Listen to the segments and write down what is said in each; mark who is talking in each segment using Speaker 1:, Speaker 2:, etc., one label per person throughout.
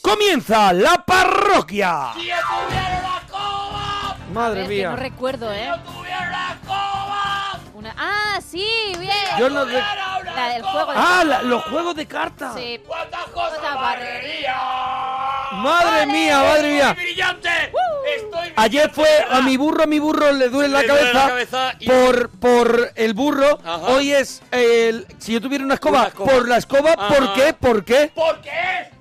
Speaker 1: comienza la parroquia.
Speaker 2: Ah. Madre
Speaker 3: Es que no
Speaker 2: mía.
Speaker 3: recuerdo, ¿eh? Una- Ah, sí, bien.
Speaker 2: Yo no re-
Speaker 3: La del juego. de-
Speaker 2: Ah, la- los juegos de cartas.
Speaker 3: Sí. Cosa barrería.
Speaker 2: Madre mía, madre mía. Ayer fue a mi burro, a mi burro le duele la
Speaker 4: Le duele
Speaker 2: cabeza,
Speaker 4: la cabeza y-
Speaker 2: por, por el burro.
Speaker 4: Ajá.
Speaker 2: Hoy es el... Si yo tuviera una escoba,
Speaker 4: Una escoba.
Speaker 2: por la escoba.
Speaker 4: Ajá.
Speaker 2: ¿Por qué? ¿Por qué?
Speaker 4: Porque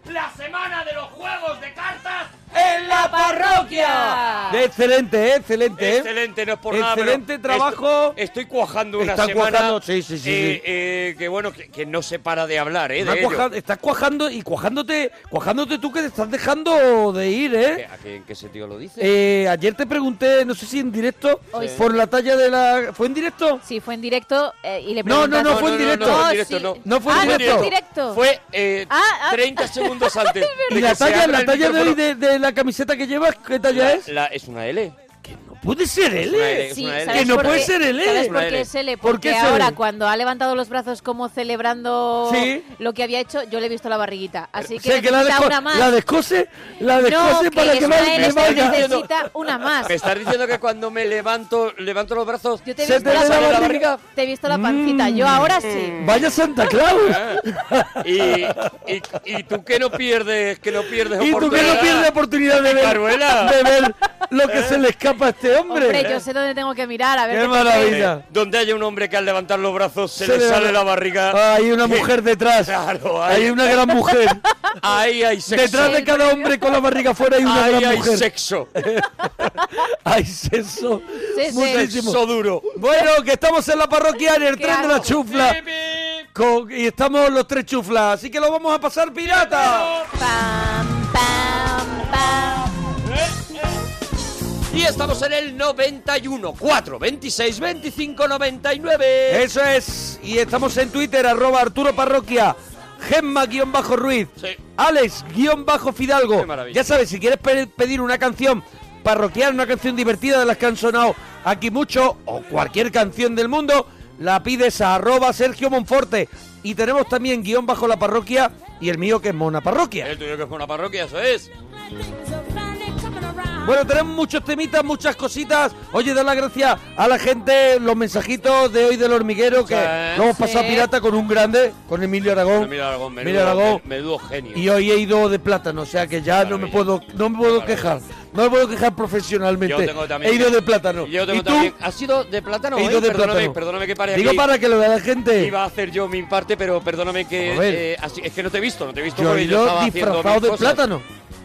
Speaker 4: es la semana de los juegos de cartas.
Speaker 2: ¡En la
Speaker 3: parroquia!
Speaker 2: Excelente, eh, excelente. eh.
Speaker 4: Excelente, no es por nada.
Speaker 2: Excelente
Speaker 4: pero
Speaker 2: trabajo.
Speaker 4: estoy- Estoy cuajando una
Speaker 2: Está
Speaker 4: semana.
Speaker 2: cuajando, sí, sí, sí,
Speaker 4: eh,
Speaker 2: sí.
Speaker 4: eh, que bueno, que, que no se para de hablar, ¿eh?
Speaker 2: Estás
Speaker 4: de ello.
Speaker 2: cuaja- estás cuajando y cuajándote, cuajándote tú que te estás dejando de ir,
Speaker 4: ¿Qué-
Speaker 2: ¿eh?
Speaker 4: a qué- ¿En qué sentido lo dices?
Speaker 2: Eh, ayer te pregunté, no sé si en directo,
Speaker 3: Hoy sí.
Speaker 2: por la talla de la... ¿Fue en directo?
Speaker 3: Sí, fue en directo eh, y le
Speaker 2: No, no,
Speaker 3: preguntaste-
Speaker 2: no, fue en directo.
Speaker 4: No,
Speaker 3: No,
Speaker 4: en directo,
Speaker 3: sí.
Speaker 4: no.
Speaker 2: No fue en
Speaker 3: Ah,
Speaker 2: directo.
Speaker 3: en directo.
Speaker 4: Fue eh,
Speaker 3: Ah, ah.
Speaker 4: 30 segundos antes. de
Speaker 2: ¿Y la
Speaker 4: que se
Speaker 2: talla,
Speaker 4: abra
Speaker 2: la
Speaker 4: el
Speaker 2: talla de hoy
Speaker 4: micrófono.
Speaker 2: de, de la camiseta que llevas, qué talla
Speaker 4: La-
Speaker 2: es?
Speaker 4: la- es una L.
Speaker 2: No puede ser
Speaker 4: una L.
Speaker 2: L.
Speaker 4: es
Speaker 3: Sí,
Speaker 4: una L.
Speaker 3: ¿sabes
Speaker 2: Que no
Speaker 3: por
Speaker 2: puede
Speaker 3: qué?
Speaker 2: ser L.
Speaker 3: ¿Sabes
Speaker 4: Es una
Speaker 3: por qué
Speaker 4: L.
Speaker 3: es L?
Speaker 2: ¿Por
Speaker 3: Porque
Speaker 2: qué es L?
Speaker 3: ahora, cuando ha levantado los brazos como celebrando
Speaker 2: Sí.
Speaker 3: lo que había hecho, yo le he visto la barriguita. Así
Speaker 2: O
Speaker 3: que
Speaker 2: sea, que la,
Speaker 3: necesita
Speaker 2: desco-
Speaker 3: una más.
Speaker 2: la descose, la
Speaker 3: no,
Speaker 2: descose
Speaker 3: que
Speaker 2: para que
Speaker 3: es
Speaker 2: vaya.
Speaker 3: una
Speaker 2: que
Speaker 3: L,
Speaker 4: está
Speaker 2: vaya.
Speaker 4: diciendo-
Speaker 3: necesita una más.
Speaker 4: Me estás diciendo que cuando me levanto, levanto los brazos.
Speaker 3: Ah. Yo te he
Speaker 2: se
Speaker 3: visto
Speaker 2: te
Speaker 3: la,
Speaker 2: ve la
Speaker 3: pancita,
Speaker 2: barriga.
Speaker 3: te he visto la pancita.
Speaker 2: Mm.
Speaker 3: Yo ahora sí.
Speaker 2: Vaya Santa
Speaker 4: Ah.
Speaker 2: Claus.
Speaker 4: Y, y, y tú que no pierdes, que no pierdes
Speaker 2: Y tú que no
Speaker 4: oportunidad.
Speaker 2: pierdes oportunidad de ver,
Speaker 4: Caruela.
Speaker 2: de ver lo que se le escapa a este hombre.
Speaker 3: Hombre, yo sé dónde tengo que mirar. A ver
Speaker 2: Qué
Speaker 3: qué
Speaker 2: maravilla.
Speaker 3: papel.
Speaker 2: Ya.
Speaker 4: Eh, Donde haya un hombre que al levantar los brazos se, le,
Speaker 2: le va-
Speaker 4: sale la barriga.
Speaker 2: Ah, hay una mujer detrás.
Speaker 4: Claro,
Speaker 2: hay...
Speaker 4: hay-
Speaker 2: una gran mujer.
Speaker 4: Ahí hay sexo.
Speaker 2: Detrás de cada hombre con la barriga afuera hay una
Speaker 4: Ahí
Speaker 2: gran
Speaker 4: hay
Speaker 2: mujer.
Speaker 4: sexo.
Speaker 2: Hay sexo.
Speaker 3: Sí, sí.
Speaker 2: Muchísimo.
Speaker 4: Sexo duro.
Speaker 2: Bueno, que estamos en la parroquia en el
Speaker 3: Qué
Speaker 2: tren de la
Speaker 3: asco.
Speaker 2: chufla. Con- y estamos los tres chuflas, así que lo vamos a pasar pirata.
Speaker 3: Pam, pam, pam.
Speaker 4: Y estamos en el 91. 4, 26, 25, 99.
Speaker 2: Eso es. Y estamos en Twitter, arroba Arturo Parroquia, Gemma-Ruiz,
Speaker 4: Sí.
Speaker 2: Alex-Fidalgo.
Speaker 4: Qué maravilla.
Speaker 2: Ya sabes, si quieres pe- pedir una canción parroquial, una canción divertida de las que han sonado aquí mucho, o cualquier canción del mundo, la pides a arroba Sergio Monforte. Y tenemos también guión bajo la parroquia y el mío que es Mona Parroquia.
Speaker 4: El tuyo que fue una parroquia, eso es.
Speaker 2: Bueno, tenemos muchos temitas, muchas cositas. Oye, da las gracias a la gente, los mensajitos de hoy del hormiguero, que
Speaker 4: Sí.
Speaker 2: lo hemos pasado
Speaker 3: Sí.
Speaker 2: pirata con un grande, con Emilio Aragón.
Speaker 4: Mira Aragón, menudo,
Speaker 2: Emilio Aragón.
Speaker 4: men- menudo genio.
Speaker 2: Y hoy he ido de plátano, o sea que ya no me puedo, no me puedo quejar. No me puedo quejar profesionalmente.
Speaker 4: Yo tengo también.
Speaker 2: he ido de plátano.
Speaker 4: Yo tengo
Speaker 2: ¿Y tú?
Speaker 4: también. ¿Has sido de plátano?
Speaker 2: He
Speaker 4: hoy?
Speaker 2: ido de
Speaker 4: perdóname,
Speaker 2: plátano.
Speaker 4: perdóname que pare
Speaker 2: Digo
Speaker 4: aquí.
Speaker 2: para que lo vea la gente.
Speaker 4: Iba a hacer yo mi parte, pero perdóname que
Speaker 2: A ver.
Speaker 4: eh, así- es que no te he visto, no te he visto.
Speaker 2: Yo
Speaker 4: porque
Speaker 2: he ido
Speaker 4: estaba haciendo
Speaker 2: disfrazado
Speaker 4: mis
Speaker 2: de
Speaker 4: cosas.
Speaker 2: plátano.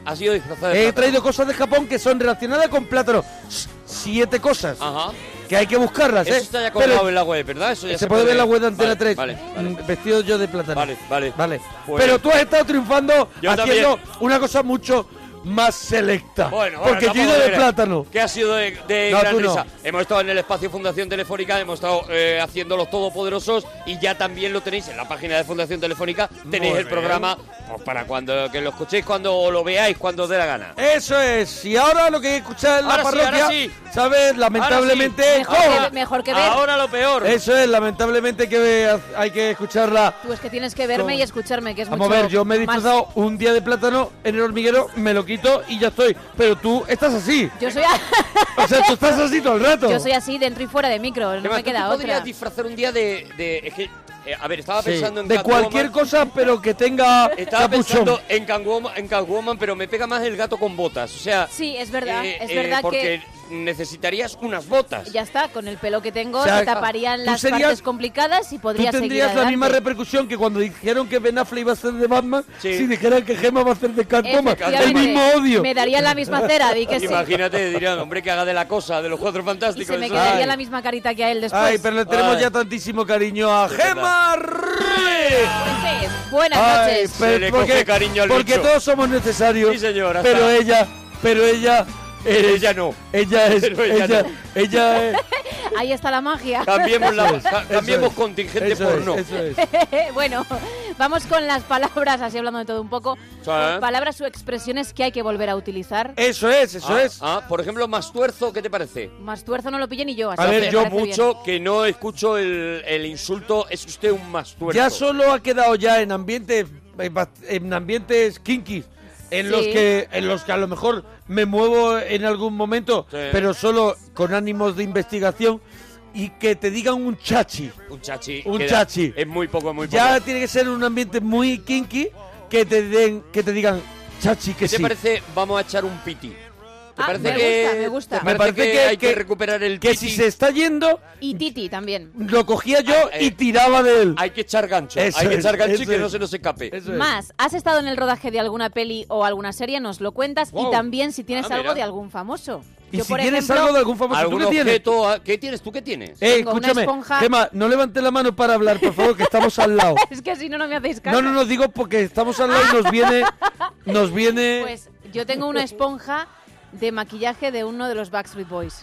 Speaker 4: Has ido disfrazado de
Speaker 2: He
Speaker 4: plátano.
Speaker 2: traído cosas de Japón que son relacionadas con plátano. S- Siete cosas
Speaker 4: Ajá.
Speaker 2: que hay que buscarlas,
Speaker 4: Eso
Speaker 2: ¿eh?
Speaker 4: está ya
Speaker 2: Pero
Speaker 4: colgado en la web, ¿verdad? Eso ya
Speaker 2: se, puede ver la web de Antena
Speaker 4: Vale,
Speaker 2: 3.
Speaker 4: Vale, vale.
Speaker 2: mm, Vestido yo de plátano.
Speaker 4: Vale, vale.
Speaker 2: Vale.
Speaker 4: Pues-
Speaker 2: Pero tú has estado triunfando
Speaker 4: Yo
Speaker 2: haciendo
Speaker 4: también.
Speaker 2: una cosa mucho más selecta.
Speaker 4: Bueno, bueno,
Speaker 2: porque yo he ido
Speaker 4: tampoco
Speaker 2: de
Speaker 4: era.
Speaker 2: plátano.
Speaker 4: ¿Qué ha sido de, de
Speaker 2: No,
Speaker 4: gran
Speaker 2: tú no.
Speaker 4: risa? Hemos estado en el espacio Fundación Telefónica, hemos estado eh, haciendo los todopoderosos y ya también lo tenéis en la página de Fundación Telefónica. Tenéis
Speaker 2: Muy
Speaker 4: el
Speaker 2: bien.
Speaker 4: programa pues, para cuando que lo escuchéis cuando o lo veáis cuando os dé la gana.
Speaker 2: Eso es. Y ahora lo que escuchas en la
Speaker 4: Ahora sí,
Speaker 2: parroquia,
Speaker 4: ahora sí.
Speaker 2: ¿sabes? Lamentablemente.
Speaker 3: Mejor que-
Speaker 2: ¡Oh!
Speaker 3: mejor que ver.
Speaker 4: Ahora lo peor.
Speaker 2: Eso es, lamentablemente que ha- hay que escucharla.
Speaker 3: Tú es que tienes que verme y escucharme, que es
Speaker 2: Vamos a
Speaker 3: mucho
Speaker 2: ver, yo me he
Speaker 3: más-
Speaker 2: disfrazado un día de plátano en el hormiguero, me lo quito y ya estoy. Pero tú estás así.
Speaker 3: Yo soy, a-
Speaker 2: O sea, tú estás así todo el rato.
Speaker 3: yo soy así dentro y fuera de micro, no
Speaker 4: Además,
Speaker 3: me
Speaker 4: tú te
Speaker 3: queda
Speaker 4: podrías
Speaker 3: otra.
Speaker 4: disfrazar un día de... de- es que, eh, a ver, estaba
Speaker 2: Sí,
Speaker 4: pensando en
Speaker 2: de
Speaker 4: Catwoman.
Speaker 2: cualquier cosa, pero que tenga
Speaker 4: Estaba
Speaker 2: capuchón.
Speaker 4: pensando en Catwoman, en Catwoman, pero me pega más el gato con botas. O sea,
Speaker 3: Sí, es verdad,
Speaker 4: eh,
Speaker 3: es
Speaker 4: eh,
Speaker 3: verdad
Speaker 4: porque necesitarías unas botas.
Speaker 3: que ya está, con el pelo que tengo
Speaker 2: O sea,
Speaker 3: se taparían
Speaker 2: tú
Speaker 3: las
Speaker 2: serías-
Speaker 3: partes complicadas y
Speaker 2: Tú
Speaker 3: podría seguir
Speaker 2: tendrías la
Speaker 3: adelante.
Speaker 2: misma repercusión que cuando dijeron que Ben Affleck iba a ser de Batman,
Speaker 4: Sí.
Speaker 2: si dijeran que Gemma va a ser de Catwoman. El
Speaker 3: Efectivamente,
Speaker 2: mismo odio.
Speaker 3: Me darían la misma cera, di que sí.
Speaker 4: Imagínate, dirían, hombre, que haga de la cosa, de los cuatro
Speaker 3: Y
Speaker 4: fantásticos.
Speaker 3: se me
Speaker 4: eso.
Speaker 3: quedaría
Speaker 2: Ay.
Speaker 3: la misma carita que a él después.
Speaker 2: Ay, pero le tenemos
Speaker 4: Ay.
Speaker 2: ya tantísimo cariño a Gemma Ruiz.
Speaker 3: Entonces, Buenas
Speaker 2: Ay,
Speaker 3: noches.
Speaker 2: pero
Speaker 4: Se le coge cariño al
Speaker 2: porque
Speaker 4: bicho.
Speaker 2: todos somos necesarios.
Speaker 4: Sí, señora,
Speaker 2: Pero
Speaker 4: está.
Speaker 2: ella, pero ella, eres-
Speaker 4: Ella no.
Speaker 2: Ella es,
Speaker 4: Pero ella
Speaker 2: ella,
Speaker 4: no.
Speaker 2: ella es.
Speaker 3: Ahí está la magia.
Speaker 4: Cambiemos, la- ca-
Speaker 2: eso
Speaker 4: cambiemos
Speaker 2: es,
Speaker 4: contingente
Speaker 2: eso
Speaker 4: por
Speaker 2: es,
Speaker 4: no.
Speaker 2: Eso es.
Speaker 3: bueno, vamos con las palabras, así hablando de todo un poco.
Speaker 2: ¿eh? Ah.
Speaker 3: Con Palabras o expresiones que hay que volver a utilizar.
Speaker 2: Eso es, eso
Speaker 4: Ah,
Speaker 2: es.
Speaker 4: ah, por ejemplo, más tuerzo, ¿qué te parece?
Speaker 3: Más tuerzo no lo pillé ni yo. Así
Speaker 2: A
Speaker 3: que
Speaker 2: ver,
Speaker 3: me
Speaker 4: yo
Speaker 3: parece bien.
Speaker 4: mucho que no escucho el, el insulto, es usted un más tuerzo.
Speaker 2: Ya solo ha quedado ya en ambientes en bast- en ambientes kinky en
Speaker 3: Sí.
Speaker 2: los que en los que a lo mejor me muevo en algún momento, pero solo con ánimos de investigación y que te digan un chachi.
Speaker 4: Un chachi.
Speaker 2: Un
Speaker 4: queda-
Speaker 2: chachi.
Speaker 4: Es muy poco, es muy poco.
Speaker 2: ya tiene que ser un ambiente muy kinky que te den que te digan chachi que
Speaker 4: ¿Qué te
Speaker 2: sí.
Speaker 4: parece? Vamos a echar un piti. ¿Te
Speaker 3: Ah,
Speaker 4: parece
Speaker 3: me
Speaker 4: que
Speaker 3: gusta, me gusta.
Speaker 4: te
Speaker 2: Me parece que-
Speaker 4: hay que,
Speaker 2: que-
Speaker 4: recuperar el
Speaker 2: Que
Speaker 4: piti?
Speaker 2: si se está yendo
Speaker 3: Y Titi también.
Speaker 2: lo cogía yo
Speaker 4: Ah, eh.
Speaker 2: y tiraba de él.
Speaker 4: Hay que echar gancho.
Speaker 2: Eso
Speaker 4: hay que
Speaker 2: es,
Speaker 4: echar gancho y
Speaker 2: eso
Speaker 4: que
Speaker 2: es.
Speaker 4: no se nos escape.
Speaker 2: Eso es.
Speaker 3: Más, ¿has estado en el rodaje de alguna peli o alguna serie? Nos lo cuentas.
Speaker 4: Wow.
Speaker 3: Y también si tienes
Speaker 4: Ah,
Speaker 3: algo
Speaker 4: mira.
Speaker 3: de algún famoso.
Speaker 2: Y
Speaker 3: Yo,
Speaker 2: si
Speaker 3: por
Speaker 2: tienes
Speaker 3: ejemplo,
Speaker 2: algo de algún famoso, ¿tú
Speaker 4: ¿Algún
Speaker 2: qué tienes?
Speaker 4: objeto? ah, ¿Qué tienes? ¿Tú qué tienes?
Speaker 2: Eh,
Speaker 3: Tengo una
Speaker 2: escúchame,
Speaker 3: esponja.
Speaker 2: Gemma, no levante la mano para hablar, por favor, que estamos al lado.
Speaker 3: Es que si no, no me hacéis caso.
Speaker 2: No, no, no digo porque estamos al lado y nos viene, nos viene.
Speaker 3: Pues yo tengo una esponja de maquillaje de uno de los Backstreet Boys.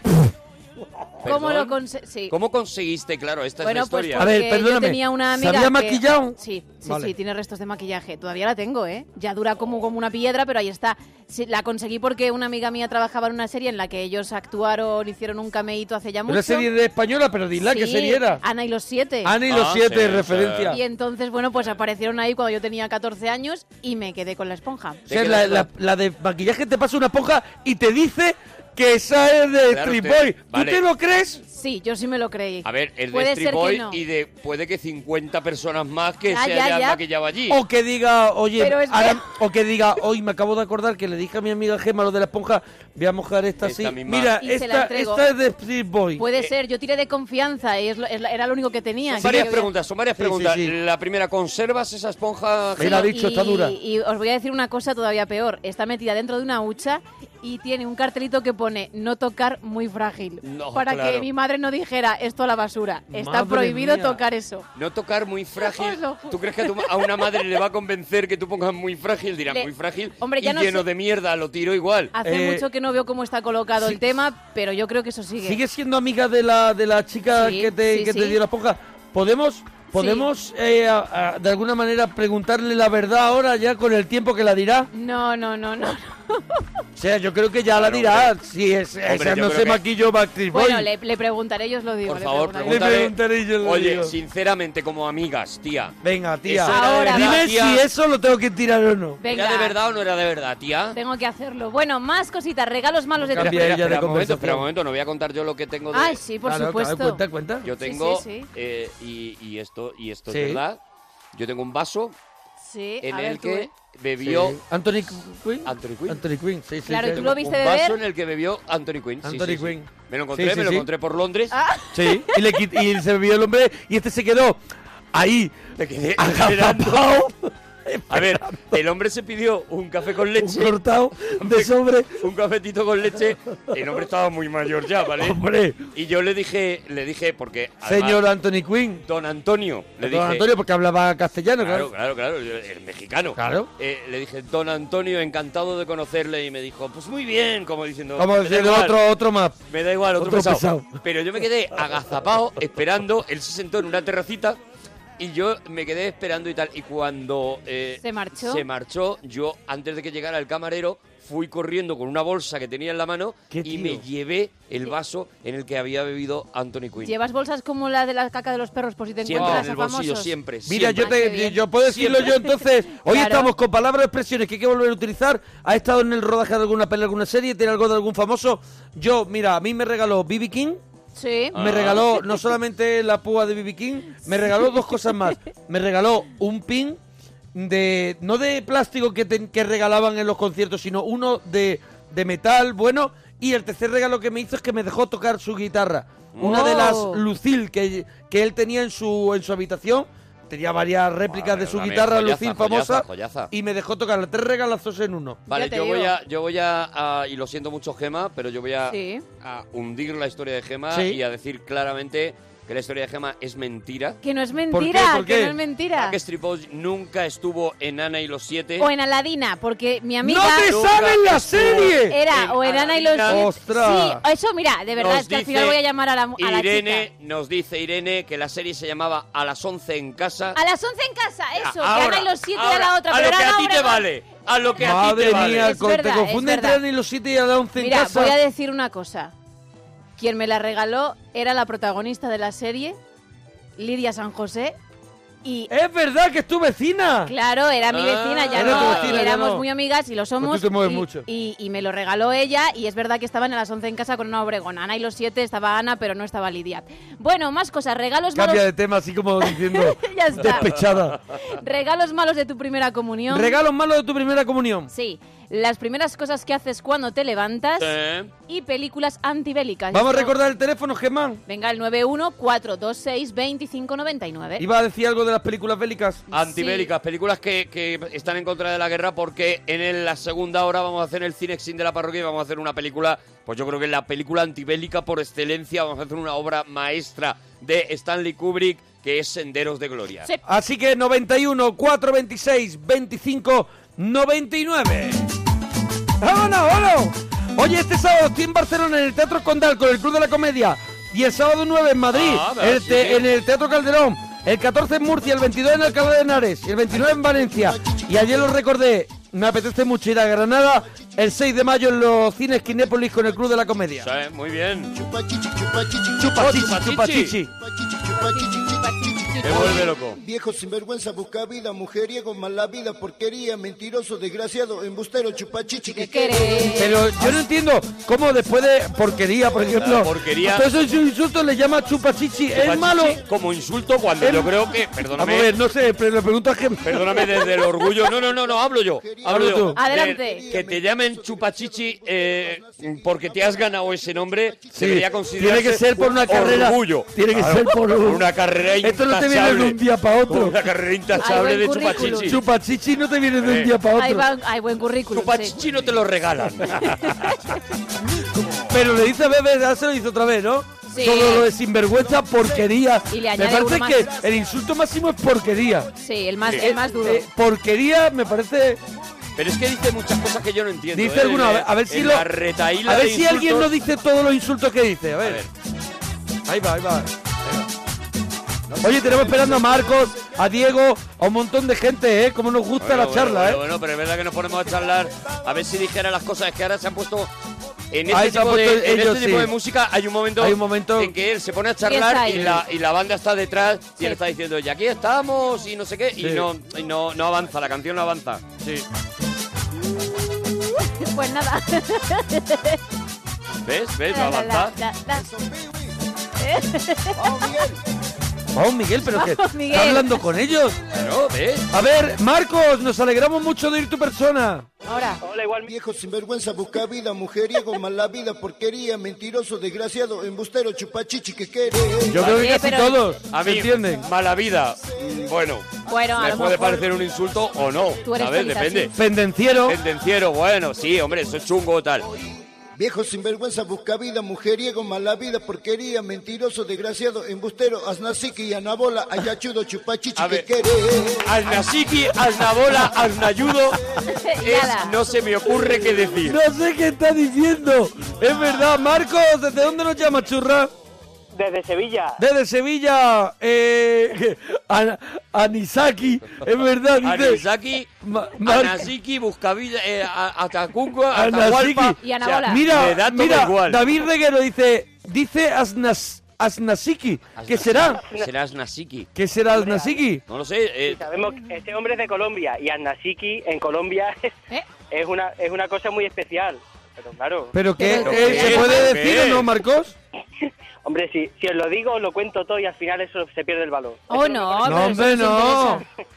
Speaker 3: ¿Cómo
Speaker 4: ¿Perdón?
Speaker 3: lo conse- sí.
Speaker 4: ¿Cómo conseguiste? Claro, esta
Speaker 3: Bueno,
Speaker 4: es la
Speaker 3: pues
Speaker 4: historia.
Speaker 2: A ver,
Speaker 3: porque yo
Speaker 2: perdóname,
Speaker 3: tenía una
Speaker 2: ¿se
Speaker 3: amiga
Speaker 2: había
Speaker 3: que-
Speaker 2: maquillado?
Speaker 3: Sí, sí,
Speaker 2: Vale.
Speaker 3: sí, tiene restos de maquillaje. Todavía la tengo, ¿eh? Ya dura como, como una piedra, pero ahí está. Sí, la conseguí porque una amiga mía trabajaba en una serie en la que ellos actuaron, hicieron un cameíto hace ya mucho.
Speaker 2: Una serie de española, pero dila
Speaker 3: Sí,
Speaker 2: que serie era.
Speaker 3: Ana y los siete.
Speaker 2: Ana y los
Speaker 4: Ah,
Speaker 2: siete,
Speaker 4: sí,
Speaker 2: referencia.
Speaker 3: Y entonces, bueno, pues aparecieron ahí cuando yo tenía 14 años y me quedé con la esponja.
Speaker 2: O sea, la, la- la de maquillaje te pasa una esponja y te dice que esa es de
Speaker 4: Claro,
Speaker 2: Street
Speaker 4: te-
Speaker 2: Boy. ¿Tú
Speaker 4: vale.
Speaker 2: te lo crees?
Speaker 3: Sí, yo sí me lo creí.
Speaker 4: A ver, el de
Speaker 3: Puede
Speaker 4: Street
Speaker 3: ser que
Speaker 4: Boy
Speaker 3: no.
Speaker 4: y de puede que 50 personas más que
Speaker 3: Ya,
Speaker 4: se
Speaker 3: ya,
Speaker 4: hayan
Speaker 3: ya.
Speaker 4: maquillado allí.
Speaker 2: O que diga, oye,
Speaker 3: Pero es
Speaker 2: ahora-
Speaker 3: que-
Speaker 2: o que diga, hoy me acabo de acordar que le dije a mi amiga Gemma lo de la esponja, voy a mojar esta,
Speaker 4: Esta
Speaker 2: así.
Speaker 4: misma. Eh,
Speaker 2: Mira,
Speaker 3: Y se la
Speaker 2: esta,
Speaker 3: entrego.
Speaker 2: esta es de Street Boy.
Speaker 3: Puede ser, yo tiré de confianza y es lo- es la- era lo único que tenía.
Speaker 4: Son varias
Speaker 3: Yo-
Speaker 4: preguntas, son varias
Speaker 2: Sí, sí,
Speaker 4: preguntas.
Speaker 2: sí.
Speaker 4: La primera, ¿conservas esa esponja?
Speaker 2: Me la ha
Speaker 3: Sí,
Speaker 2: dicho, está
Speaker 3: y-
Speaker 2: dura.
Speaker 3: Y os voy a decir una cosa todavía peor. Está metida dentro de una hucha y tiene un cartelito que pone no tocar muy frágil.
Speaker 4: No,
Speaker 3: para
Speaker 4: claro.
Speaker 3: que mi madre no dijera esto a la basura. Está
Speaker 2: Madre
Speaker 3: prohibido
Speaker 2: mía.
Speaker 3: tocar eso.
Speaker 4: No tocar muy frágil.
Speaker 3: Os lo juro.
Speaker 4: ¿Tú crees que a, tu ma- a una madre le va a convencer que tú pongas muy frágil? Dirá,
Speaker 3: Le-
Speaker 4: muy frágil
Speaker 3: Hombre, ya
Speaker 4: y
Speaker 3: no
Speaker 4: lleno
Speaker 3: sé-
Speaker 4: de mierda, lo tiro igual.
Speaker 3: Hace
Speaker 2: Eh,
Speaker 3: mucho que no veo cómo está colocado
Speaker 2: sí.
Speaker 3: el tema, pero yo creo que eso sigue.
Speaker 2: ¿Sigues siendo amiga de la, de la chica
Speaker 3: Sí,
Speaker 2: que, te,
Speaker 3: sí,
Speaker 2: que te
Speaker 3: sí.
Speaker 2: dio la esponja? ¿Podemos, podemos eh, a- a- de alguna manera preguntarle la verdad ahora ya con el tiempo que la dirá?
Speaker 3: No, no, no, no.
Speaker 2: O sea, yo creo que ya la dirá. Si es,
Speaker 4: Hombre,
Speaker 2: esa
Speaker 4: yo
Speaker 2: no
Speaker 4: creo
Speaker 2: se
Speaker 4: que-
Speaker 2: maquilló Backstreet Boy.
Speaker 3: Bueno, le, le preguntaré, yo os lo digo.
Speaker 4: Por
Speaker 3: le
Speaker 4: favor,
Speaker 3: preguntaré.
Speaker 2: pregunta-
Speaker 4: pregúntale.
Speaker 2: Le preguntaré, yo le
Speaker 4: Oye,
Speaker 2: digo.
Speaker 4: sinceramente, como amigas, tía.
Speaker 2: Venga,
Speaker 4: Eso
Speaker 2: tía.
Speaker 4: era de verdad,
Speaker 3: Ahora,
Speaker 2: Dime
Speaker 4: tía.
Speaker 2: si eso lo tengo que tirar o no.
Speaker 3: Venga,
Speaker 4: ¿Era de verdad o no era de verdad, tía?
Speaker 3: tengo que hacerlo. Bueno, más cositas, regalos malos de
Speaker 2: Cambia
Speaker 3: Twitter.
Speaker 2: ella de
Speaker 4: un momento,
Speaker 2: conversación.
Speaker 4: espera un momento, no voy a contar yo lo que tengo de...
Speaker 3: Ay, sí, por
Speaker 2: Claro,
Speaker 3: supuesto.
Speaker 2: claro, cuenta, cuenta.
Speaker 4: Yo
Speaker 3: Sí,
Speaker 4: tengo,
Speaker 3: sí, sí.
Speaker 4: eh, y, y esto, y esto
Speaker 2: Sí.
Speaker 4: es verdad, yo tengo un vaso
Speaker 3: Sí,
Speaker 4: en
Speaker 3: a ver,
Speaker 4: el
Speaker 3: tú,
Speaker 4: que
Speaker 3: ¿eh?
Speaker 4: bebió
Speaker 2: Sí. Anthony Quinn.
Speaker 4: Anthony Quinn.
Speaker 2: Anthony Quinn, sí, sí.
Speaker 3: Claro,
Speaker 2: sí.
Speaker 3: ¿y tú lo viste
Speaker 4: un
Speaker 3: beber?
Speaker 4: vaso en el que bebió Anthony Quinn. sí,
Speaker 2: Anthony
Speaker 4: sí, sí.
Speaker 2: Quinn.
Speaker 4: Me lo
Speaker 2: Sí,
Speaker 4: encontré,
Speaker 2: sí,
Speaker 4: me lo
Speaker 2: sí.
Speaker 4: encontré por Londres.
Speaker 2: Sí, y, le quit- y se bebió el hombre y este se quedó ahí,
Speaker 4: Me quedé esperando.
Speaker 2: agazapado,
Speaker 4: A ver, el hombre se pidió un café con
Speaker 2: un
Speaker 4: leche,
Speaker 2: cortado de sobre.
Speaker 4: un cafetito con leche. El hombre estaba muy mayor ya, ¿vale?
Speaker 2: Hombre,
Speaker 4: Y yo le dije, le dije, porque además,
Speaker 2: señor Anthony Quinn.
Speaker 4: Don Antonio,
Speaker 2: Don
Speaker 4: le dije,
Speaker 2: Antonio, porque hablaba castellano,
Speaker 4: Claro,
Speaker 2: claro.
Speaker 4: claro, claro, yo- el mexicano.
Speaker 2: Claro.
Speaker 4: Eh, le dije, don Antonio, encantado de conocerle. Y me dijo, pues muy bien, como diciendo.
Speaker 2: Vamos a
Speaker 4: "Me da
Speaker 2: decirle
Speaker 4: igual,
Speaker 2: otro, otro más.
Speaker 4: Me da igual, otro,
Speaker 2: otro
Speaker 4: pesado.
Speaker 2: pesado.
Speaker 4: Pero yo me quedé agazapado, esperando. Él se sentó en una terracita y yo me quedé esperando y tal. Y cuando. eh,
Speaker 3: ¿Se marchó?
Speaker 4: Se marchó, yo, antes de que llegara el camarero, fui corriendo con una bolsa que tenía en la mano
Speaker 2: ¿Qué
Speaker 4: y
Speaker 2: tío?
Speaker 4: me llevé el vaso en el que había bebido Anthony Quinn.
Speaker 3: ¿Llevas bolsas como la de la caca de los perros por si te
Speaker 4: siempre
Speaker 3: encuentras
Speaker 4: en el
Speaker 3: a
Speaker 4: bolsillo,
Speaker 3: famosos?
Speaker 4: siempre.
Speaker 2: Mira,
Speaker 4: siempre.
Speaker 2: yo,
Speaker 3: Ah,
Speaker 2: te,
Speaker 3: qué bien.
Speaker 2: yo puedo decirlo yo entonces. Hoy
Speaker 3: Claro.
Speaker 2: estamos con palabras o expresiones que hay que volver a utilizar. Ha estado en el rodaje de alguna peli, alguna serie, tiene algo de algún famoso. Yo, mira, a mí me regaló B.B. King,
Speaker 3: Sí.
Speaker 4: Ah.
Speaker 2: me regaló no solamente la púa de B.B. King, me regaló dos cosas más. Me regaló un pin de, no de plástico que, te- que regalaban en los conciertos, sino uno de, de metal bueno. Y el tercer regalo que me hizo es que me dejó tocar su guitarra. Una de las
Speaker 3: Oh.
Speaker 2: Lucille que, que él tenía en su, en su habitación. Tenía varias réplicas
Speaker 4: Madre
Speaker 2: de su
Speaker 4: mía,
Speaker 2: guitarra
Speaker 4: joyaza,
Speaker 2: Lucille
Speaker 4: joyaza,
Speaker 2: famosa.
Speaker 4: joyaza.
Speaker 2: Y me dejó tocar tres regalazos en uno.
Speaker 4: Vale,
Speaker 3: Ya te
Speaker 4: yo voy,
Speaker 3: digo.
Speaker 4: a, yo voy a, a- Y lo siento mucho, Gema, pero yo voy a,
Speaker 3: Sí.
Speaker 4: a hundir la historia de Gema
Speaker 2: Sí.
Speaker 4: y a decir claramente que la historia de Gema es mentira.
Speaker 3: Que no es
Speaker 2: ¿Por qué?
Speaker 3: mentira,
Speaker 2: ¿Por
Speaker 3: que
Speaker 2: qué?
Speaker 3: no es mentira.
Speaker 4: Backstreet Boys nunca estuvo en Ana y los Siete.
Speaker 3: O en Aladina, porque mi amiga...
Speaker 2: ¡No te
Speaker 4: Nunca
Speaker 2: sabes la
Speaker 4: estuvo
Speaker 2: serie!
Speaker 4: en
Speaker 3: Era, o en Ana y los...
Speaker 4: Aladina.
Speaker 2: ¡Ostras!
Speaker 3: Sí, eso, mira, de verdad,
Speaker 4: Nos
Speaker 3: es que al
Speaker 4: dice
Speaker 3: final voy a llamar a la, a la
Speaker 4: Irene,
Speaker 3: chica.
Speaker 4: nos dice Irene que la serie se llamaba A las 11 en casa.
Speaker 3: A las 11 en casa, eso,
Speaker 4: Ah,
Speaker 3: que
Speaker 4: ahora,
Speaker 3: Ana y los 7 y a
Speaker 4: ahora,
Speaker 3: la otra.
Speaker 4: A
Speaker 3: pero
Speaker 4: lo que
Speaker 3: Ana
Speaker 4: a ti te
Speaker 3: Obregón-
Speaker 4: vale. A lo que a ti
Speaker 2: Madre
Speaker 4: te vale.
Speaker 2: mía,
Speaker 3: Es
Speaker 2: con-
Speaker 3: verdad,
Speaker 2: te
Speaker 3: es
Speaker 2: confunde entre
Speaker 3: verdad.
Speaker 2: Ana y los 7 y a la 11 en
Speaker 3: Mira,
Speaker 2: casa.
Speaker 3: voy a decir una cosa. Quien me la regaló era la protagonista de la serie, Lidia San José, Y
Speaker 2: ¡Es verdad que es tu vecina!
Speaker 3: claro, era mi vecina, ya
Speaker 2: Ah, Era
Speaker 3: no,
Speaker 2: tu vecina, ya
Speaker 3: éramos
Speaker 2: no. Pues
Speaker 3: muy amigas y lo somos.
Speaker 2: te mueves
Speaker 3: y,
Speaker 2: mucho.
Speaker 3: Y, y me lo regaló ella y es verdad que estaban a las 11 en casa con una obregón. Ana y los 7 estaba Ana, pero no estaba Lidia. Bueno, más cosas, regalos
Speaker 2: Cambia
Speaker 3: malos.
Speaker 2: de tema así como diciendo
Speaker 3: Ya está.
Speaker 2: despechada.
Speaker 3: Regalos malos de tu primera comunión.
Speaker 2: Regalos malos de tu primera comunión.
Speaker 3: Sí, las primeras cosas que haces cuando te levantas
Speaker 4: Eh,
Speaker 3: y películas antibélicas.
Speaker 2: Vamos a
Speaker 3: Esto-
Speaker 2: recordar el teléfono, Germán.
Speaker 3: Venga, el 914262599.
Speaker 2: Iba a decir algo de las películas bélicas.
Speaker 4: Antibélicas, películas que, que están en contra de la guerra porque en el- la segunda hora vamos a hacer el Cinexin de la parroquia y vamos a hacer una película, pues yo creo que es la película antibélica por excelencia, vamos a hacer una obra maestra de Stanley Kubrick que es Senderos de Gloria.
Speaker 3: Sí.
Speaker 2: Así que 91 426 25 99. ¡Vámonos, vámonos! Oye, este sábado estoy en Barcelona en el Teatro Condal con el Club de la Comedia. Y el sábado 9 en Madrid,
Speaker 4: Ah,
Speaker 2: en, el
Speaker 4: sí.
Speaker 2: te- en el Teatro Calderón. El 14 en Murcia, el 22 en Alcalá de Henares, el 29 en Valencia. Y ayer lo recordé, me apetece mucho ir a Granada el 6 de mayo en los cines Kinépolis con el Club de la Comedia.
Speaker 4: ¿Sabes? Eh, Muy bien.
Speaker 5: Chupa chichi, chupa chichi,
Speaker 2: Chupa
Speaker 5: chupa
Speaker 2: chichi,
Speaker 5: chichi,
Speaker 2: chupa
Speaker 4: chichi.
Speaker 2: chichi.
Speaker 5: chupa chichi, chupa chichi, chupa chichi.
Speaker 4: Me vuelve loco.
Speaker 5: Viejo sinvergüenza, busca vida, mujeriego, mala vida, porquería, mentiroso, desgraciado, embustero, chupachichi. ¿Qué
Speaker 2: Pero yo no entiendo cómo después de porquería, por ejemplo, pues
Speaker 4: La porquería.
Speaker 2: todos esos insultos le llama chupachichi. ¿Es
Speaker 4: Pachichi
Speaker 2: malo?
Speaker 4: Como insulto cuando
Speaker 2: El-
Speaker 4: yo creo que.
Speaker 2: Vamos
Speaker 4: Perdóname.
Speaker 2: a ver, no sé, pero le pregunto a que...
Speaker 4: Perdóname desde el orgullo. No, no, no, no, hablo yo. Hablo
Speaker 2: Hablo tú.
Speaker 4: yo. De-
Speaker 3: Adelante.
Speaker 4: que te llamen chupachichi eh, porque te has ganado ese nombre
Speaker 2: Sí,
Speaker 4: debería considerarse
Speaker 2: tiene que ser por una carrera.
Speaker 4: orgullo.
Speaker 2: Tiene que ser por un-
Speaker 4: una carrera intachable.
Speaker 2: Esto no te viene de un día para otro.
Speaker 4: Una carrera intachable
Speaker 3: Hay
Speaker 4: de
Speaker 3: buen currículum.
Speaker 4: chupachichi.
Speaker 2: Chupachichi no te viene de
Speaker 4: Eh.
Speaker 2: un día para
Speaker 3: Ahí
Speaker 2: otro.
Speaker 3: va, hay buen currículum. sí.
Speaker 4: Chupachichi no te lo regalan.
Speaker 2: Pero le dice a Bebe, ya se lo dice otra vez, ¿no?
Speaker 3: Sí.
Speaker 2: Todo lo de sinvergüenza, porquería.
Speaker 3: Y le
Speaker 2: me
Speaker 3: añade
Speaker 2: parece
Speaker 3: uno
Speaker 2: que
Speaker 3: más.
Speaker 2: el insulto máximo es porquería.
Speaker 3: Sí, el más,
Speaker 4: Sí.
Speaker 3: el más duro.
Speaker 2: Eh, porquería me parece...
Speaker 4: Pero es que dice muchas cosas que yo no entiendo.
Speaker 2: Dice
Speaker 4: ¿eh?
Speaker 2: alguno, a ver, a ver
Speaker 4: En
Speaker 2: si lo-
Speaker 4: la retaíla
Speaker 2: A ver
Speaker 4: de
Speaker 2: si alguien no
Speaker 4: insultos-
Speaker 2: dice todos los insultos que dice. A
Speaker 4: A
Speaker 2: ver.
Speaker 4: ver,
Speaker 2: Ahí va, ahí va. Oye, tenemos esperando a Marcos, a Diego, a un montón de gente, ¿eh? Como nos gusta
Speaker 4: Bueno,
Speaker 2: la
Speaker 4: bueno,
Speaker 2: charla,
Speaker 4: bueno,
Speaker 2: ¿eh?
Speaker 4: Bueno, pero es verdad que nos ponemos a charlar. A ver si dijera las cosas. Es que ahora se han puesto. En
Speaker 2: Ahí
Speaker 4: este,
Speaker 2: se han
Speaker 4: tipo,
Speaker 2: puesto
Speaker 4: de, en
Speaker 2: ellos,
Speaker 4: este tipo
Speaker 2: sí.
Speaker 4: de música hay un, momento
Speaker 2: Hay un momento-
Speaker 4: en que él se pone a
Speaker 3: está
Speaker 4: charlar
Speaker 3: ahí.
Speaker 4: y la, y la banda está detrás
Speaker 3: Sí.
Speaker 4: y él está diciendo, y aquí estamos y no sé qué,
Speaker 2: Sí.
Speaker 4: y, no, y no, no avanza, la canción no avanza.
Speaker 3: Pues nada.
Speaker 4: ¿Ves? ¿Ves? No
Speaker 3: La, la,
Speaker 4: avanza.
Speaker 3: la, la.
Speaker 2: Vamos, Oh, Miguel, pero que
Speaker 3: Vamos, Miguel.
Speaker 2: está hablando con ellos.
Speaker 4: Claro, ¿ves?
Speaker 2: A ver, Marcos, nos alegramos mucho de ir tu persona.
Speaker 3: Ahora.
Speaker 5: Viejo sinvergüenza, busca vida, mujeriego, mala vida, porquería, mentiroso, desgraciado, embustero, chupachichi. ¿Qué quieres?
Speaker 2: Yo creo que
Speaker 3: Oye,
Speaker 2: casi
Speaker 3: Eh, pero-
Speaker 2: todos
Speaker 4: A
Speaker 2: ¿me
Speaker 4: mí,
Speaker 2: entienden.
Speaker 4: mala vida. mm, Bueno,
Speaker 3: Bueno, a
Speaker 4: me
Speaker 3: lo
Speaker 4: puede
Speaker 3: mejor-
Speaker 4: parecer un insulto o no.
Speaker 3: Tú eres
Speaker 4: ¿Sabes?
Speaker 3: feliz
Speaker 4: Depende.
Speaker 3: así.
Speaker 2: Pendenciero.
Speaker 4: Tendenciero, bueno, sí, hombre, eso es chungo tal.
Speaker 5: Viejo sinvergüenza, busca vida, mujeriego, mala vida, porquería, mentiroso, desgraciado, embustero, aznaciqui, anabola, ayachudo, chupachichi.
Speaker 4: A
Speaker 5: ¿Qué
Speaker 4: ver.
Speaker 5: quieres?
Speaker 4: Aznasiki, Aznabola, Aznayudo.
Speaker 2: Eh,
Speaker 3: Nada.
Speaker 4: Es, no se me ocurre qué decir.
Speaker 2: No sé qué está diciendo. Es verdad, Marcos, ¿desde dónde nos llama, churra?
Speaker 6: Desde Sevilla.
Speaker 2: Desde Sevilla, eh, An- Anisaki, es verdad, dice.
Speaker 4: Anisaki,
Speaker 2: Ma- Mar-
Speaker 4: Anasiki, Buscavilla, eh, a- Atacuca,
Speaker 2: Anasiki.
Speaker 4: Atahualpa.
Speaker 3: Y Anabola.
Speaker 2: Mira,
Speaker 4: me da todo
Speaker 2: mira,
Speaker 4: igual.
Speaker 2: David Reguero dice, dice Asnas, Asnasiki. ¿Qué será?
Speaker 4: Será Asnasiki.
Speaker 2: ¿Qué será Asnasiki?
Speaker 4: No lo sé. eh,
Speaker 6: Sabemos que este hombre es de Colombia y Anasiki en Colombia es,
Speaker 3: ¿Eh?
Speaker 6: es una, es una cosa muy especial. Pero claro,
Speaker 2: ¿Pero qué?
Speaker 3: Pero
Speaker 2: eh,
Speaker 4: qué,
Speaker 2: ¿Se puede
Speaker 4: pero
Speaker 2: decir
Speaker 4: qué.
Speaker 2: o no, Marcos?
Speaker 6: hombre, si, si os lo digo, os lo cuento todo y al final eso se pierde el valor.
Speaker 3: Oh, no.
Speaker 2: No,
Speaker 3: pero
Speaker 2: hombre,
Speaker 3: eso nos
Speaker 2: no.
Speaker 3: interesa.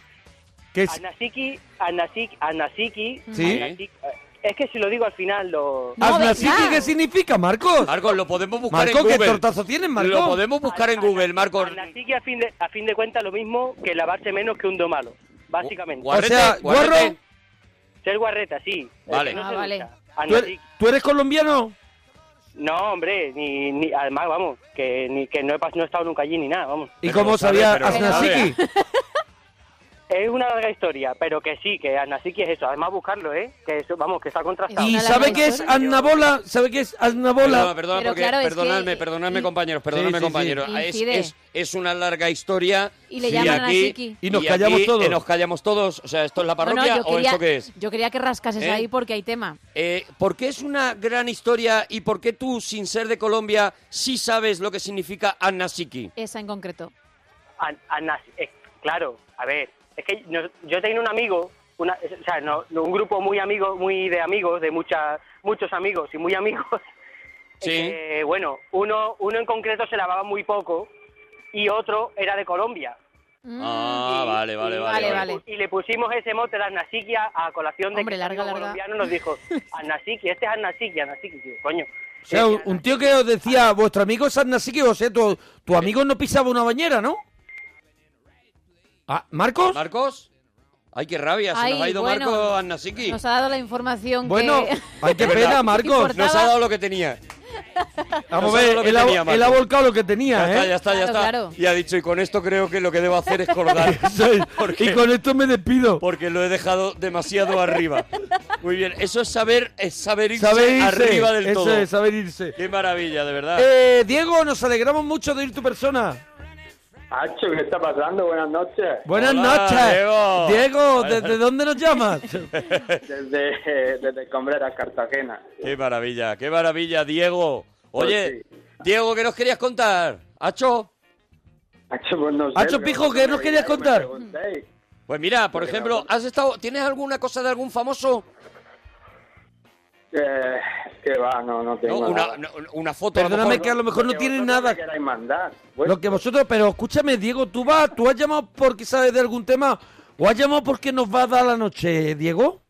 Speaker 2: Que es-
Speaker 6: Anasiki, Anasiki, Anasiki.
Speaker 2: Sí.
Speaker 6: Anasiki- eh, es que si lo digo al final lo.
Speaker 3: Mm. No,
Speaker 2: ¿Asnasiki
Speaker 3: venga.
Speaker 2: qué significa, Marcos?
Speaker 4: Marcos, lo podemos buscar
Speaker 2: Marcos,
Speaker 4: en
Speaker 2: ¿qué
Speaker 4: Google.
Speaker 2: tortazo tienes,
Speaker 4: Lo
Speaker 2: Marcos?
Speaker 4: podemos buscar en Google, Marcos.
Speaker 6: Anasiki a fin de, a fin de cuentas lo mismo que lavarse menos que un domalo, básicamente.
Speaker 2: O sea,
Speaker 4: Guarrete, guarrete.
Speaker 2: guarro,
Speaker 6: Ser guarreta, sí. El
Speaker 4: Vale.
Speaker 6: que no
Speaker 3: Ah,
Speaker 6: se
Speaker 3: vale.
Speaker 6: ducha.
Speaker 2: ¿tú eres-
Speaker 6: Anasiki.
Speaker 2: ¿tú eres colombiano?
Speaker 6: No, hombre, ni, ni- además, vamos, que, ni, que no, he, pas- no he estado nunca allí ni nada, vamos.
Speaker 2: ¿Y
Speaker 4: Pero
Speaker 2: cómo
Speaker 4: lo sabe,
Speaker 2: sabía
Speaker 4: pero lo
Speaker 2: Asnasiki?
Speaker 6: Es una larga historia, pero que sí, que Anasiki es eso. Además, buscarlo, ¿eh? Que eso, vamos, que está contrastado.
Speaker 3: Una
Speaker 2: ¿Y
Speaker 3: larga
Speaker 2: sabe qué es
Speaker 3: historia.
Speaker 2: Anabola? ¿Sabe qué es
Speaker 4: Perdona,
Speaker 2: Anabola?
Speaker 4: perdona,
Speaker 3: Pero
Speaker 4: porque, Eh,
Speaker 3: claro, es que- eh, ¿Mm?
Speaker 4: perdonadme, perdonadme,
Speaker 3: y-
Speaker 4: compañeros, perdonadme,
Speaker 2: Sí, sí, sí.
Speaker 4: compañeros. Es,
Speaker 3: Incide.
Speaker 4: es- es una larga historia.
Speaker 3: Y le llaman
Speaker 4: aquí-
Speaker 3: Anasiki.
Speaker 2: Y nos callamos todos.
Speaker 4: eh, nos callamos todos. O sea, ¿esto es la
Speaker 3: No, no,
Speaker 4: parroquia
Speaker 3: yo
Speaker 4: o
Speaker 3: quería-
Speaker 4: esto qué es?
Speaker 3: Yo quería que rascases
Speaker 4: ¿Eh?
Speaker 3: ahí porque hay tema.
Speaker 4: Eh, ¿Por qué es una gran historia y por qué tú, sin ser de Colombia, sí sabes lo que significa Anasiki?
Speaker 3: Esa en concreto.
Speaker 6: An- Anas- eh, Claro, a ver, es que yo, yo tenía un amigo, una, o sea, no, no, un grupo muy amigo, muy de amigos, de muchas, muchos amigos y muy amigos.
Speaker 4: Sí.
Speaker 3: Eh,
Speaker 6: que, bueno, uno, uno en concreto se lavaba muy poco y otro era de Colombia.
Speaker 3: Mm.
Speaker 4: Ah,
Speaker 6: Y-
Speaker 4: vale, vale, vale.
Speaker 3: y- vale,
Speaker 4: vale.
Speaker 3: vale.
Speaker 6: Y le pusimos ese mote de Anasiquia a colación de
Speaker 3: Hombre,
Speaker 6: que
Speaker 3: larga,
Speaker 6: un
Speaker 3: larga.
Speaker 6: colombiano nos dijo, Anasiquia, este es Anasiquia, Anasiquia, Digo, coño.
Speaker 2: O sea, un, un tío que os decía, vuestro amigo es Anasique, o sea, tu, tu amigo no pisaba una bañera, ¿no? Ah, ¿Marcos?
Speaker 4: ¿Marcos? Ay, qué rabia, se
Speaker 3: Ay,
Speaker 4: nos ha ido
Speaker 3: bueno,
Speaker 4: Marco Annasiki.
Speaker 3: Nos ha dado la información
Speaker 2: Bueno,
Speaker 3: que...
Speaker 2: ay, qué
Speaker 4: Es verdad.
Speaker 2: pena, Marcos.
Speaker 3: Importa-
Speaker 4: Nos ha dado lo que tenía.
Speaker 2: Vamos
Speaker 4: Nos
Speaker 2: a
Speaker 4: ha dado
Speaker 2: ver,
Speaker 4: lo que
Speaker 2: él ha,
Speaker 4: tenía, Marcos.
Speaker 2: él ha volcado lo que
Speaker 4: Ya
Speaker 2: tenía,
Speaker 4: está,
Speaker 2: ¿eh?
Speaker 4: ya está, ya
Speaker 3: Claro,
Speaker 4: está.
Speaker 3: claro.
Speaker 4: Y ha dicho, y con esto creo que lo que debo hacer es colgar.
Speaker 2: Y con esto me despido.
Speaker 4: Porque lo he dejado demasiado arriba. Muy bien, eso es saber, es saber irse
Speaker 2: Saber irse,
Speaker 4: arriba del
Speaker 2: eso
Speaker 4: todo. Ah.
Speaker 2: es, saber irse.
Speaker 4: Qué maravilla, de verdad.
Speaker 2: Eh, Diego, nos alegramos mucho de ir tu persona.
Speaker 7: Hacho, ¿qué está pasando? Buenas noches.
Speaker 2: Buenas
Speaker 4: Hola,
Speaker 2: noches.
Speaker 4: Diego.
Speaker 2: Diego, ¿desde dónde nos llamas?
Speaker 7: Desde, desde Combreras, Cartagena.
Speaker 4: Qué maravilla, qué maravilla, Diego. Oye,
Speaker 7: Pues
Speaker 4: Diego, ¿qué nos querías contar? ¿Hacho?
Speaker 7: Hacho, pues no sé,
Speaker 2: Hacho,
Speaker 7: lo que
Speaker 2: pijo,
Speaker 7: vosotros
Speaker 2: ¿qué nos
Speaker 7: me
Speaker 2: querías
Speaker 7: digáis, me
Speaker 2: contar?
Speaker 7: preguntéis.
Speaker 4: Pues mira, por
Speaker 7: Porque
Speaker 4: ejemplo,
Speaker 7: no.
Speaker 4: ¿has estado, ¿tienes alguna cosa de algún famoso?
Speaker 7: Eh, que va, no, no
Speaker 4: No,
Speaker 7: tengo
Speaker 4: una,
Speaker 7: nada.
Speaker 4: no, una foto. a lo
Speaker 2: Perdóname
Speaker 4: mejor,
Speaker 2: que a lo mejor no
Speaker 7: que
Speaker 2: tiene
Speaker 7: vosotros
Speaker 2: nada.
Speaker 7: me queráis mandar. Bueno,
Speaker 2: Lo que vosotros, pero escúchame, Diego, tú vas, tú has llamado porque sabes de algún tema o has llamado porque nos va a dar la noche, Diego.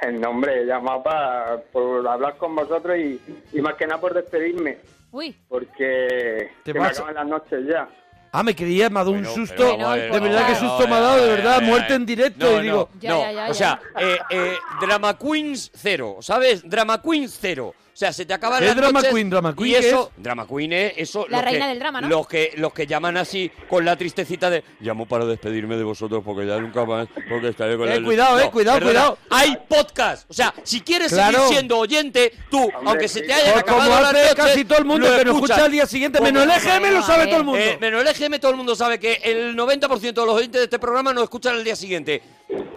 Speaker 7: El nombre, llamaba pa- por hablar con vosotros y, y más que nada por despedirme.
Speaker 3: Uy,
Speaker 7: Porque
Speaker 2: Te
Speaker 7: se me
Speaker 2: vas-
Speaker 7: acaban las noches ya.
Speaker 2: Ah, me creía, me ha dado un
Speaker 4: Pero-
Speaker 2: susto.
Speaker 4: pero vamos a ver,
Speaker 2: de verdad
Speaker 3: no,
Speaker 2: que
Speaker 3: no,
Speaker 2: susto me ha dado, de verdad, muerte en directo.
Speaker 4: No,
Speaker 2: y digo,
Speaker 4: no,
Speaker 3: Ya,
Speaker 4: no.
Speaker 3: ya, ya,
Speaker 4: o
Speaker 3: ya.
Speaker 4: sea, eh, eh, Drama Queens cero, ¿sabes? Drama Queens cero. O sea, se te acaban
Speaker 2: ¿Qué
Speaker 4: las
Speaker 2: es Drama
Speaker 4: noches
Speaker 2: Queen? ¿Drama Queen
Speaker 4: y
Speaker 2: qué
Speaker 4: eso, Drama Queen es eso...
Speaker 3: La
Speaker 4: los
Speaker 3: reina
Speaker 4: que-
Speaker 3: del drama, ¿no?
Speaker 4: Los que, los que llaman así con la tristecita de... Llamo para despedirme de vosotros porque ya nunca más... Porque estaré con
Speaker 2: Eh,
Speaker 4: la-
Speaker 2: cuidado, eh, cuidado, cuidado.
Speaker 4: Hay podcast. O sea, si quieres
Speaker 2: Claro.
Speaker 4: seguir siendo oyente, tú, aunque se te hayan
Speaker 7: por-
Speaker 4: acabado
Speaker 2: como
Speaker 4: las
Speaker 2: hace
Speaker 4: noches...
Speaker 2: casi todo el mundo
Speaker 4: lo
Speaker 2: que nos escucha
Speaker 4: escuchas.
Speaker 2: al día siguiente,
Speaker 4: Porque-
Speaker 2: menos el EGM lo sabe todo el mundo.
Speaker 4: eh, menos el EGM, todo el mundo sabe que el 90% de los oyentes de este programa nos escuchan al día siguiente.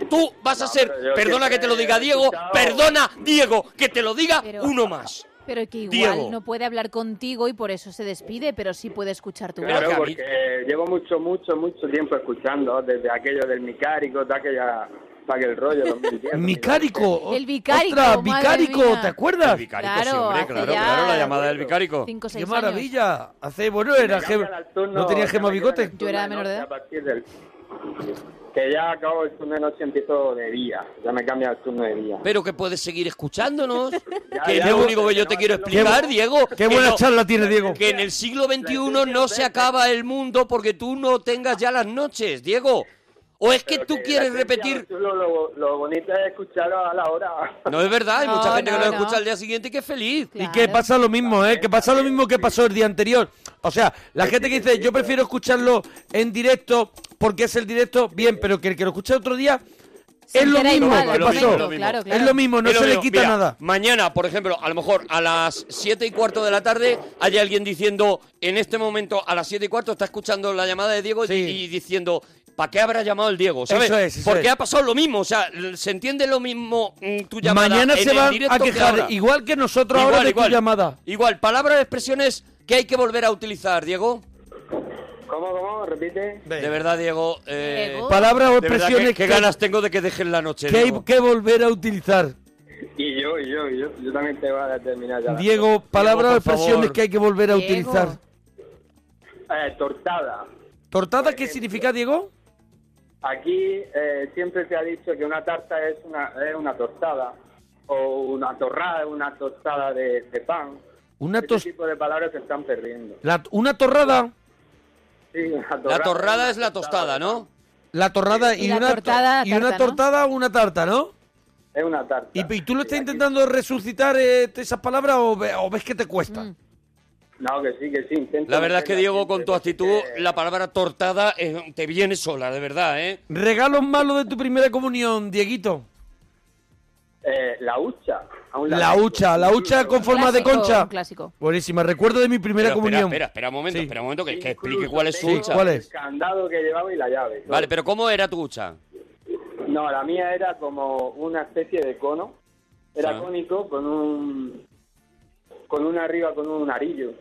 Speaker 4: Tú vas a
Speaker 7: No,
Speaker 4: ser,
Speaker 7: pero yo
Speaker 4: perdona
Speaker 7: siempre
Speaker 4: que te lo diga
Speaker 7: he
Speaker 4: Diego,
Speaker 7: escuchado.
Speaker 4: perdona Diego, que te lo diga
Speaker 3: Pero-
Speaker 4: uno más.
Speaker 3: pero que igual
Speaker 4: Diego.
Speaker 3: no puede hablar contigo y por eso se despide, pero sí puede escuchar tu
Speaker 4: Pero
Speaker 7: Claro,
Speaker 3: voz.
Speaker 4: que a mí-
Speaker 7: porque llevo mucho, mucho, mucho tiempo escuchando, desde aquello del micárico, de aquella, de aquel rollo. 2010,
Speaker 2: Micárico.
Speaker 3: El vicárico,
Speaker 2: Ostras,
Speaker 3: madre
Speaker 2: vicárico,
Speaker 3: mía.
Speaker 2: ¿te acuerdas?
Speaker 4: El vicárico, sí, hombre,
Speaker 3: hace
Speaker 4: claro,
Speaker 3: ya
Speaker 4: claro, la llamada del vicárico.
Speaker 3: Cinco,
Speaker 2: ¡Qué
Speaker 3: seis años.
Speaker 2: maravilla! Hace, bueno, era
Speaker 7: Cambia
Speaker 2: gem-
Speaker 7: el turno,
Speaker 2: no tenía
Speaker 7: ya
Speaker 2: gema
Speaker 7: me quedan
Speaker 2: bigote.
Speaker 7: el
Speaker 3: Yo era
Speaker 7: turno
Speaker 3: menor de
Speaker 7: noche
Speaker 3: edad.
Speaker 7: a partir del- Que ya acabo el turno de noche y empiezo de día. Ya me cambia el turno de día.
Speaker 4: Pero que puedes seguir escuchándonos.
Speaker 7: Ya,
Speaker 4: que
Speaker 7: ya,
Speaker 4: es lo
Speaker 7: ya,
Speaker 4: único que
Speaker 7: ya,
Speaker 4: yo
Speaker 7: ya,
Speaker 4: te
Speaker 7: ya,
Speaker 4: quiero
Speaker 7: ya, ya,
Speaker 4: explicar,
Speaker 7: ya.
Speaker 4: Diego.
Speaker 2: ¡Qué
Speaker 4: que
Speaker 2: buena
Speaker 4: no-
Speaker 2: charla tiene, Diego!
Speaker 4: Que en el siglo XXI no se
Speaker 7: La-
Speaker 4: acaba el mundo porque tú no tengas ya las noches, Diego. ¿O es que
Speaker 7: Pero
Speaker 4: tú
Speaker 7: la
Speaker 4: quieres
Speaker 7: esencia,
Speaker 4: repetir
Speaker 7: Lo, chulo, lo- lo bonito es escuchar a la hora.
Speaker 4: No es verdad, hay
Speaker 3: No,
Speaker 4: mucha gente que
Speaker 3: no,
Speaker 4: lo
Speaker 3: no.
Speaker 4: escucha al día siguiente y que es feliz.
Speaker 2: Y
Speaker 3: Claro.
Speaker 2: que pasa lo mismo, ¿eh? Que pasa lo mismo que pasó el día anterior. O sea, la gente que dice, yo prefiero escucharlo en directo porque es el directo, bien, pero que el que lo escucha otro día
Speaker 3: Se
Speaker 2: es lo
Speaker 3: entera
Speaker 2: mismo
Speaker 3: igual,
Speaker 2: que
Speaker 3: lo
Speaker 2: pasó.
Speaker 4: mismo, lo mismo.
Speaker 3: Claro,
Speaker 2: Es
Speaker 3: claro.
Speaker 2: lo mismo, no
Speaker 4: Pero
Speaker 2: se le
Speaker 4: digo,
Speaker 2: quita
Speaker 4: mira,
Speaker 2: nada.
Speaker 4: Mañana, por ejemplo, a lo mejor a las 7 y cuarto de la tarde, hay alguien diciendo, en este momento a las 7 y cuarto está escuchando la llamada de Diego y-
Speaker 2: Sí.
Speaker 4: y diciendo, ¿para qué habrá llamado el Diego? ¿Sabes?
Speaker 2: Eso es, eso
Speaker 4: Porque
Speaker 2: es.
Speaker 4: ha pasado lo mismo, o sea, l- se entiende lo mismo mm, tu llamada.
Speaker 2: Mañana
Speaker 4: en
Speaker 2: se
Speaker 4: el
Speaker 2: van
Speaker 4: directo
Speaker 2: a
Speaker 4: que
Speaker 2: quejar,
Speaker 4: ahora.
Speaker 2: igual que nosotros ahora de tu llamada.
Speaker 4: Igual, palabras y expresiones que hay que volver a utilizar, Diego.
Speaker 7: ¿Cómo, cómo? Repite.
Speaker 4: De verdad, Diego. eh,
Speaker 3: Diego.
Speaker 2: Palabras o
Speaker 4: de verdad,
Speaker 2: expresiones
Speaker 4: qué- qué ganas tengo de que dejen la noche.
Speaker 2: que hay
Speaker 4: Diego.
Speaker 2: que volver a utilizar.
Speaker 7: Y yo, y yo, y yo. Yo también te voy a terminar ya. la-
Speaker 2: Diego, palabras o
Speaker 4: por favor.
Speaker 2: expresiones que hay que volver a
Speaker 3: Diego.
Speaker 2: utilizar.
Speaker 7: Eh, tortada.
Speaker 2: ¿Tortada
Speaker 4: Eh,
Speaker 2: qué significa, Diego?
Speaker 7: Aquí eh, siempre se ha dicho que una tarta es una, es una tostada, o una torrada es una tostada de, de pan.
Speaker 4: eh,
Speaker 2: Una
Speaker 7: Este
Speaker 2: tos-
Speaker 7: tipo de palabras se están perdiendo.
Speaker 2: la- una torrada,
Speaker 7: Sí, una torrada,
Speaker 4: La torrada
Speaker 7: una
Speaker 4: es la tostada,
Speaker 7: de
Speaker 4: ¿no?
Speaker 2: la torrada y,
Speaker 3: Y la
Speaker 2: una to-
Speaker 3: tortada,
Speaker 2: y una
Speaker 3: tarta, ¿no?
Speaker 2: tortada, una tarta, ¿no?
Speaker 7: pan. Es una tarta.
Speaker 2: ¿Y, y tú lo estás
Speaker 7: Sí, aquí-
Speaker 2: intentando resucitar eh, esas palabras o, ve- o ves que te cuesta?
Speaker 3: Mm.
Speaker 7: No, que sí, que sí. intento
Speaker 4: La verdad es que
Speaker 7: meterla
Speaker 4: Diego,
Speaker 7: siempre,
Speaker 4: con tu
Speaker 7: porque-
Speaker 4: actitud, la palabra tortada eh, te viene sola, de verdad, ¿eh?
Speaker 2: Regalos malos de tu primera comunión, Dieguito.
Speaker 7: eh, la hucha. a un
Speaker 2: La
Speaker 7: ladito.
Speaker 2: hucha, la hucha con forma de
Speaker 3: Clásico,
Speaker 2: concha.
Speaker 3: un clásico.
Speaker 2: Buenísima, recuerdo de mi primera
Speaker 4: Pero espera,
Speaker 2: comunión.
Speaker 4: espera, espera un momento,
Speaker 2: Sí.
Speaker 4: espera un momento, que, que explique
Speaker 7: Incluso
Speaker 4: cuál es su
Speaker 7: tengo
Speaker 4: hucha.
Speaker 2: ¿cuál es?
Speaker 7: El candado que llevaba y la llave.
Speaker 4: Vale, pero ¿cómo era tu hucha?
Speaker 7: No, la mía era como una especie de cono. Era
Speaker 4: Ah.
Speaker 7: cónico con un con una arriba con un arillo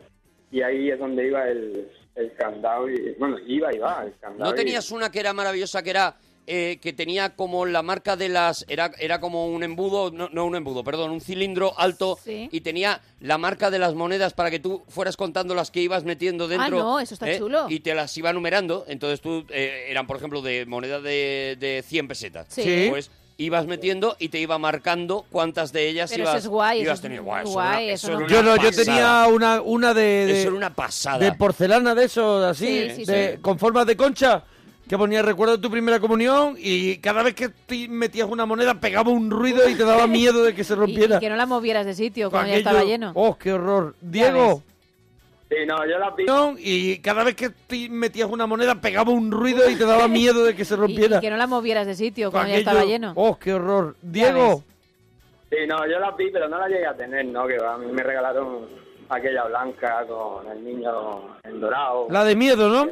Speaker 7: y ahí es donde iba el,
Speaker 8: el candado y, bueno, iba y va, el candado.
Speaker 4: ¿No tenías una que era maravillosa, que era eh, que tenía como la marca de las... Era, era como un embudo, no, no un embudo, perdón, un cilindro alto
Speaker 3: Sí.
Speaker 4: y tenía la marca de las monedas para que tú fueras contando las que ibas metiendo dentro.
Speaker 3: Ah,
Speaker 4: ¿eh?
Speaker 3: no, eso está chulo.
Speaker 4: Y te las iba numerando. Entonces tú eh, eran, por ejemplo, de moneda de, de 100 pesetas.
Speaker 3: Sí. Sí.
Speaker 4: Pues ibas metiendo y te iba marcando cuántas de ellas
Speaker 3: Pero eso
Speaker 4: ibas,
Speaker 3: es guay, eso
Speaker 4: ibas
Speaker 3: es
Speaker 4: teniendo. Guau, eso
Speaker 3: guay,
Speaker 4: era-
Speaker 3: eso
Speaker 4: eso
Speaker 3: no-
Speaker 4: era
Speaker 2: Yo
Speaker 4: una
Speaker 2: no, yo
Speaker 4: pasada.
Speaker 2: tenía una, una de, de-
Speaker 4: Eso era una pasada.
Speaker 2: de porcelana de eso, así,
Speaker 3: Sí, sí,
Speaker 2: de-
Speaker 3: sí.
Speaker 2: con formas de concha, que ponía recuerdo de tu primera comunión y cada vez que te metías una moneda pegaba un ruido y te daba miedo de que se
Speaker 3: Y, y
Speaker 2: rompiera.
Speaker 3: que no la movieras de sitio cuando ya
Speaker 2: Aquello-
Speaker 3: estaba lleno.
Speaker 2: Oh, qué horror. Diego,
Speaker 8: Sí, no, yo las vi.
Speaker 2: comunión, y cada vez que te metías una moneda pegaba un ruido y te daba miedo de que se
Speaker 3: Y, y
Speaker 2: rompiera.
Speaker 3: que no la movieras de sitio cuando ya
Speaker 2: Aquello-
Speaker 3: estaba lleno.
Speaker 2: Oh, qué horror. Diego,
Speaker 8: Sí, no, yo las vi, pero no las llegué a tener, ¿no? Que va, a mí me regalaron aquella blanca con el niño en dorado.
Speaker 2: la de miedo, ¿no?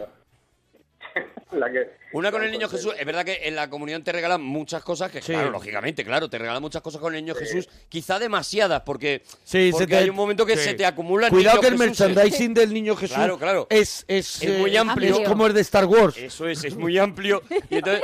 Speaker 8: la que,
Speaker 4: Una con el niño Jesús. Es verdad que en la comunión te regalan muchas cosas que,
Speaker 2: Sí.
Speaker 4: claro, lógicamente, claro, te regalan muchas cosas con el niño Jesús. Quizá demasiadas, porque,
Speaker 2: Sí,
Speaker 4: porque
Speaker 2: se te-
Speaker 4: hay un momento que
Speaker 2: sí.
Speaker 4: se te acumulan
Speaker 2: Cuidado
Speaker 4: niños
Speaker 2: que el
Speaker 4: Jesuses.
Speaker 2: merchandising del niño Jesús
Speaker 4: ¿eh? Claro, claro.
Speaker 2: es, es, eh,
Speaker 4: Es muy
Speaker 3: amplio.
Speaker 2: es como el de Star Wars.
Speaker 4: Eso es, es muy amplio. Y entonces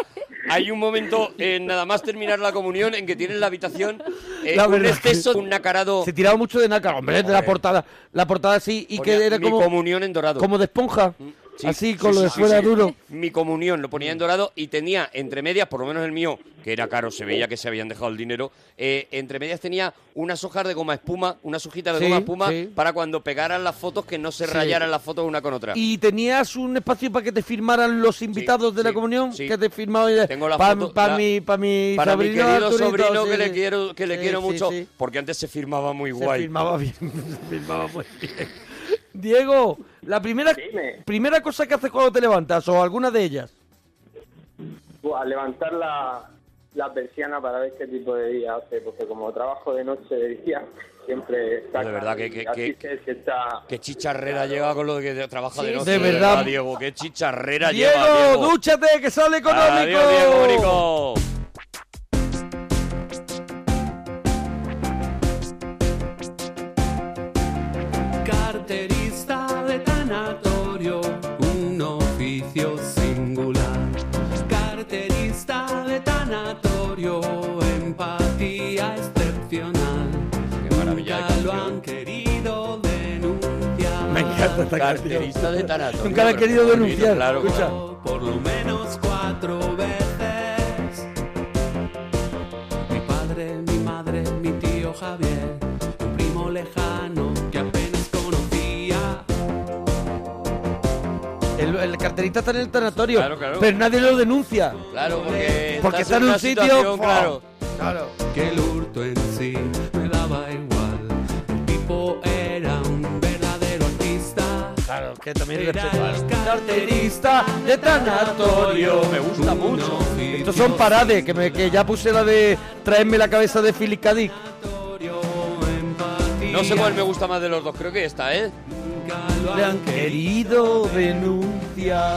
Speaker 4: hay un momento, eh, nada más terminar la comunión, en que tienes la habitación eh,
Speaker 2: La
Speaker 4: un
Speaker 2: verdad que-
Speaker 4: exceso, un nacarado.
Speaker 2: Se tiraba mucho de nácar, hombre, de la
Speaker 4: Hombre.
Speaker 2: portada. La portada así y
Speaker 4: ponía
Speaker 2: que era
Speaker 4: mi
Speaker 2: como,
Speaker 4: comunión en dorado. Mm.
Speaker 2: como de esponja.
Speaker 4: Sí,
Speaker 2: así
Speaker 4: sí,
Speaker 2: con lo
Speaker 4: sí,
Speaker 2: de
Speaker 4: sí,
Speaker 2: fuera
Speaker 4: sí.
Speaker 2: duro.
Speaker 4: Mi comunión lo ponía en dorado y tenía entre medias, por lo menos el mío, que era caro, se veía que se habían dejado el dinero, eh, entre medias tenía unas hojas de goma espuma, unas hojitas de
Speaker 2: Sí,
Speaker 4: goma espuma
Speaker 2: sí.
Speaker 4: para cuando pegaran las fotos que no se
Speaker 2: Sí.
Speaker 4: rayaran las fotos una con otra.
Speaker 2: Y tenías un espacio para que te firmaran los invitados de la
Speaker 4: sí,
Speaker 2: comunión,
Speaker 4: sí.
Speaker 2: que te firmaban
Speaker 4: Tengo la
Speaker 2: para
Speaker 4: foto, la-
Speaker 2: mi, pa mi
Speaker 4: para mi
Speaker 2: sobrino
Speaker 4: querido
Speaker 2: eh, Arturito,
Speaker 4: sobrino
Speaker 2: sí,
Speaker 4: que le
Speaker 2: sí.
Speaker 4: quiero, que le
Speaker 2: Sí,
Speaker 4: quiero
Speaker 2: sí,
Speaker 4: mucho,
Speaker 2: sí.
Speaker 4: porque antes se firmaba muy
Speaker 2: Se
Speaker 4: guay.
Speaker 2: filmaba bien, se filmaba muy bien. Diego, la primera,
Speaker 8: Dime.
Speaker 2: primera cosa que haces cuando te levantas, o alguna de ellas.
Speaker 8: Buah, levantar la, la persiana para ver qué tipo de día hace, porque como trabajo de noche, de día, siempre está...
Speaker 4: de verdad
Speaker 8: claro,
Speaker 4: que-
Speaker 8: y
Speaker 4: que-
Speaker 8: así
Speaker 4: que-
Speaker 8: sé si está...
Speaker 4: Qué chicharrera lleva con lo de que trabaja de
Speaker 3: Sí,
Speaker 4: noche.
Speaker 2: sí. De verdad.
Speaker 4: Diego. Qué chicharrera
Speaker 2: Diego,
Speaker 4: lleva, Diego.
Speaker 2: dúchate, que sale económico.
Speaker 4: Adiós, Diego, Nico.
Speaker 9: Carterista de tanatorio, un oficio singular. Carterista de tanatorio, empatía excepcional.
Speaker 4: Qué maravilla de
Speaker 9: Nunca lo
Speaker 4: canción.
Speaker 9: han querido denunciar.
Speaker 2: Me encanta esta canción.
Speaker 4: Carterista de Tarato.
Speaker 2: Nunca la he
Speaker 4: Pero
Speaker 2: querido
Speaker 4: qué bonito,
Speaker 2: denunciar.
Speaker 4: Claro,
Speaker 2: Escucha.
Speaker 9: Por lo menos cuatro veces. Mi padre, mi madre, mi tío Javier, un primo lejano que apenas conocía.
Speaker 2: El, el carterista está en el tanatorio,
Speaker 4: Claro, claro.
Speaker 2: pero nadie lo denuncia.
Speaker 4: Claro, porque,
Speaker 2: Porque está en
Speaker 4: una
Speaker 2: un sitio.
Speaker 4: situación, claro.
Speaker 2: claro.
Speaker 9: que el hurto en sí me daba igual. El tipo era un verdadero artista.
Speaker 2: Claro, que también
Speaker 9: Era
Speaker 2: respeto al
Speaker 9: el
Speaker 2: carterista de tanatorio.
Speaker 4: Me gusta mucho.
Speaker 2: Estos son parades, que, me, que ya puse la de traerme la cabeza de Philip K. Dick.
Speaker 9: Notorio empatía.
Speaker 4: No sé cuál me gusta más de los dos, creo que esta, ¿eh?
Speaker 9: Nunca lo
Speaker 2: Le
Speaker 9: han
Speaker 2: han querido denunciar.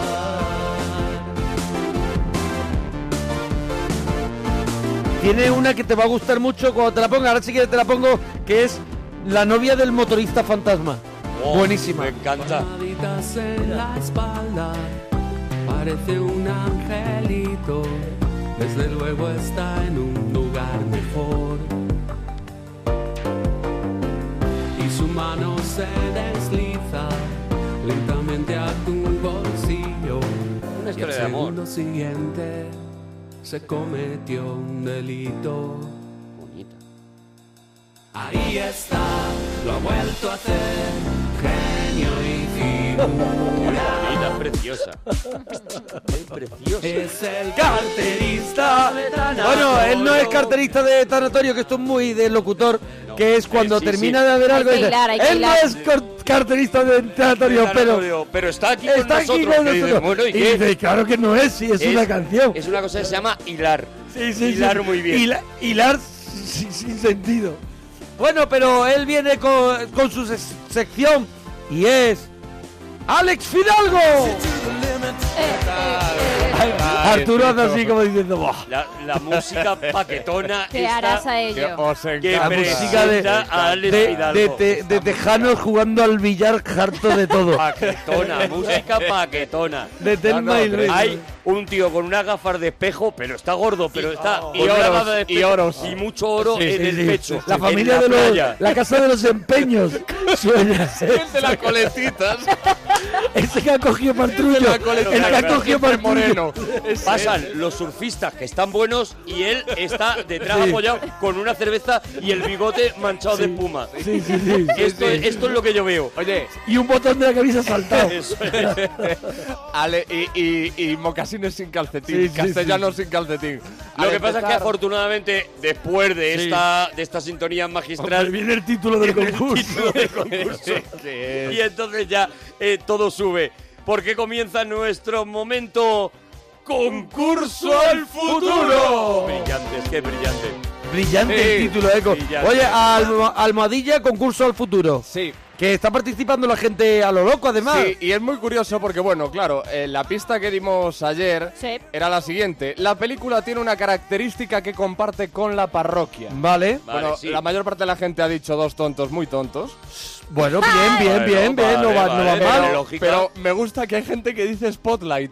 Speaker 2: Tiene una que te va a gustar mucho cuando te la ponga. Ahora sí que te la pongo, que es la novia del motorista fantasma.
Speaker 4: Oh,
Speaker 2: Buenísima.
Speaker 4: Me encanta.
Speaker 9: Palmaditas en la espalda, parece un angelito. Desde luego está en un lugar mejor. Y su mano se desliza lentamente a tu bolsillo.
Speaker 4: Una
Speaker 9: Y al
Speaker 4: historia de amor.
Speaker 9: segundo siguiente se cometió un delito.
Speaker 4: Bonita.
Speaker 9: Ahí está, lo ha vuelto a hacer. Genio y figura.
Speaker 4: Bonita, preciosa. Es preciosa.
Speaker 9: Es el carterista de tanatorio.
Speaker 2: Bueno, él no es carterista de tanatorio, que esto es muy de locutor, que es cuando
Speaker 4: Eh, sí,
Speaker 2: termina
Speaker 4: sí.
Speaker 2: de haber
Speaker 3: Hay
Speaker 2: algo.
Speaker 3: que
Speaker 2: dice,
Speaker 3: hilar, hay que
Speaker 2: él no
Speaker 3: hilar".
Speaker 2: es cor- carterista de tanatorio, pero
Speaker 4: Pero, pero está aquí con
Speaker 2: está aquí
Speaker 4: nosotros.
Speaker 2: con
Speaker 4: que dices,
Speaker 2: nosotros.
Speaker 4: bueno, ¿y
Speaker 2: Y
Speaker 4: qué?
Speaker 2: dice, claro que no es, sí, es, una canción.
Speaker 4: Es una cosa que se llama hilar.
Speaker 2: Sí, sí,
Speaker 4: hilar
Speaker 2: sí.
Speaker 4: muy bien.
Speaker 2: Hila- hilar sin, sin sentido. Bueno, pero él viene con, con su se- sección y es. ¡Alex Fidalgo!
Speaker 3: Eh, eh, eh, eh.
Speaker 2: Al- Arturo anda así como diciendo, "Buah".
Speaker 4: La, la música paquetona.
Speaker 3: Te
Speaker 4: esta
Speaker 3: harás a
Speaker 10: Que
Speaker 3: ello.
Speaker 10: os
Speaker 4: Que
Speaker 10: encanta.
Speaker 2: La música de,
Speaker 4: presenta a
Speaker 2: de,
Speaker 4: Alex Hidalgo.
Speaker 2: de te- de tejanos jugando al billar harto de todo.
Speaker 4: Paquetona, música paquetona.
Speaker 2: De Telma
Speaker 10: No, no,
Speaker 2: y Luis.
Speaker 4: Hay un tío con unas gafas de espejo, pero está gordo, pero está
Speaker 10: y
Speaker 4: con una
Speaker 10: oros,
Speaker 4: gafa de
Speaker 10: y
Speaker 4: espejo
Speaker 10: oros.
Speaker 4: y mucho oro
Speaker 2: Sí,
Speaker 4: en
Speaker 2: sí,
Speaker 4: el
Speaker 2: sí.
Speaker 4: pecho.
Speaker 2: La
Speaker 4: en
Speaker 2: familia
Speaker 4: la
Speaker 2: de
Speaker 4: playa.
Speaker 2: los. La casa de los empeños. Suena. eh.
Speaker 10: El de las colecitas.
Speaker 2: Ese que ha cogido Martrullo.
Speaker 10: La
Speaker 2: El
Speaker 10: coleta
Speaker 2: que ha
Speaker 10: de
Speaker 2: cogido
Speaker 10: Vicente
Speaker 2: Martrullo.
Speaker 10: Moreno. Ese.
Speaker 4: Pasan los surfistas que están buenos y él está detrás
Speaker 2: Sí.
Speaker 4: apoyado con una cerveza y el bigote manchado de espuma.
Speaker 2: Sí, sí, sí.
Speaker 4: Esto,
Speaker 10: sí.
Speaker 4: esto es lo que yo veo.
Speaker 10: Oye,
Speaker 2: Y un botón de la camisa saltado.
Speaker 4: Eso es.
Speaker 10: Ale, y, y, y mocasines sin calcetín,
Speaker 2: Sí, sí,
Speaker 10: castellanos sin calcetín.
Speaker 4: Lo
Speaker 10: Al
Speaker 4: que pasa es que
Speaker 10: empezar-
Speaker 4: afortunadamente, después de
Speaker 10: Sí.
Speaker 4: esta, de esta sintonía magistral,
Speaker 2: Viene el título del concurso.
Speaker 4: título del concurso.
Speaker 10: Que es-
Speaker 4: y entonces ya eh, todo sube. Porque comienza nuestro momento concurso al futuro. Brillante, es que brillante.
Speaker 2: Brillante el
Speaker 10: Sí,
Speaker 2: título, Eco.
Speaker 4: brillante.
Speaker 2: Oye, Alma- Almohadilla, concurso al futuro.
Speaker 10: Sí.
Speaker 2: Que está participando la gente a lo loco, además.
Speaker 10: Sí, y es muy curioso porque, bueno, claro, eh, la pista que dimos ayer
Speaker 3: Sí.
Speaker 10: era la siguiente. La película tiene una característica que comparte con la parroquia.
Speaker 2: Vale.
Speaker 4: Vale,
Speaker 10: bueno,
Speaker 4: sí.
Speaker 10: la mayor parte de la gente ha dicho dos tontos muy tontos.
Speaker 2: Bueno, bien, bien,
Speaker 4: Bueno,
Speaker 2: bien, bien. no
Speaker 4: vale,
Speaker 2: va, no va
Speaker 4: vale,
Speaker 2: mal.
Speaker 4: pero- lógica.
Speaker 10: pero me gusta que hay gente que dice Spotlight.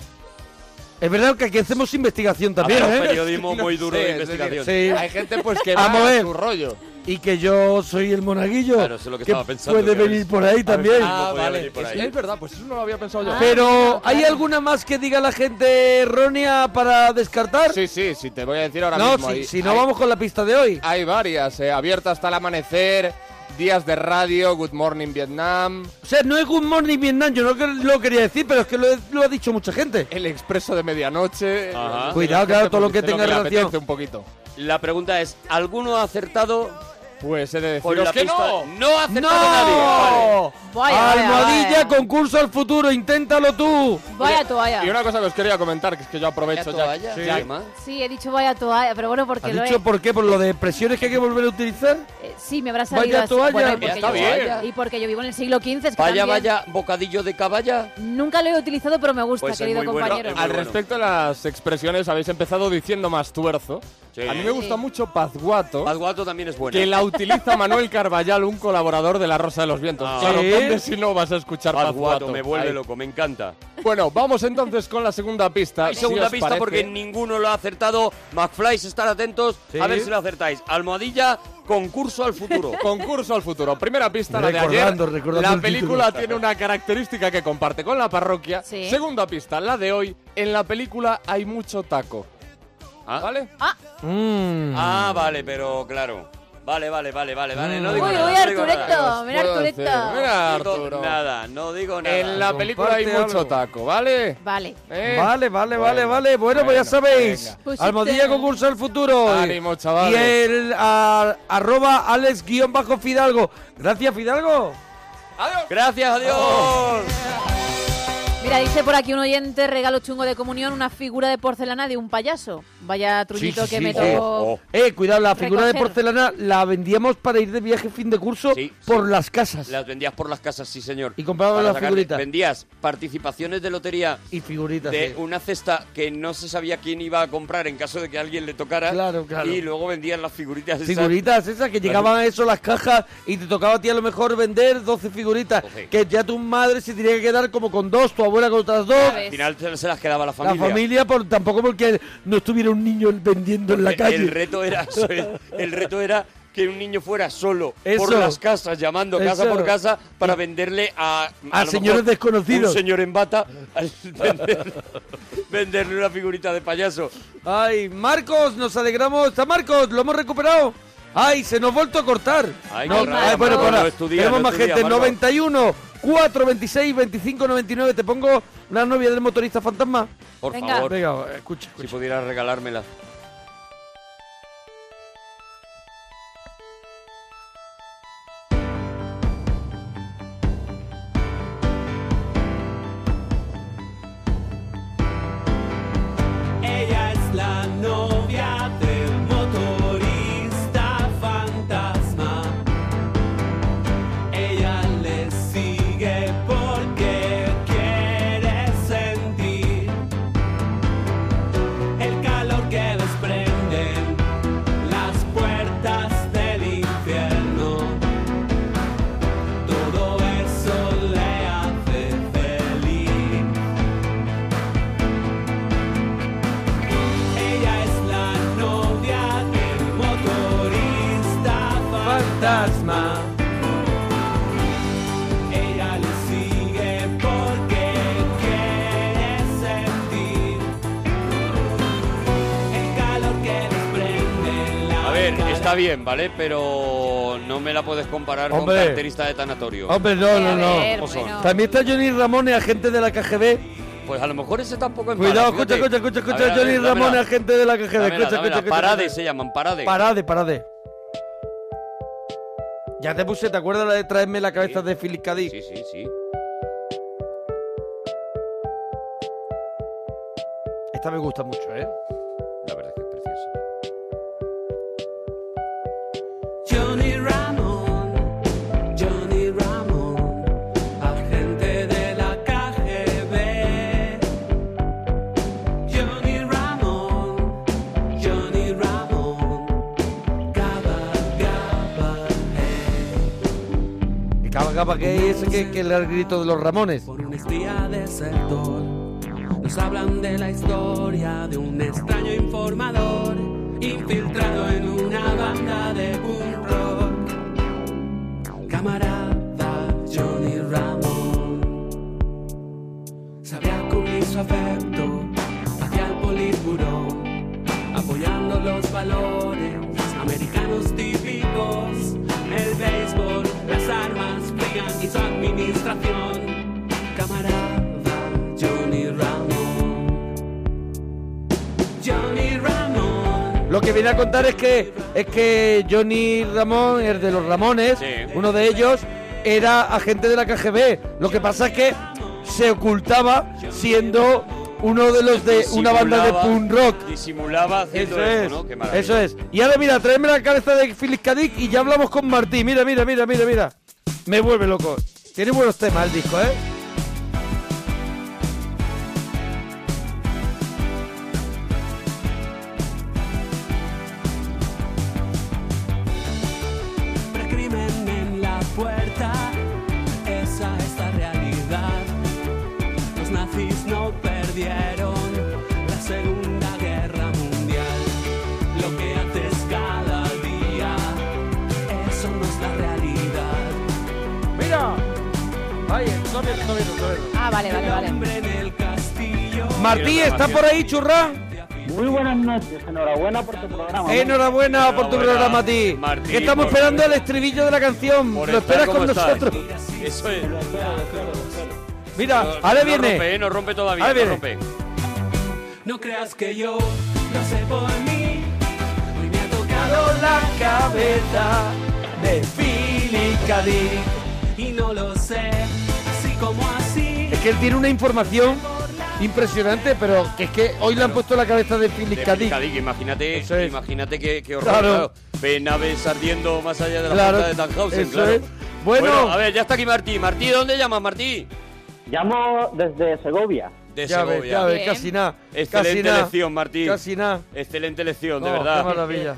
Speaker 2: Es verdad que aquí hacemos investigación también,
Speaker 4: Hacemos
Speaker 2: ¿eh?
Speaker 4: periodismo muy duro
Speaker 10: Sí,
Speaker 4: de
Speaker 10: es decir,
Speaker 4: investigación.
Speaker 2: Sí.
Speaker 10: Hay gente pues que
Speaker 2: A
Speaker 10: va a
Speaker 2: mover.
Speaker 10: su rollo.
Speaker 2: Y que yo soy el monaguillo.
Speaker 4: Claro, eso es lo que estaba pensando,
Speaker 2: Puede
Speaker 4: que
Speaker 2: venir
Speaker 4: eres-
Speaker 2: por ahí también.
Speaker 4: Ah,
Speaker 10: Ah,
Speaker 4: podía
Speaker 10: vale.
Speaker 4: venir por
Speaker 10: Es,
Speaker 4: ahí.
Speaker 10: es verdad, pues eso no lo había pensado yo.
Speaker 3: Ah.
Speaker 2: Pero,
Speaker 3: claro,
Speaker 2: ¿hay
Speaker 3: claro.
Speaker 2: alguna más que diga la gente errónea para descartar?
Speaker 10: Sí, sí, sí, te voy a decir ahora
Speaker 2: no,
Speaker 10: mismo.
Speaker 2: si,
Speaker 10: Hay-
Speaker 2: si no
Speaker 10: hay-
Speaker 2: vamos con la pista de hoy.
Speaker 10: Hay varias, eh. Abierta hasta el amanecer, días de radio, Good Morning Vietnam,
Speaker 2: O sea, no es Good Morning Vietnam, yo no que- lo quería decir, pero es que lo, he- lo ha dicho mucha gente.
Speaker 10: el expreso de medianoche.
Speaker 4: Ajá.
Speaker 10: eh,
Speaker 2: Cuidado,
Speaker 10: la
Speaker 2: claro,
Speaker 10: gente, pues,
Speaker 2: todo lo que
Speaker 10: dice
Speaker 2: tenga
Speaker 10: le
Speaker 2: relación.
Speaker 10: apetece un poquito.
Speaker 4: La pregunta es, ¿alguno ha acertado
Speaker 10: Pues he de
Speaker 4: con
Speaker 10: deciros
Speaker 4: la
Speaker 10: que
Speaker 4: pista?
Speaker 10: no.
Speaker 4: ha
Speaker 2: ¡No!
Speaker 4: acertado nadie. Vale.
Speaker 3: Vaya, vaya,
Speaker 2: ¡Oh! Almohadilla,
Speaker 3: vaya.
Speaker 2: concurso al futuro, inténtalo tú.
Speaker 3: Vaya
Speaker 10: Y
Speaker 3: toalla.
Speaker 10: una cosa que os quería comentar, que es que yo aprovecho ya.
Speaker 4: Sí.
Speaker 10: ya-
Speaker 3: Sí, he dicho vaya toalla, pero bueno, porque
Speaker 2: ¿Has
Speaker 3: lo
Speaker 2: dicho
Speaker 3: he...
Speaker 2: por qué? ¿Por lo de presiones que hay que volver a utilizar?
Speaker 3: eh, Sí, me habrá salido
Speaker 2: Vaya
Speaker 3: así.
Speaker 2: toalla.
Speaker 3: Bueno, y
Speaker 2: Ya
Speaker 3: porque
Speaker 4: está
Speaker 3: yo-
Speaker 4: bien.
Speaker 3: Y porque yo vivo en el siglo XV. es que
Speaker 4: Vaya,
Speaker 3: también
Speaker 4: vaya, bocadillo de caballa.
Speaker 3: Nunca lo he utilizado, pero me gusta,
Speaker 4: Pues es
Speaker 3: querido
Speaker 4: muy bueno,
Speaker 3: compañero.
Speaker 4: es muy
Speaker 10: Al
Speaker 4: bueno.
Speaker 10: respecto de las expresiones, habéis empezado diciendo más tuerzo.
Speaker 4: Sí.
Speaker 10: A mí me gusta
Speaker 3: Sí.
Speaker 10: mucho Pazguato.
Speaker 4: Pazguato también es bueno.
Speaker 10: Que la utiliza Manuel Carballal, un colaborador de La Rosa de los Vientos.
Speaker 4: Ah.
Speaker 10: Claro,
Speaker 2: ¿Sí?
Speaker 10: ¿dónde si no vas a escuchar Pazguato?
Speaker 4: Pazguato, me vuelve
Speaker 10: Ahí.
Speaker 4: loco, me encanta.
Speaker 10: Bueno, vamos entonces con la segunda pista.
Speaker 4: Hay
Speaker 10: si
Speaker 4: segunda
Speaker 10: os
Speaker 4: pista
Speaker 10: parece.
Speaker 4: porque ninguno lo ha acertado. McFly, estar atentos
Speaker 2: Sí.
Speaker 4: a ver si lo acertáis. Almohadilla, concurso al futuro.
Speaker 10: Concurso al futuro. Primera pista, la de ayer.
Speaker 2: Recordando, recordando
Speaker 10: la
Speaker 2: el
Speaker 10: película
Speaker 2: título.
Speaker 10: tiene una característica que comparte con la parroquia.
Speaker 3: Sí.
Speaker 10: Segunda pista, la de hoy. En la película hay mucho taco.
Speaker 4: Ah.
Speaker 10: ¿Vale?
Speaker 2: Mm.
Speaker 4: ah, vale, pero claro. Vale, vale, vale, vale, vale. No
Speaker 3: Uy,
Speaker 4: digo
Speaker 3: uy,
Speaker 4: nada, no digo nada.
Speaker 3: Arturecto, mira
Speaker 10: Puedo
Speaker 3: Arturecto.
Speaker 10: decir, Mira,
Speaker 4: No digo
Speaker 10: Arturo.
Speaker 4: nada, no digo nada.
Speaker 10: En la película hay
Speaker 2: Comparte
Speaker 10: mucho
Speaker 2: algo.
Speaker 10: taco, ¿vale?
Speaker 3: Vale.
Speaker 10: ¿Eh?
Speaker 2: Vale, vale, vale, vale. Bueno, pues ya
Speaker 10: bueno,
Speaker 2: sabéis.
Speaker 10: venga.
Speaker 3: Pues sí,
Speaker 2: Almohadilla
Speaker 3: te-
Speaker 2: concurso al futuro.
Speaker 10: Ánimo, chavales.
Speaker 2: Y el a- arroba Alex guión bajo Fidalgo. Gracias, Fidalgo.
Speaker 10: Adiós.
Speaker 4: Gracias, adiós.
Speaker 3: Mira, dice por aquí un oyente regalo chungo de comunión, una figura de porcelana de un payaso. Vaya truñito
Speaker 2: sí,
Speaker 3: que
Speaker 2: sí,
Speaker 3: me
Speaker 2: sí.
Speaker 4: Oh,
Speaker 3: tocó.
Speaker 2: Eh, cuidado, la figura de
Speaker 3: Recoger.
Speaker 2: porcelana la vendíamos para ir de viaje fin de curso
Speaker 4: Sí,
Speaker 2: por
Speaker 4: sí.
Speaker 2: las casas.
Speaker 4: Las vendías por las casas, sí, señor.
Speaker 2: Y compraba
Speaker 4: Para
Speaker 2: la
Speaker 4: sacar-
Speaker 2: figurita.
Speaker 4: Vendías participaciones de lotería
Speaker 2: Y figuritas.
Speaker 4: de
Speaker 2: sí.
Speaker 4: una cesta que no se sabía quién iba a comprar en caso de que alguien le tocara.
Speaker 2: Claro, claro.
Speaker 4: Y luego vendían las figuritas. esas.
Speaker 2: Figuritas esas que llegaban a eso las cajas y te tocaba a ti a lo mejor vender 12 figuritas.
Speaker 4: Doce.
Speaker 2: Que ya tu madre se tenía que quedar como con dos, tu abuela con otras dos.
Speaker 3: Ya ves.
Speaker 4: Al final se se las quedaba la
Speaker 2: La familia por, tampoco porque no estuviera un niño vendiendo en la
Speaker 4: El-
Speaker 2: calle.
Speaker 4: El reto era, eso es, el reto era que un niño fuera solo por
Speaker 2: Eso.
Speaker 4: las casas, llamando casa
Speaker 2: Eso.
Speaker 4: por casa para venderle a...
Speaker 2: A
Speaker 4: lo
Speaker 2: señores
Speaker 4: mejor
Speaker 2: desconocidos.
Speaker 4: Un señor en bata, al vender- venderle una figurita de payaso.
Speaker 2: Ay, Marcos, nos alegramos. Está Marcos, lo hemos recuperado. Ay, se nos ha vuelto a cortar.
Speaker 4: Ay,
Speaker 2: No,
Speaker 3: qué raro,
Speaker 2: bueno,
Speaker 3: Marcos.
Speaker 2: para,
Speaker 4: No estudia,
Speaker 2: tenemos
Speaker 4: no
Speaker 2: más
Speaker 4: estudia,
Speaker 2: gente.
Speaker 4: Marcos.
Speaker 2: 91, 4, 26, 25, 99. Te pongo la novia del motorista fantasma.
Speaker 4: Por
Speaker 3: Venga.
Speaker 4: favor,
Speaker 2: Venga, escucha, escucha.
Speaker 4: si pudieras regalármela.
Speaker 9: Ella es la novia del motorista fantasma. Ella le sigue porque quiere sentir
Speaker 4: está bien, ¿vale? Pero no me la puedes comparar
Speaker 2: Hombre.
Speaker 4: con carterista de tanatorio.
Speaker 2: Hombre, no, no, no.
Speaker 4: ¿Cómo son?
Speaker 2: También está Johnny Ramones, agente de la KGB.
Speaker 4: Pues a lo mejor ese tampoco es
Speaker 2: Cuidado,
Speaker 4: malo,
Speaker 2: escucha,
Speaker 4: fíjate.
Speaker 2: escucha, escucha,
Speaker 4: A ver,
Speaker 2: escucha,
Speaker 4: a ver,
Speaker 2: Johnny
Speaker 4: dámela.
Speaker 2: Ramón, agente de la KGB.
Speaker 4: Dámela,
Speaker 2: escucha,
Speaker 4: dámela.
Speaker 2: escucha, escucha,
Speaker 4: Parade
Speaker 2: escucha.
Speaker 4: se llaman, parade.
Speaker 2: Parade, parade. Ya te puse, ¿te acuerdas la de traerme la cabeza de Philip K. Dick?
Speaker 4: Sí, sí, sí.
Speaker 2: Esta me gusta mucho, ¿eh?
Speaker 4: La verdad es que es preciosa.
Speaker 9: Johnny Ramón, Johnny Ramón, agente de la KGB. Johnny Ramón, Johnny Ramón, gaba, gaba,
Speaker 2: Y capa, capa, que ese que, que era el grito de los Ramones.
Speaker 9: por un espía desertor. Nos hablan de la historia de un extraño informador infiltrado en una banda de punk rock. Camarada Johnny Ramón sabía cubrir su afecto hacia el politburó, apoyando los valores americanos típicos, el béisbol, las armas frías y su administración camarada Johnny Ramón. Johnny Ramón,
Speaker 2: Lo que viene a contar es que es que Johnny Ramón, el de los Ramones, uno de ellos, era agente de la KGB. Lo que pasa es que se ocultaba siendo uno de los de una banda de
Speaker 4: Disimulaba-
Speaker 2: punk rock.
Speaker 4: Disimulaba haciendo
Speaker 2: Eso
Speaker 4: eso,
Speaker 2: es,
Speaker 4: ¿no? Qué maravilla.
Speaker 2: eso es. Y ahora mira, tráeme la cabeza de Philip Kadik y ya hablamos con Martí. Mira, mira, mira, mira, mira. Me vuelve loco. Tiene buenos temas el disco, ¿eh?
Speaker 9: precrimen en la puerta, esa es la realidad. Los nazis no perdieron la Segunda Guerra Mundial. Lo que haces cada día, eso no es la realidad.
Speaker 2: Mira. Ay, no viene, no viene, no viene.
Speaker 3: Ah, vale, vale, vale.
Speaker 9: Hombre en el castillo.
Speaker 2: Martí, ¿está por ahí, churra?
Speaker 8: Muy buenas noches, enhorabuena por tu programa.
Speaker 2: Enhorabuena por tu
Speaker 4: Ah, Enhorabuena,
Speaker 2: programa, a ti.
Speaker 4: Martí,
Speaker 2: que estamos
Speaker 4: por-
Speaker 2: esperando el estribillo de la canción.
Speaker 4: por
Speaker 2: Lo
Speaker 4: estar
Speaker 2: esperas con
Speaker 4: como estás.
Speaker 2: nosotros.
Speaker 4: Eso es.
Speaker 2: Mira, ahora
Speaker 4: no
Speaker 2: viene.
Speaker 4: Rompe, eh, no rompe todavía.
Speaker 2: Ahora
Speaker 4: no
Speaker 2: viene.
Speaker 4: rompe.
Speaker 9: No creas que yo lo sé por mí. Hoy me ha tocado
Speaker 2: La cabeza de Philip Kadik.
Speaker 9: y no lo sé. Así como así.
Speaker 2: Es que él tiene una información impresionante, pero que es que hoy le han puesto la cabeza de Philip
Speaker 4: De
Speaker 2: Kadik.
Speaker 4: Cadic, imagínate,
Speaker 2: Eso es.
Speaker 4: imagínate que, horror.
Speaker 2: Claro.
Speaker 4: Claro. Ve naves ardiendo más allá de la
Speaker 2: Claro,
Speaker 4: punta de Tannhausen,
Speaker 2: eso
Speaker 4: claro.
Speaker 2: es. Bueno.
Speaker 4: a ver, ya está aquí Martí. Martí, ¿de dónde llamas, Martí?
Speaker 8: Llamo desde Segovia.
Speaker 4: De
Speaker 2: Ya
Speaker 4: Segovia.
Speaker 2: ves, ya ves,
Speaker 3: Bien.
Speaker 2: casi nada.
Speaker 4: Excelente
Speaker 2: casi nada,
Speaker 4: elección, Martí.
Speaker 2: Casi nada.
Speaker 4: Excelente lección, de
Speaker 2: Oh, Qué
Speaker 4: verdad.
Speaker 2: maravilla.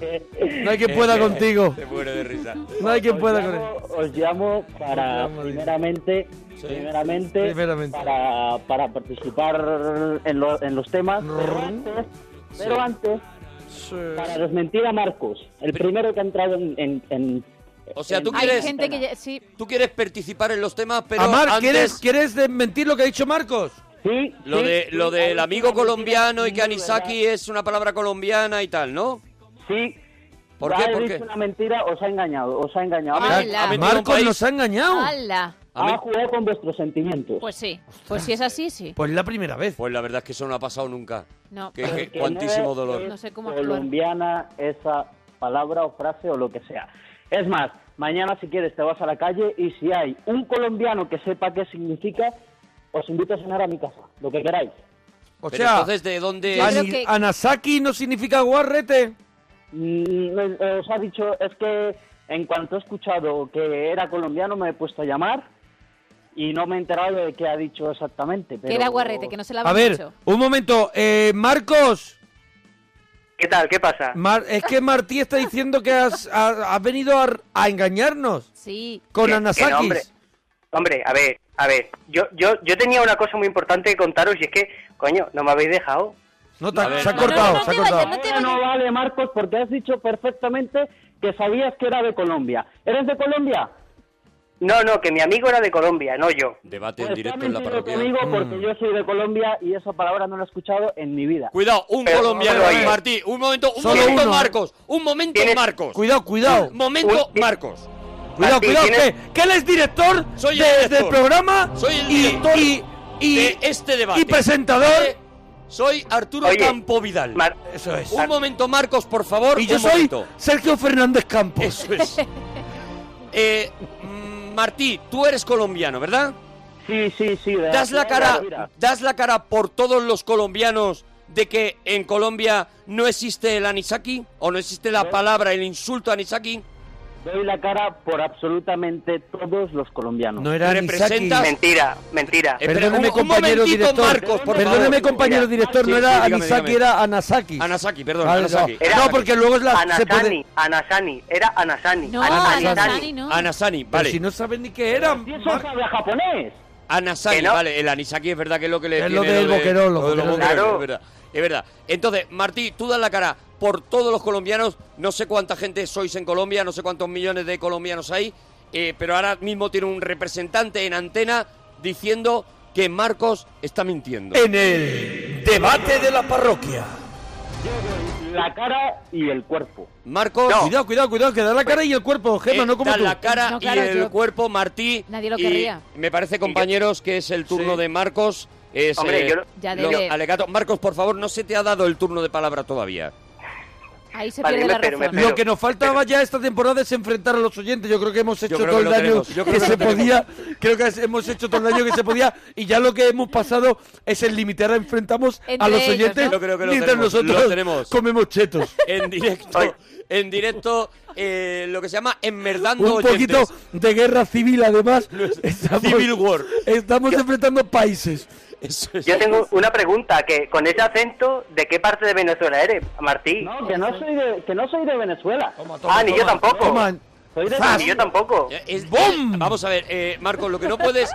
Speaker 2: No hay quien pueda contigo.
Speaker 4: Te muero de risa.
Speaker 2: No hay quien
Speaker 8: Os
Speaker 2: pueda con él.
Speaker 8: llamo- Os llamo para,
Speaker 2: llamo,
Speaker 8: primeramente, primeramente,
Speaker 2: Primeramente.
Speaker 8: Para, para participar en, lo- en los temas, pero antes, pero antes, para desmentir a Marcos, el primero que ha entrado en... en- en-
Speaker 4: O sea, ¿tú
Speaker 8: en-
Speaker 3: Hay
Speaker 4: quieres-
Speaker 3: gente que ya- sí.
Speaker 4: Tú quieres participar en los temas, pero
Speaker 2: Amar,
Speaker 4: antes
Speaker 2: ¿quieres, ¿quieres desmentir lo que ha dicho Marcos?
Speaker 8: Sí,
Speaker 4: lo
Speaker 8: sí,
Speaker 4: de
Speaker 8: sí,
Speaker 4: lo
Speaker 8: hay
Speaker 4: del
Speaker 8: una
Speaker 4: amigo
Speaker 8: mentira
Speaker 4: colombiano y
Speaker 8: muy
Speaker 4: que Anisaki es una palabra colombiana y tal, ¿no?
Speaker 8: verdad. Sí.
Speaker 4: ¿Por
Speaker 8: Ya
Speaker 4: qué?
Speaker 8: he
Speaker 4: ¿Por
Speaker 8: dicho
Speaker 4: qué?
Speaker 8: una mentira, os ha engañado, os ha engañado.
Speaker 3: Ah, Ala.
Speaker 2: Ha- ha metido Marcos
Speaker 4: país.
Speaker 2: nos ha engañado.
Speaker 3: ¡Hala! Ah,
Speaker 4: A mí-
Speaker 8: Ha jugado con vuestros sentimientos.
Speaker 3: Pues sí. Pues si es así, sí.
Speaker 2: Pues la primera vez.
Speaker 4: Pues la verdad es que eso no ha pasado nunca.
Speaker 3: No.
Speaker 4: Qué- qué
Speaker 8: Que
Speaker 4: cuantísimo
Speaker 8: no
Speaker 4: dolor.
Speaker 8: es
Speaker 3: No sé cómo actuar.
Speaker 8: colombiana esa palabra o frase o lo que sea. Es más, mañana si quieres te vas a la calle y si hay un colombiano que sepa qué significa, os invito a cenar a mi casa, lo que queráis.
Speaker 2: O
Speaker 4: Pero
Speaker 2: sea,
Speaker 4: entonces, ¿de dónde
Speaker 3: Yo
Speaker 4: es?
Speaker 3: creo
Speaker 2: Ani-
Speaker 3: que-
Speaker 2: Anasaki no significa guarrete.
Speaker 8: Mm, eh, os ha dicho, es que en cuanto he escuchado que era colombiano me he puesto a llamar y no me he enterado de qué ha dicho exactamente. Pero...
Speaker 3: Que era guarrete, que no se la
Speaker 2: A
Speaker 3: habían
Speaker 2: ver,
Speaker 3: dicho.
Speaker 2: un momento. Eh, Marcos,
Speaker 6: ¿Qué tal? ¿Qué pasa?
Speaker 2: Mar- es que Martí está diciendo que has, ha- has venido a, a engañarnos
Speaker 3: Sí.
Speaker 2: con
Speaker 6: Que- que no,
Speaker 2: Anasakis.
Speaker 6: hombre. Hombre, a ver, a ver. Yo, yo, yo tenía una cosa muy importante que contaros y es que, coño, no me habéis dejado.
Speaker 2: No, te ha-
Speaker 4: A ver,
Speaker 2: se ha
Speaker 4: no, no,
Speaker 2: cortado,
Speaker 3: no, no
Speaker 2: se ha
Speaker 3: te vayas,
Speaker 2: cortado.
Speaker 3: no te
Speaker 8: Ahora no vale, Marcos, porque has dicho perfectamente que sabías que era de Colombia. ¿Eres de Colombia?
Speaker 6: No, no, que mi amigo era de Colombia, no yo. Pues
Speaker 4: Debate
Speaker 6: en directo
Speaker 8: Yo me entiendo conmigo
Speaker 2: Mm.
Speaker 8: porque yo soy de Colombia y esa palabra no la he escuchado en mi vida.
Speaker 4: Cuidado, un
Speaker 8: Pero
Speaker 4: colombiano
Speaker 8: no lo
Speaker 4: ahí,
Speaker 8: hay.
Speaker 4: Martí. Un momento, un
Speaker 8: Solo
Speaker 4: momento,
Speaker 8: uno, ¿eh?
Speaker 4: Marcos. Un momento,
Speaker 8: Tienes-
Speaker 4: Marcos.
Speaker 2: Cuidado, cuidado.
Speaker 4: Un momento,
Speaker 2: Uy,
Speaker 4: Marcos.
Speaker 2: Cuidado,
Speaker 4: Martí,
Speaker 2: cuidado,
Speaker 4: ¿tienes-
Speaker 2: que, que él es director,
Speaker 4: Soy
Speaker 2: de-
Speaker 4: el director.
Speaker 2: del programa
Speaker 4: Soy el
Speaker 2: y-
Speaker 4: director
Speaker 2: y, y-
Speaker 4: de este debate.
Speaker 2: y presentador.
Speaker 4: Eh, Soy Arturo
Speaker 2: Oye,
Speaker 4: Campo Vidal.
Speaker 2: Eso es.
Speaker 4: Un momento, Marcos, por favor.
Speaker 2: y yo
Speaker 4: un
Speaker 2: soy
Speaker 4: momento.
Speaker 2: Sergio Fernández Campos.
Speaker 4: Eso es. Eh, mm, Martí, tú eres colombiano, ¿verdad?
Speaker 8: Sí, sí, sí. de-
Speaker 4: das la
Speaker 8: de-
Speaker 4: cara,
Speaker 8: mira.
Speaker 4: das la cara por todos los colombianos de que en Colombia no existe el anisaki o no existe la palabra el insulto anisaki.
Speaker 8: Doy la cara por absolutamente todos los colombianos.
Speaker 2: No era
Speaker 4: Representas- Anisaki.
Speaker 6: Mentira, mentira.
Speaker 4: Eh, Espera, un- un momentito, Marcos, por
Speaker 2: Perdóneme,
Speaker 4: favor.
Speaker 2: compañero director,
Speaker 4: Sí,
Speaker 2: no
Speaker 4: sí,
Speaker 2: era
Speaker 4: dígame,
Speaker 2: Anisaki,
Speaker 4: dígame.
Speaker 2: era Anasaki.
Speaker 4: Anasaki, perdón,
Speaker 2: Ah,
Speaker 4: Anasaki.
Speaker 2: No, No, porque luego es la... se
Speaker 6: Anasani,
Speaker 2: puede-
Speaker 6: Anasani, era Anasani.
Speaker 3: No,
Speaker 6: Anasani.
Speaker 3: Anasani no.
Speaker 4: Anasani, vale.
Speaker 2: si no saben ni qué era.
Speaker 8: japonés.
Speaker 4: Anasani,
Speaker 6: Que no.
Speaker 4: vale. El anisaki es verdad que es lo que le
Speaker 2: Es
Speaker 4: tiene
Speaker 2: lo del boquerón, lo
Speaker 4: lo de los
Speaker 2: boquerón.
Speaker 4: boquerones,
Speaker 2: Claro.
Speaker 4: es verdad. Es verdad. Entonces, Martí, tú das la cara por todos los colombianos. No sé cuánta gente sois en Colombia, no sé cuántos millones de colombianos hay, eh, pero ahora mismo tiene un representante en antena diciendo que Marcos está mintiendo.
Speaker 2: En el debate de la parroquia.
Speaker 8: La cara y el cuerpo.
Speaker 4: Marcos,
Speaker 2: Cuidado, cuidado, cuidado, que da la cara y el cuerpo, Gema,
Speaker 4: Eh,
Speaker 2: no como
Speaker 4: da
Speaker 2: tú.
Speaker 4: la cara
Speaker 3: No, claro,
Speaker 4: y el
Speaker 3: yo-
Speaker 4: cuerpo, Martí.
Speaker 3: Nadie lo
Speaker 4: y
Speaker 3: querría.
Speaker 4: Me parece, compañeros, que es el turno de Marcos. Es,
Speaker 6: Hombre,
Speaker 4: eh,
Speaker 6: yo lo-
Speaker 3: Ya
Speaker 4: los
Speaker 3: debe.
Speaker 4: alegatos. Marcos, por favor, no se te ha dado el turno de palabra todavía.
Speaker 3: Ahí se
Speaker 6: Vale,
Speaker 3: pierde
Speaker 6: me
Speaker 3: la
Speaker 6: espero, me
Speaker 3: razón.
Speaker 6: espero.
Speaker 2: Lo que nos faltaba ya esta temporada es enfrentar a los oyentes. Yo creo que hemos hecho
Speaker 4: creo
Speaker 2: todo
Speaker 4: que
Speaker 2: el
Speaker 4: lo
Speaker 2: daño
Speaker 4: tenemos, yo creo
Speaker 2: que
Speaker 4: que
Speaker 2: se
Speaker 4: lo tenemos.
Speaker 2: podía. Creo que hemos hecho todo el daño que se podía. Y ya lo que hemos pasado es el limitar a enfrentamos a
Speaker 3: Entre
Speaker 2: los
Speaker 3: ellos,
Speaker 2: oyentes
Speaker 3: ¿no?
Speaker 4: Yo creo que lo
Speaker 2: mientras
Speaker 4: tenemos,
Speaker 2: nosotros
Speaker 4: lo tenemos.
Speaker 2: comemos chetos.
Speaker 4: En directo, en directo, eh, lo que se llama enmerdando
Speaker 2: Un poquito
Speaker 4: oyentes.
Speaker 2: de guerra civil, además. Estamos,
Speaker 4: Civil War.
Speaker 2: estamos enfrentando países.
Speaker 4: Eso es.
Speaker 6: Yo tengo una pregunta, que con ese acento, ¿de qué parte de Venezuela eres, Martí?
Speaker 8: No, que no soy de, que no soy de Venezuela.
Speaker 6: ah, ni yo tampoco.
Speaker 2: Toma,
Speaker 8: Soy de
Speaker 6: Ni
Speaker 8: Colombia.
Speaker 6: yo tampoco.
Speaker 4: Eh, es- eh, vamos a ver, eh, Marcos, lo que no puedes,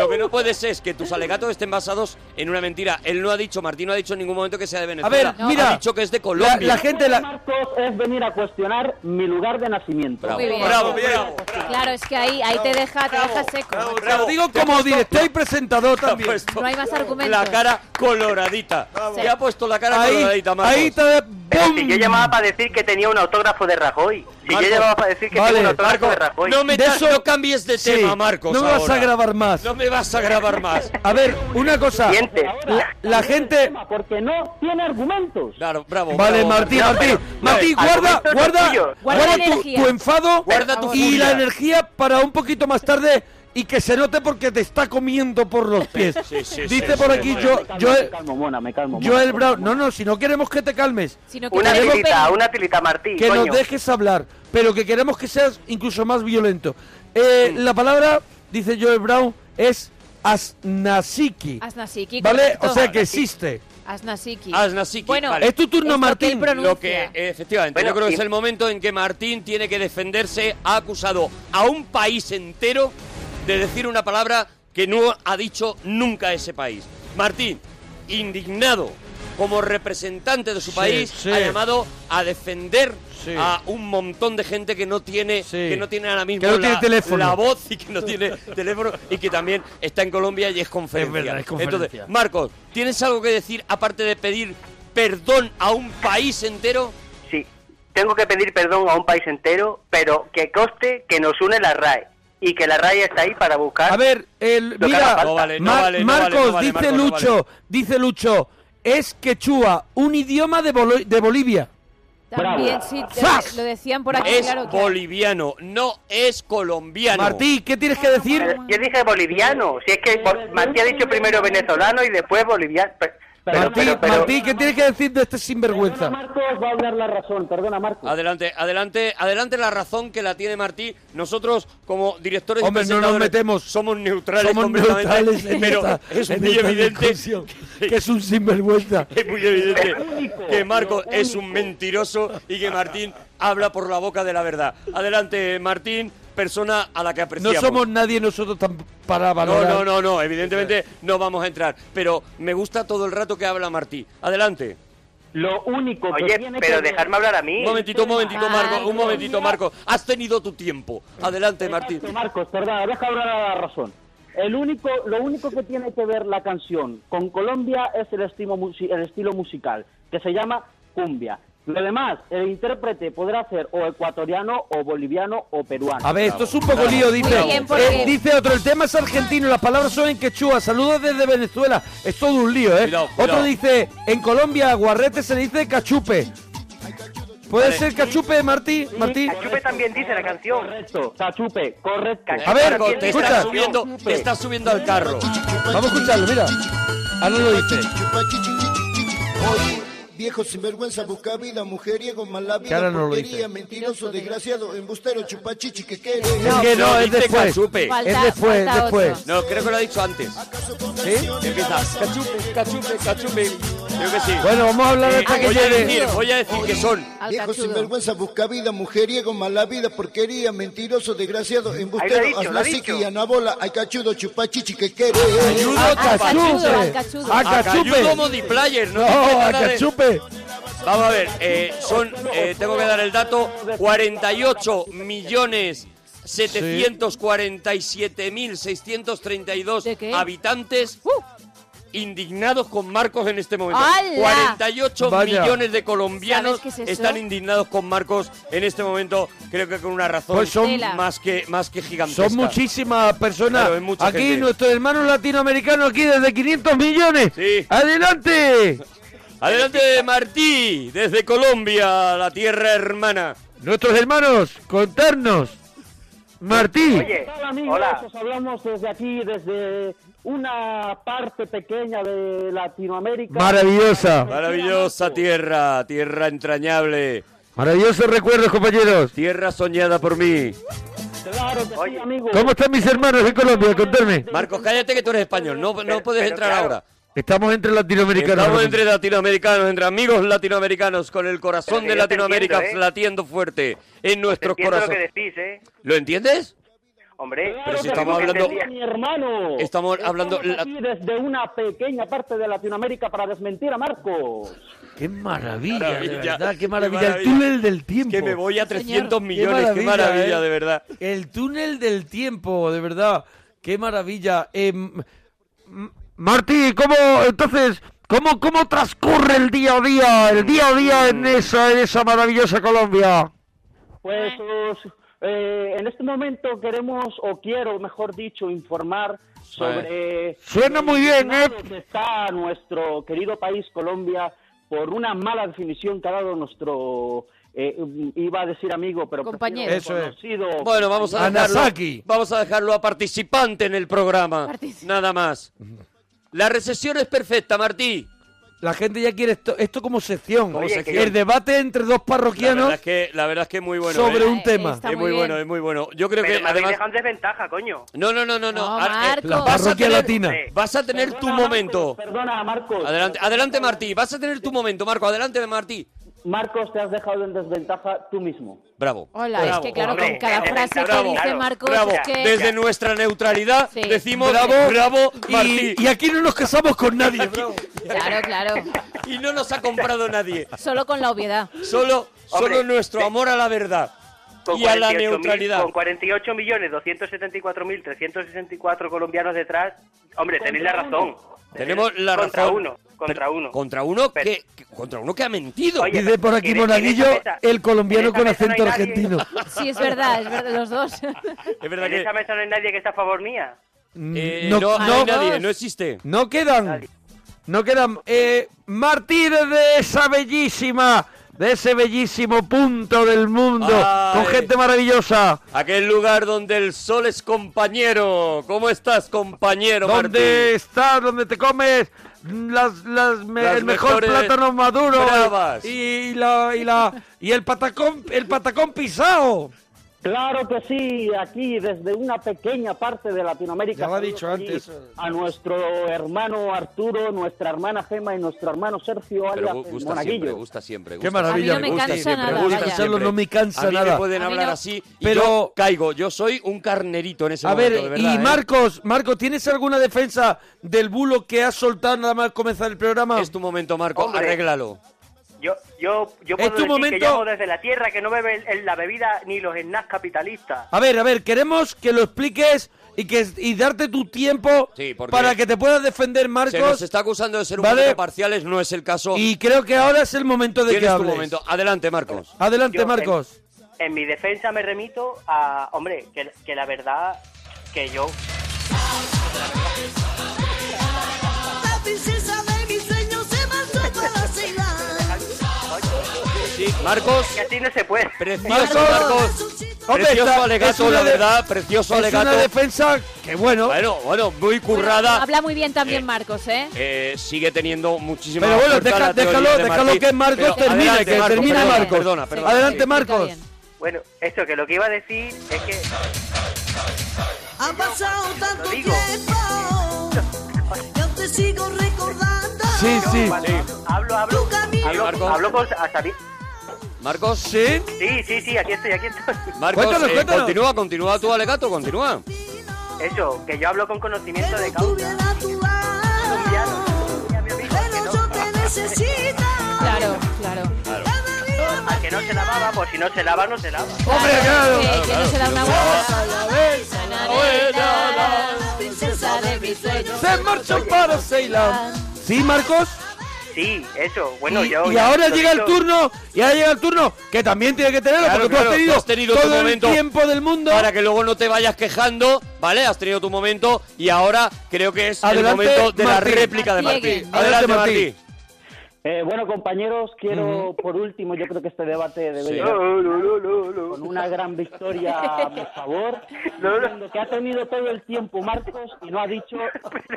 Speaker 4: lo que no puedes es que tus alegatos estén basados en una mentira. Él no ha dicho, Martín no ha dicho en ningún momento que sea de Venezuela.
Speaker 2: ver, mira,
Speaker 4: ha dicho que es de
Speaker 2: la,
Speaker 4: Colombia.
Speaker 2: la gente. La,
Speaker 8: Marcos es venir a cuestionar mi lugar de nacimiento.
Speaker 4: Bravo.
Speaker 3: Muy bien.
Speaker 4: Bravo, bravo,
Speaker 3: Claro, es que ahí, ahí te deja, te deja seco.
Speaker 4: bravo,
Speaker 3: macho.
Speaker 2: Te lo digo como director y presentador
Speaker 4: Te ha
Speaker 2: también.
Speaker 4: puesto
Speaker 3: No hay más argumentos.
Speaker 4: la cara coloradita. Te ha puesto la cara
Speaker 2: Ahí,
Speaker 4: coloradita, Marcos.
Speaker 2: ahí te.
Speaker 6: Pero si yo
Speaker 2: ¡Bum!
Speaker 6: llamaba para decir que tenía un autógrafo de Rajoy. Si
Speaker 4: Marco,
Speaker 6: yo llamaba para decir que
Speaker 2: vale,
Speaker 6: tenía un autógrafo de
Speaker 4: Marco,
Speaker 6: Rajoy.
Speaker 4: no me
Speaker 2: De
Speaker 4: da-
Speaker 2: eso-
Speaker 4: no cambies de
Speaker 2: Sí,
Speaker 4: tema, Marcos.
Speaker 2: No me vas
Speaker 4: ahora.
Speaker 2: a grabar más.
Speaker 4: No me vas a grabar más.
Speaker 2: A ver, una cosa.
Speaker 6: Siguiente.
Speaker 2: La, la gente.
Speaker 8: Porque no tiene argumentos.
Speaker 4: Claro, bravo.
Speaker 2: Vale,
Speaker 4: bravo,
Speaker 2: Martí,
Speaker 4: bravo.
Speaker 2: Martí. Martí,
Speaker 6: vale,
Speaker 2: guarda,
Speaker 6: argumentos
Speaker 2: guarda,
Speaker 6: tuyos.
Speaker 3: Guarda
Speaker 2: guarda tu,
Speaker 3: energía.
Speaker 2: tu enfado
Speaker 4: Guarda tu
Speaker 2: y
Speaker 4: furia.
Speaker 2: la energía para un poquito más tarde y que se note porque te está comiendo por los pies.
Speaker 4: Sí, sí,
Speaker 2: Dice
Speaker 4: sí,
Speaker 2: por
Speaker 4: sí,
Speaker 2: aquí
Speaker 4: sí.
Speaker 2: yo,
Speaker 8: Me calmo,
Speaker 2: yo,
Speaker 8: me calmo, mona, me calmo. mona.
Speaker 2: Joel Brown. No, no, si no queremos que te calmes.
Speaker 3: Sino que
Speaker 6: Una
Speaker 3: te
Speaker 2: Queremos
Speaker 6: tilita,
Speaker 3: recupere.
Speaker 6: una tilita, Martí,
Speaker 2: que
Speaker 6: coño.
Speaker 2: nos dejes hablar, pero que queremos que seas incluso más violento. Eh,
Speaker 4: Mm.
Speaker 2: La palabra, dice Joel Brown, es asnasiki.
Speaker 3: Asnasiki,
Speaker 2: ¿Vale?
Speaker 3: correcto.
Speaker 2: O sea que existe.
Speaker 3: Asnasiki.
Speaker 4: Asnasiki,
Speaker 3: Bueno,
Speaker 4: vale.
Speaker 2: Es tu turno,
Speaker 3: esto que
Speaker 2: Martín.
Speaker 3: él pronuncia.
Speaker 4: Lo que, eh, efectivamente,
Speaker 6: Bueno,
Speaker 4: yo creo que
Speaker 6: y-
Speaker 4: es el momento en que Martín tiene que defenderse. Ha acusado a un país entero de decir una palabra que no ha dicho nunca ese país. Martín, indignado como representante de su
Speaker 2: Sí,
Speaker 4: país,
Speaker 2: sí.
Speaker 4: ha llamado a defender
Speaker 2: Sí.
Speaker 4: a un montón de gente que no tiene,
Speaker 2: Sí.
Speaker 4: que no tiene ahora mismo
Speaker 2: Que no tiene
Speaker 4: la,
Speaker 2: teléfono.
Speaker 4: la voz y que no tiene teléfono y que también está en Colombia y es conferencia.
Speaker 2: verdad, es conferencia.
Speaker 4: Entonces, Marcos, ¿tienes algo que decir aparte de pedir perdón a un país entero?
Speaker 6: Sí, tengo que pedir perdón a un país entero, pero que coste que nos une la RAE. Y que la RAE está ahí para buscar...
Speaker 2: A ver, el,
Speaker 6: Lo que haga
Speaker 2: mira,
Speaker 6: falta. No
Speaker 4: vale, no
Speaker 2: Mar-
Speaker 4: vale, no vale,
Speaker 2: Marcos,
Speaker 4: no vale,
Speaker 2: dice
Speaker 4: Marcos, no
Speaker 2: Lucho,
Speaker 4: vale.
Speaker 2: dice Lucho, es quechua, un idioma de, Bolo- de Bolivia.
Speaker 3: También,
Speaker 8: Bravo.
Speaker 3: sí, te-
Speaker 2: ¡Zas!
Speaker 3: lo decían por aquí,
Speaker 4: es
Speaker 3: claro. que-
Speaker 4: boliviano, no es colombiano.
Speaker 2: Martí, ¿qué tienes que decir?
Speaker 6: Pero Yo dije boliviano, si es que bo- Martí ha dicho primero venezolano y después boliviano. Pero, pero-
Speaker 2: Martí,
Speaker 6: pero- pero-
Speaker 2: Martí, ¿qué tienes que decir de este
Speaker 8: Perdona,
Speaker 2: sinvergüenza?
Speaker 8: Marcos va a dar la razón. Perdona, Marcos.
Speaker 4: Adelante, adelante, adelante la razón que la tiene Martí. Nosotros, como directores y
Speaker 2: Hombre, no nos
Speaker 4: presentadores,
Speaker 2: metemos.
Speaker 4: somos neutrales
Speaker 2: Somos
Speaker 4: completamente,
Speaker 2: neutrales en
Speaker 4: pero
Speaker 2: esta-
Speaker 4: es
Speaker 2: en
Speaker 4: muy
Speaker 2: esta
Speaker 4: evidente
Speaker 2: discusión, que es un sinvergüenza.
Speaker 4: Es muy evidente
Speaker 8: único,
Speaker 4: que Marcos
Speaker 8: lo
Speaker 4: es
Speaker 8: único.
Speaker 4: un mentiroso y que Martín habla por la boca de la verdad. Adelante, Martín, persona a la que
Speaker 2: No
Speaker 4: apreciamos.
Speaker 2: somos nadie nosotros tan para
Speaker 4: no,
Speaker 2: valorar.
Speaker 4: no, no, no, evidentemente no vamos a entrar, pero me gusta todo el rato que habla Martí. Adelante.
Speaker 8: Lo único que
Speaker 6: Oye,
Speaker 8: tiene
Speaker 6: pero
Speaker 8: que
Speaker 6: dejarme hablar a mí.
Speaker 4: Un momentito, un momentito, Marco, un momentito, Marco. Has tenido tu tiempo. Adelante, Martín.
Speaker 8: Exacto, Marcos, perdona, deja hablar a la razón. El único, lo único que tiene que ver la canción con Colombia es el estilo, musi- el estilo musical, que se llama cumbia. Lo demás, el intérprete podrá ser o ecuatoriano, o boliviano, o peruano.
Speaker 2: A ver, esto es un poco lío, dice.
Speaker 3: Muy bien, porque-
Speaker 2: Eh, dice otro, el tema es argentino, las palabras son en quechua, saludos desde Venezuela. Es todo un lío, ¿eh?
Speaker 4: Cuidado, cuidado.
Speaker 2: Otro dice, en Colombia, guarrete se le dice cachupe. ¿Puede
Speaker 4: Vale.
Speaker 2: ser cachupe, Martí? Martí.
Speaker 6: Chupe también dice la canción.
Speaker 8: Correcto, Cachupe, correcto.
Speaker 2: A ver,
Speaker 4: Marco, te
Speaker 2: escucha.
Speaker 4: estás subiendo, te estás subiendo al carro.
Speaker 2: Vamos a escucharlo, mira. Ahora lo dice.
Speaker 5: Oye, Viejo sinvergüenza, busca vida, mujeriego, mala
Speaker 2: Que ahora
Speaker 5: vida,
Speaker 2: no lo
Speaker 5: porquería,
Speaker 2: dice.
Speaker 5: mentiroso, desgraciado, embustero, chupachichi, que quiere.
Speaker 2: Es que no, es
Speaker 4: dice
Speaker 2: después.
Speaker 4: cachupe.
Speaker 3: Falta-
Speaker 2: es después,
Speaker 3: falta
Speaker 2: después.
Speaker 3: otro.
Speaker 4: No, creo que lo ha dicho antes.
Speaker 2: ¿Sí?
Speaker 4: Empieza. Cachupe, cachupe, cachupe. Creo que sí.
Speaker 2: Bueno, vamos a hablar
Speaker 4: Eh,
Speaker 2: hasta que
Speaker 4: voy a
Speaker 2: llegue.
Speaker 4: decir, voy a decir que son.
Speaker 3: Al
Speaker 5: Viejo
Speaker 3: cachudo.
Speaker 5: sinvergüenza, busca vida, mujeriego, mala vida, porquería, mentiroso, desgraciado,
Speaker 6: Ahí
Speaker 5: embustero,
Speaker 6: lo ha dicho, lo ha dicho.
Speaker 5: aznaciqui, anabola, ay cachudo, chupachichi, que quiere.
Speaker 4: Ayudo,
Speaker 2: A
Speaker 3: cachudo, al
Speaker 2: cachupe.
Speaker 3: cachudo.
Speaker 2: A
Speaker 4: a Cayudo
Speaker 2: cachupe.
Speaker 4: Multiplayer. No,
Speaker 2: Ah, No,
Speaker 4: dice
Speaker 2: a
Speaker 4: nada de-
Speaker 2: cachupe.
Speaker 4: Vamos a ver, eh, son, eh, tengo que dar el dato, 48 millones 747.632
Speaker 3: ¿De qué? Uh.
Speaker 4: habitantes indignados con Marcos en este momento.
Speaker 3: ¡Hala!
Speaker 4: 48
Speaker 2: Vaya.
Speaker 4: millones de colombianos
Speaker 3: ¿Sabes qué es eso?
Speaker 4: están indignados con Marcos en este momento, creo que con una razón
Speaker 2: Pues son-
Speaker 3: Tela.
Speaker 4: más que más que gigantesca.
Speaker 2: Son muchísimas personas.
Speaker 4: Claro, es mucha
Speaker 2: aquí
Speaker 4: gente.
Speaker 2: nuestros hermanos latinoamericanos, aquí desde 500 millones.
Speaker 4: Sí.
Speaker 2: ¡Adelante!
Speaker 4: Adelante Martí, desde Colombia, la tierra hermana.
Speaker 2: Nuestros hermanos, contarnos. Martí.
Speaker 6: Oye,
Speaker 8: Hola amigos,
Speaker 6: hola.
Speaker 8: os hablamos desde aquí, desde una parte pequeña de Latinoamérica.
Speaker 2: Maravillosa.
Speaker 4: Maravillosa tierra, tierra entrañable.
Speaker 2: Maravillosos recuerdos, compañeros.
Speaker 4: Tierra soñada por mí.
Speaker 8: Claro que sí,
Speaker 6: Oye.
Speaker 8: amigos.
Speaker 2: ¿Cómo están mis hermanos en Colombia? Contarme.
Speaker 4: Marcos, cállate que tú eres español, no, no
Speaker 6: Pero-
Speaker 4: puedes
Speaker 6: pero
Speaker 4: entrar
Speaker 6: claro.
Speaker 4: ahora.
Speaker 2: Estamos entre latinoamericanos.
Speaker 4: Estamos entre latinoamericanos, entre amigos latinoamericanos, con el corazón
Speaker 6: Pero que
Speaker 4: de
Speaker 6: yo te
Speaker 4: Latinoamérica
Speaker 6: entiendo, ¿eh?
Speaker 4: latiendo fuerte en nuestros
Speaker 6: Entiendo lo que
Speaker 4: corazones.
Speaker 6: decís, ¿eh?
Speaker 4: ¿Lo entiendes?
Speaker 6: Hombre,
Speaker 4: Pero si
Speaker 8: que
Speaker 4: estamos
Speaker 8: sí,
Speaker 6: que
Speaker 4: hablando-
Speaker 8: mi hermano.
Speaker 4: Estamos hablando-
Speaker 8: aquí desde una pequeña parte de Latinoamérica para desmentir a Marcos.
Speaker 2: Qué maravilla, de
Speaker 4: Maravilla,
Speaker 2: verdad,
Speaker 4: qué
Speaker 2: qué maravilla.
Speaker 4: maravilla.
Speaker 2: El túnel del tiempo.
Speaker 4: Que me voy a 300 millones, qué maravilla,
Speaker 2: ¿eh?
Speaker 4: de verdad.
Speaker 2: El túnel del tiempo, de verdad. Qué maravilla. Eh, m- m- Martí, ¿cómo entonces cómo cómo transcurre el día a día, el día a día en esa en esa maravillosa Colombia?
Speaker 8: Pues os- eh, en este momento queremos, o quiero, mejor dicho, informar sobre...
Speaker 2: Suena
Speaker 8: lo
Speaker 2: muy bien, ¿eh?
Speaker 8: indignado que Está nuestro querido país Colombia por una mala definición que ha dado nuestro... eh, iba a decir amigo, pero...
Speaker 3: Compañero.
Speaker 8: prefiero
Speaker 2: Eso es.
Speaker 8: conocido.
Speaker 4: Bueno, vamos a dejarlo,
Speaker 2: Anasaki.
Speaker 4: vamos a, dejarlo a participante en el programa.
Speaker 3: Partici-
Speaker 4: Nada más. La recesión es perfecta, Martí.
Speaker 2: La gente ya quiere esto esto como sección,
Speaker 4: Como
Speaker 2: Oye,
Speaker 4: sección.
Speaker 2: el debate entre dos
Speaker 4: La verdad
Speaker 2: parroquianos
Speaker 4: es que, la verdad es que es muy bueno.
Speaker 2: sobre
Speaker 4: ¿eh?
Speaker 2: un
Speaker 3: Eh,
Speaker 2: tema.
Speaker 3: está
Speaker 4: es muy,
Speaker 3: muy bien.
Speaker 4: bueno, es muy bueno. Yo creo
Speaker 6: Pero
Speaker 4: que
Speaker 6: me habéis
Speaker 4: además
Speaker 6: dejado en desventaja, coño.
Speaker 4: No, no, no, no, no.
Speaker 3: No,
Speaker 4: Ahora, eh,
Speaker 3: Marco.
Speaker 2: La
Speaker 4: vas a
Speaker 2: parroquia
Speaker 4: tener-
Speaker 2: latina.
Speaker 6: Sí.
Speaker 4: Vas a tener tu
Speaker 8: Perdona, Marcos,
Speaker 4: momento.
Speaker 8: Perdona, Marcos.
Speaker 4: Adelante, adelante Martí, vas a tener tu momento, Marco, adelante Martí.
Speaker 8: Marcos, te has dejado en desventaja tú mismo.
Speaker 4: Bravo.
Speaker 3: Hola,
Speaker 4: bravo,
Speaker 3: es que claro,
Speaker 6: hombre,
Speaker 3: con cada
Speaker 6: bravo,
Speaker 3: frase
Speaker 4: bravo,
Speaker 3: que dice
Speaker 6: claro,
Speaker 3: Marcos
Speaker 4: bravo.
Speaker 3: es que...
Speaker 4: Desde nuestra neutralidad
Speaker 3: Sí.
Speaker 4: decimos bravo,
Speaker 2: Bravo.
Speaker 4: bravo
Speaker 2: Y-
Speaker 4: Martí.
Speaker 2: Y, aquí no nos casamos con nadie. bravo.
Speaker 3: Claro, claro.
Speaker 4: Y no nos ha comprado nadie.
Speaker 3: Solo con la obviedad.
Speaker 4: Solo,
Speaker 6: Hombre,
Speaker 4: solo nuestro
Speaker 6: sí.
Speaker 4: amor a la verdad
Speaker 6: Con
Speaker 4: y a la
Speaker 6: 48.000
Speaker 4: neutralidad.
Speaker 6: Con 48 millones 274.364 colombianos detrás, hombre, tenéis la razón.
Speaker 4: Tenemos la
Speaker 6: contra
Speaker 4: razón.
Speaker 6: Uno, contra
Speaker 4: Pero-
Speaker 6: uno.
Speaker 4: Contra uno
Speaker 6: Pero-
Speaker 4: que, que- contra uno que ha mentido. Eh,
Speaker 6: Oye,
Speaker 2: Dice por aquí
Speaker 6: en- en
Speaker 2: Monaguillo,
Speaker 6: esa mesa-
Speaker 2: el colombiano
Speaker 6: en esa
Speaker 2: con
Speaker 6: mesa no
Speaker 2: acento
Speaker 6: hay nadie.
Speaker 2: argentino.
Speaker 3: Sí, es verdad, es verdad, los dos.
Speaker 4: es verdad
Speaker 6: En
Speaker 4: que
Speaker 6: esa mesa no hay nadie que esté a favor mía.
Speaker 4: eh,
Speaker 2: Mm, no,
Speaker 4: no, no hay
Speaker 2: no.
Speaker 4: nadie, no existe.
Speaker 2: No quedan. No quedan. Eh, Martí de esa bellísima, de ese bellísimo punto del mundo,
Speaker 4: Ay.
Speaker 2: con gente maravillosa,
Speaker 4: Aquel lugar donde el sol es compañero. ¿Cómo estás, compañero
Speaker 2: donde
Speaker 4: Martín?
Speaker 2: estás, donde te comes las, las me-
Speaker 4: Las
Speaker 2: el mejor
Speaker 4: mejores
Speaker 2: plátano maduro
Speaker 4: bravas.
Speaker 2: y la y la y el patacón el patacón pisado.
Speaker 8: Claro que sí, aquí desde una pequeña parte de Latinoamérica.
Speaker 2: Ya lo ha
Speaker 8: saludos
Speaker 2: dicho
Speaker 8: aquí
Speaker 2: antes.
Speaker 8: A nuestro hermano Arturo, nuestra hermana Gema y nuestro hermano Sergio
Speaker 4: Pero
Speaker 8: alias
Speaker 4: gu-
Speaker 8: el
Speaker 4: gusta
Speaker 8: Monaguillo.
Speaker 4: siempre, gusta siempre.
Speaker 2: Qué
Speaker 4: gusta
Speaker 2: maravilla,
Speaker 4: siempre,
Speaker 3: A mí no me
Speaker 4: gusta
Speaker 3: cansa
Speaker 4: siempre,
Speaker 3: nada,
Speaker 4: gusta
Speaker 3: vaya.
Speaker 4: siempre.
Speaker 2: No me cansa
Speaker 4: A mí me
Speaker 2: nada.
Speaker 4: pueden
Speaker 3: A mí
Speaker 4: hablar
Speaker 3: no.
Speaker 4: así y
Speaker 2: Pero-
Speaker 4: yo caigo. Yo soy un carnerito en ese
Speaker 2: A ver,
Speaker 4: momento, de verdad,
Speaker 2: y
Speaker 4: ¿eh?
Speaker 2: Marcos, Marcos, ¿tienes alguna defensa del bulo que has soltado nada más comenzar el programa?
Speaker 4: Es tu momento, Marco.
Speaker 6: Hombre.
Speaker 4: Arréglalo.
Speaker 6: Yo, yo,
Speaker 2: Es
Speaker 6: yo puedo
Speaker 2: tu
Speaker 6: decir
Speaker 2: momento.
Speaker 6: que llamo desde la tierra que no bebe el- el- la bebida ni los snacks capitalistas.
Speaker 2: A ver, a ver, queremos que lo expliques y que y darte tu tiempo
Speaker 4: porque-
Speaker 2: para que te puedas defender,
Speaker 4: Se nos
Speaker 2: Marcos.
Speaker 4: está acusando de ser un
Speaker 2: ¿Vale?
Speaker 4: poquito parciales, no es el caso.
Speaker 2: Y creo que ahora es el momento de que
Speaker 4: Tienes tu
Speaker 2: hables.
Speaker 4: momento. Adelante, Marcos.
Speaker 2: Adelante,
Speaker 6: Yo, en-
Speaker 2: Marcos.
Speaker 6: En mi defensa me remito a, hombre, que, que la verdad que yo...
Speaker 11: La princesa de mis sueños se marchó para Ceilán.
Speaker 4: Marcos.
Speaker 6: Que así no se puede.
Speaker 4: Precioso, Marcos.
Speaker 2: Hombre,
Speaker 4: precioso
Speaker 2: está- es
Speaker 4: alegato,
Speaker 2: una
Speaker 4: la
Speaker 2: de-
Speaker 4: verdad, precioso
Speaker 2: es
Speaker 4: alegato.
Speaker 2: una defensa que, bueno,
Speaker 4: Bueno, bueno, muy
Speaker 3: Bueno,
Speaker 4: currada.
Speaker 3: Habla muy bien también
Speaker 4: Eh,
Speaker 3: Marcos, ¿eh?
Speaker 4: Eh, sigue teniendo muchísima
Speaker 2: Pero bueno,
Speaker 4: fuerza
Speaker 2: deja-
Speaker 4: la teoría
Speaker 2: déjalo-
Speaker 4: de
Speaker 2: déjalo
Speaker 4: Martí.
Speaker 2: que Marcos
Speaker 4: Pero
Speaker 2: termine,
Speaker 4: adelante,
Speaker 2: que termine
Speaker 4: perdona,
Speaker 2: Marcos.
Speaker 4: Perdona,
Speaker 3: Se-
Speaker 4: perdona.
Speaker 3: se
Speaker 2: Adelante,
Speaker 3: explica
Speaker 2: Marcos.
Speaker 3: bien.
Speaker 6: Bueno, esto que lo que iba a decir es que...
Speaker 11: Ha pasado tanto
Speaker 6: digo.
Speaker 11: tiempo. Yo te sigo recordando.
Speaker 2: Sí, sí.
Speaker 6: Hablo, hablo,
Speaker 11: Tu camino.
Speaker 4: Sí, Marcos.
Speaker 6: hablo, hablo con... Hasta bien.
Speaker 4: Marcos,
Speaker 2: Sí.
Speaker 6: Sí, sí, sí, aquí estoy, aquí estoy.
Speaker 4: Marcos,
Speaker 2: Cuéntanos,
Speaker 4: eh,
Speaker 2: cuéntanos.
Speaker 4: continúa, continúa tu alegato, continúa.
Speaker 6: Eso, que yo hablo con conocimiento de
Speaker 11: Pero tú
Speaker 6: causa.
Speaker 11: bien a tu lado.
Speaker 6: Ya, mi amigo, que
Speaker 11: Pero
Speaker 6: no-
Speaker 11: yo te necesito.
Speaker 3: Claro, claro.
Speaker 11: Cada día
Speaker 6: Al que no se lavaba, pues si no se lava, no se lava.
Speaker 2: Hombre, claro.
Speaker 3: Que, que no se da una vuelta.
Speaker 11: la princesa de mis sueños.
Speaker 2: Se marcha para Ceilán. Sí, Marcos.
Speaker 6: Sí, eso. Bueno,
Speaker 2: y,
Speaker 6: yo.
Speaker 2: y
Speaker 6: ya,
Speaker 2: ahora
Speaker 6: lo
Speaker 2: llega el
Speaker 6: dicho.
Speaker 2: turno. Y ahora llega el turno que también tiene que tenerlo
Speaker 4: Claro,
Speaker 2: porque
Speaker 4: claro,
Speaker 2: tú has
Speaker 4: tú
Speaker 2: tenido,
Speaker 4: has tenido tu
Speaker 2: todo el
Speaker 4: momento
Speaker 2: tiempo del mundo.
Speaker 4: Para que luego no te vayas quejando, ¿vale? Has tenido tu momento y ahora creo que es
Speaker 2: Adelante,
Speaker 4: el momento de
Speaker 2: Martí.
Speaker 4: la réplica de
Speaker 3: Martí
Speaker 4: Martí.
Speaker 3: Eguen.
Speaker 4: Adelante,
Speaker 2: Adelante,
Speaker 4: Martí.
Speaker 8: Eh, bueno, compañeros, quiero por último, yo creo que este debate debe
Speaker 4: Sí.
Speaker 8: llegar
Speaker 6: No, no, no, no, no.
Speaker 8: con una gran victoria a mi favor,
Speaker 6: No, no.
Speaker 8: diciendo que ha tenido todo el tiempo Marcos y no ha dicho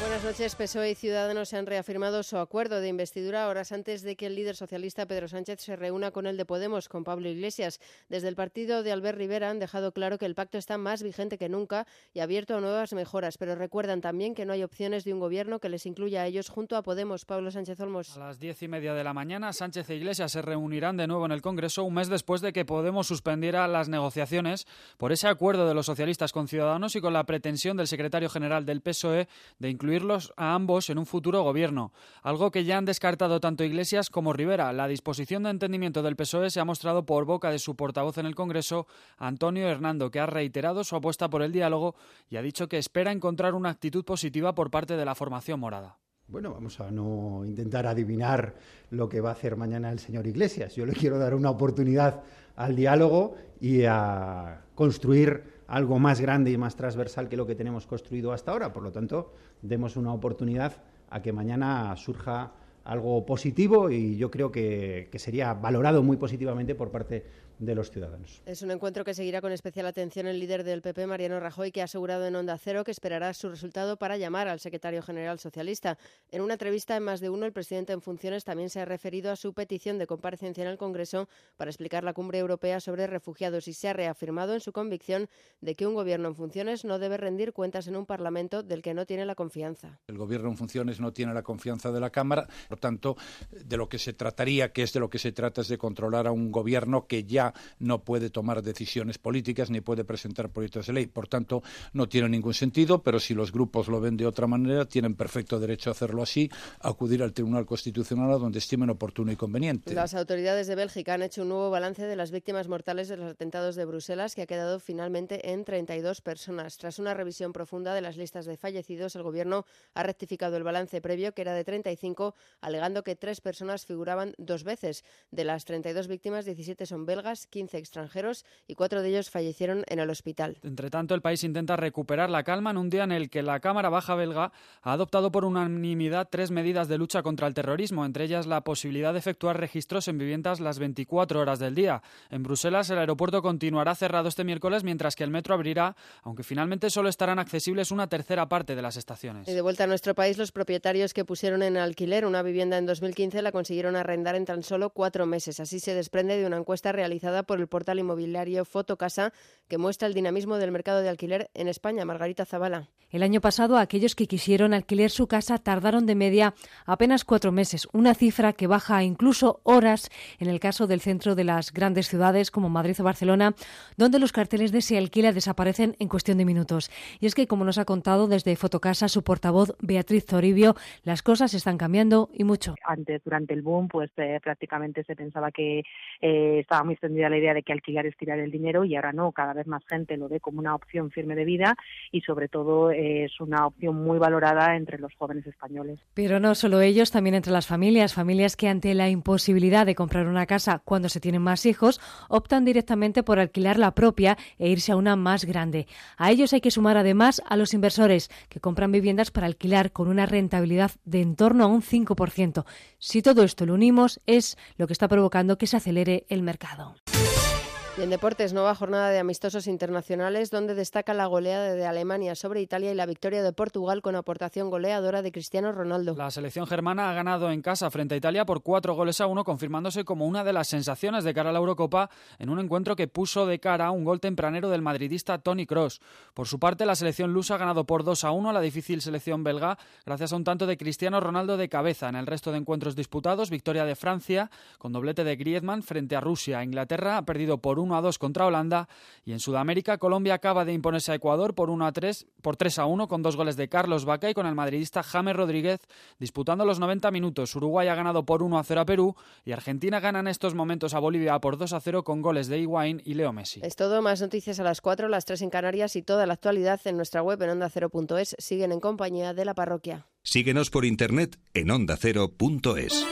Speaker 12: Buenas noches. PSOE E y Ciudadanos han reafirmado su acuerdo de investidura horas antes de que el líder socialista Pedro Sánchez se reúna con el de Podemos, con Pablo Iglesias. Desde el partido de Albert Rivera han dejado claro que el pacto está más vigente que nunca y abierto a nuevas mejoras, pero recuerdan también que no hay opciones de un gobierno que les incluya a ellos junto a Podemos. Pablo Sánchez Olmos.
Speaker 13: A las diez y media de la mañana, Sánchez e Iglesias se reunirán de nuevo en el Congreso un mes después de que Podemos suspendiera las negociaciones por ese acuerdo de los socialistas con Ciudadanos y con la pretensión del secretario general del PSOE E de incluirlos a ambos en un futuro gobierno, algo que ya han descartado tanto Iglesias como Rivera. La disposición de entendimiento del PSOE E se ha mostrado por boca de su portavoz en el Congreso, Antonio Hernando, que ha reiterado su apuesta por el diálogo y ha dicho que espera encontrar una actitud positiva por parte de la formación morada.
Speaker 14: Bueno, vamos a no intentar adivinar lo que va a hacer mañana el señor Iglesias. Yo le quiero dar una oportunidad al diálogo y a construir algo más grande y más transversal que lo que tenemos construido hasta ahora. Por lo tanto, demos una oportunidad a que mañana surja algo positivo y yo creo que, que sería valorado muy positivamente por parte de los ciudadanos.
Speaker 12: Es un encuentro que seguirá con especial atención el líder del PP, Mariano Rajoy, que ha asegurado en Onda Cero que esperará su resultado para llamar al secretario general socialista. En una entrevista en Más de Uno, el presidente en funciones también se ha referido a su petición de comparecencia en el Congreso para explicar la cumbre europea sobre refugiados y se ha reafirmado en su convicción de que un gobierno en funciones no debe rendir cuentas en un Parlamento del que no tiene la confianza.
Speaker 15: El gobierno en funciones no tiene la confianza de la Cámara, por lo tanto, de lo que se trataría, que es de lo que se trata, es de controlar a un gobierno que ya no puede tomar decisiones políticas ni puede presentar proyectos de ley. Por tanto, no tiene ningún sentido, pero si los grupos lo ven de otra manera, tienen perfecto derecho a hacerlo así, a acudir al Tribunal Constitucional a donde estimen oportuno y conveniente.
Speaker 12: Las autoridades de Bélgica han hecho un nuevo balance de las víctimas mortales de los atentados de Bruselas, que ha quedado finalmente en 32 personas. Tras una revisión profunda de las listas de fallecidos, el Gobierno ha rectificado el balance previo, que era de 35, alegando que tres personas figuraban dos veces. De las 32 víctimas, 17 son belgas personas, 15 extranjeros y cuatro de ellos fallecieron en el hospital.
Speaker 13: Entre tanto, el país intenta recuperar la calma en un día en el que la Cámara Baja belga ha adoptado por unanimidad tres medidas de lucha contra el terrorismo, entre ellas la posibilidad de efectuar registros en viviendas las 24 horas del día. En Bruselas, el aeropuerto continuará cerrado este miércoles, mientras que el metro abrirá, aunque finalmente solo estarán accesibles una tercera parte de las estaciones.
Speaker 12: Y de vuelta a nuestro país, los propietarios que pusieron en alquiler una vivienda en 2015 la consiguieron arrendar en tan solo cuatro meses. Así se desprende de una encuesta realizada por el portal inmobiliario Fotocasa que muestra el dinamismo del mercado de alquiler en España. Margarita Zavala.
Speaker 16: El año pasado, aquellos que quisieron alquilar su casa tardaron de media apenas cuatro meses, una cifra que baja a incluso horas en el caso del centro de las grandes ciudades como Madrid o Barcelona, donde los carteles de se alquila desaparecen en cuestión de minutos. Y es que, como nos ha contado desde Fotocasa su portavoz Beatriz Toribio, las cosas están cambiando y mucho.
Speaker 17: Antes, durante el boom, pues eh, prácticamente se pensaba que eh, estaba muy extendida la idea de que alquilar es tirar el dinero y ahora no, cada vez más gente lo ve como una opción firme de vida y sobre todo eh, es una opción muy valorada entre los jóvenes españoles.
Speaker 16: Pero no solo ellos, también entre las familias, familias que ante la imposibilidad de comprar una casa cuando se tienen más hijos, optan directamente por alquilar la propia e irse a una más grande. A ellos hay que sumar además a los inversores que compran viviendas para alquilar con una rentabilidad de en torno a un 5%. Si todo esto lo unimos, es lo que está provocando que se acelere el mercado.
Speaker 12: Y en deportes, nueva jornada de amistosos internacionales donde destaca la goleada de Alemania sobre Italia y la victoria de Portugal con aportación goleadora de Cristiano Ronaldo.
Speaker 13: La selección germana ha ganado en casa frente a Italia por cuatro goles a uno, confirmándose como una de las sensaciones de cara a la Eurocopa en un encuentro que puso de cara un gol tempranero del madridista Tony Cross. Por su parte, la selección lusa ha ganado por 2 a 1 a la difícil selección belga, gracias a un tanto de Cristiano Ronaldo de cabeza. En el resto de encuentros disputados, victoria de Francia con doblete de Griezmann frente a Rusia. Inglaterra ha perdido por un 1 a 2 contra Holanda y en Sudamérica Colombia acaba de imponerse a Ecuador por 1 a 3 por 3 a 1 con dos goles de Carlos Vaca y con el madridista James Rodríguez disputando los 90 minutos. Uruguay ha ganado por 1 a 0 a Perú y Argentina gana en estos momentos a Bolivia por 2 a 0 con goles de Higuaín y Leo Messi.
Speaker 12: Es todo, más noticias a las 4, las 3 en Canarias y toda la actualidad en nuestra web en onda0.es. Siguen en compañía de la parroquia.
Speaker 18: Síguenos por internet en ondacero.es.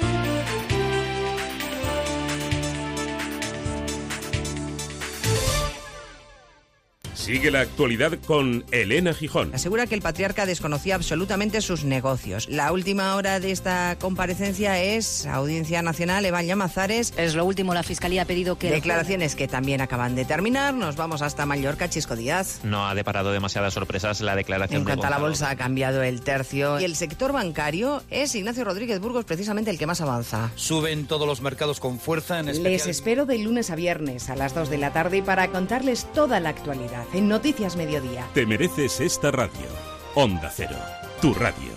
Speaker 19: Sigue la actualidad con Elena Gijón.
Speaker 20: Asegura que el patriarca desconocía absolutamente sus negocios. La última hora de esta comparecencia es Audiencia Nacional, Evan Llamazares.
Speaker 21: Es lo último, la Fiscalía ha pedido que...
Speaker 20: Declaraciones que también acaban de terminar. Nos vamos hasta Mallorca, Chisco Díaz.
Speaker 22: No ha deparado demasiadas sorpresas la declaración.
Speaker 20: En cuanto a la bolsa ha cambiado el tercio. Y el sector bancario es Ignacio Rodríguez Burgos precisamente el que más avanza.
Speaker 23: Suben todos los mercados con fuerza en especial...
Speaker 20: Les espero de lunes a viernes a las 2 de la tarde para contarles toda la actualidad en Noticias Mediodía.
Speaker 19: Te mereces esta radio. Onda Cero, tu radio.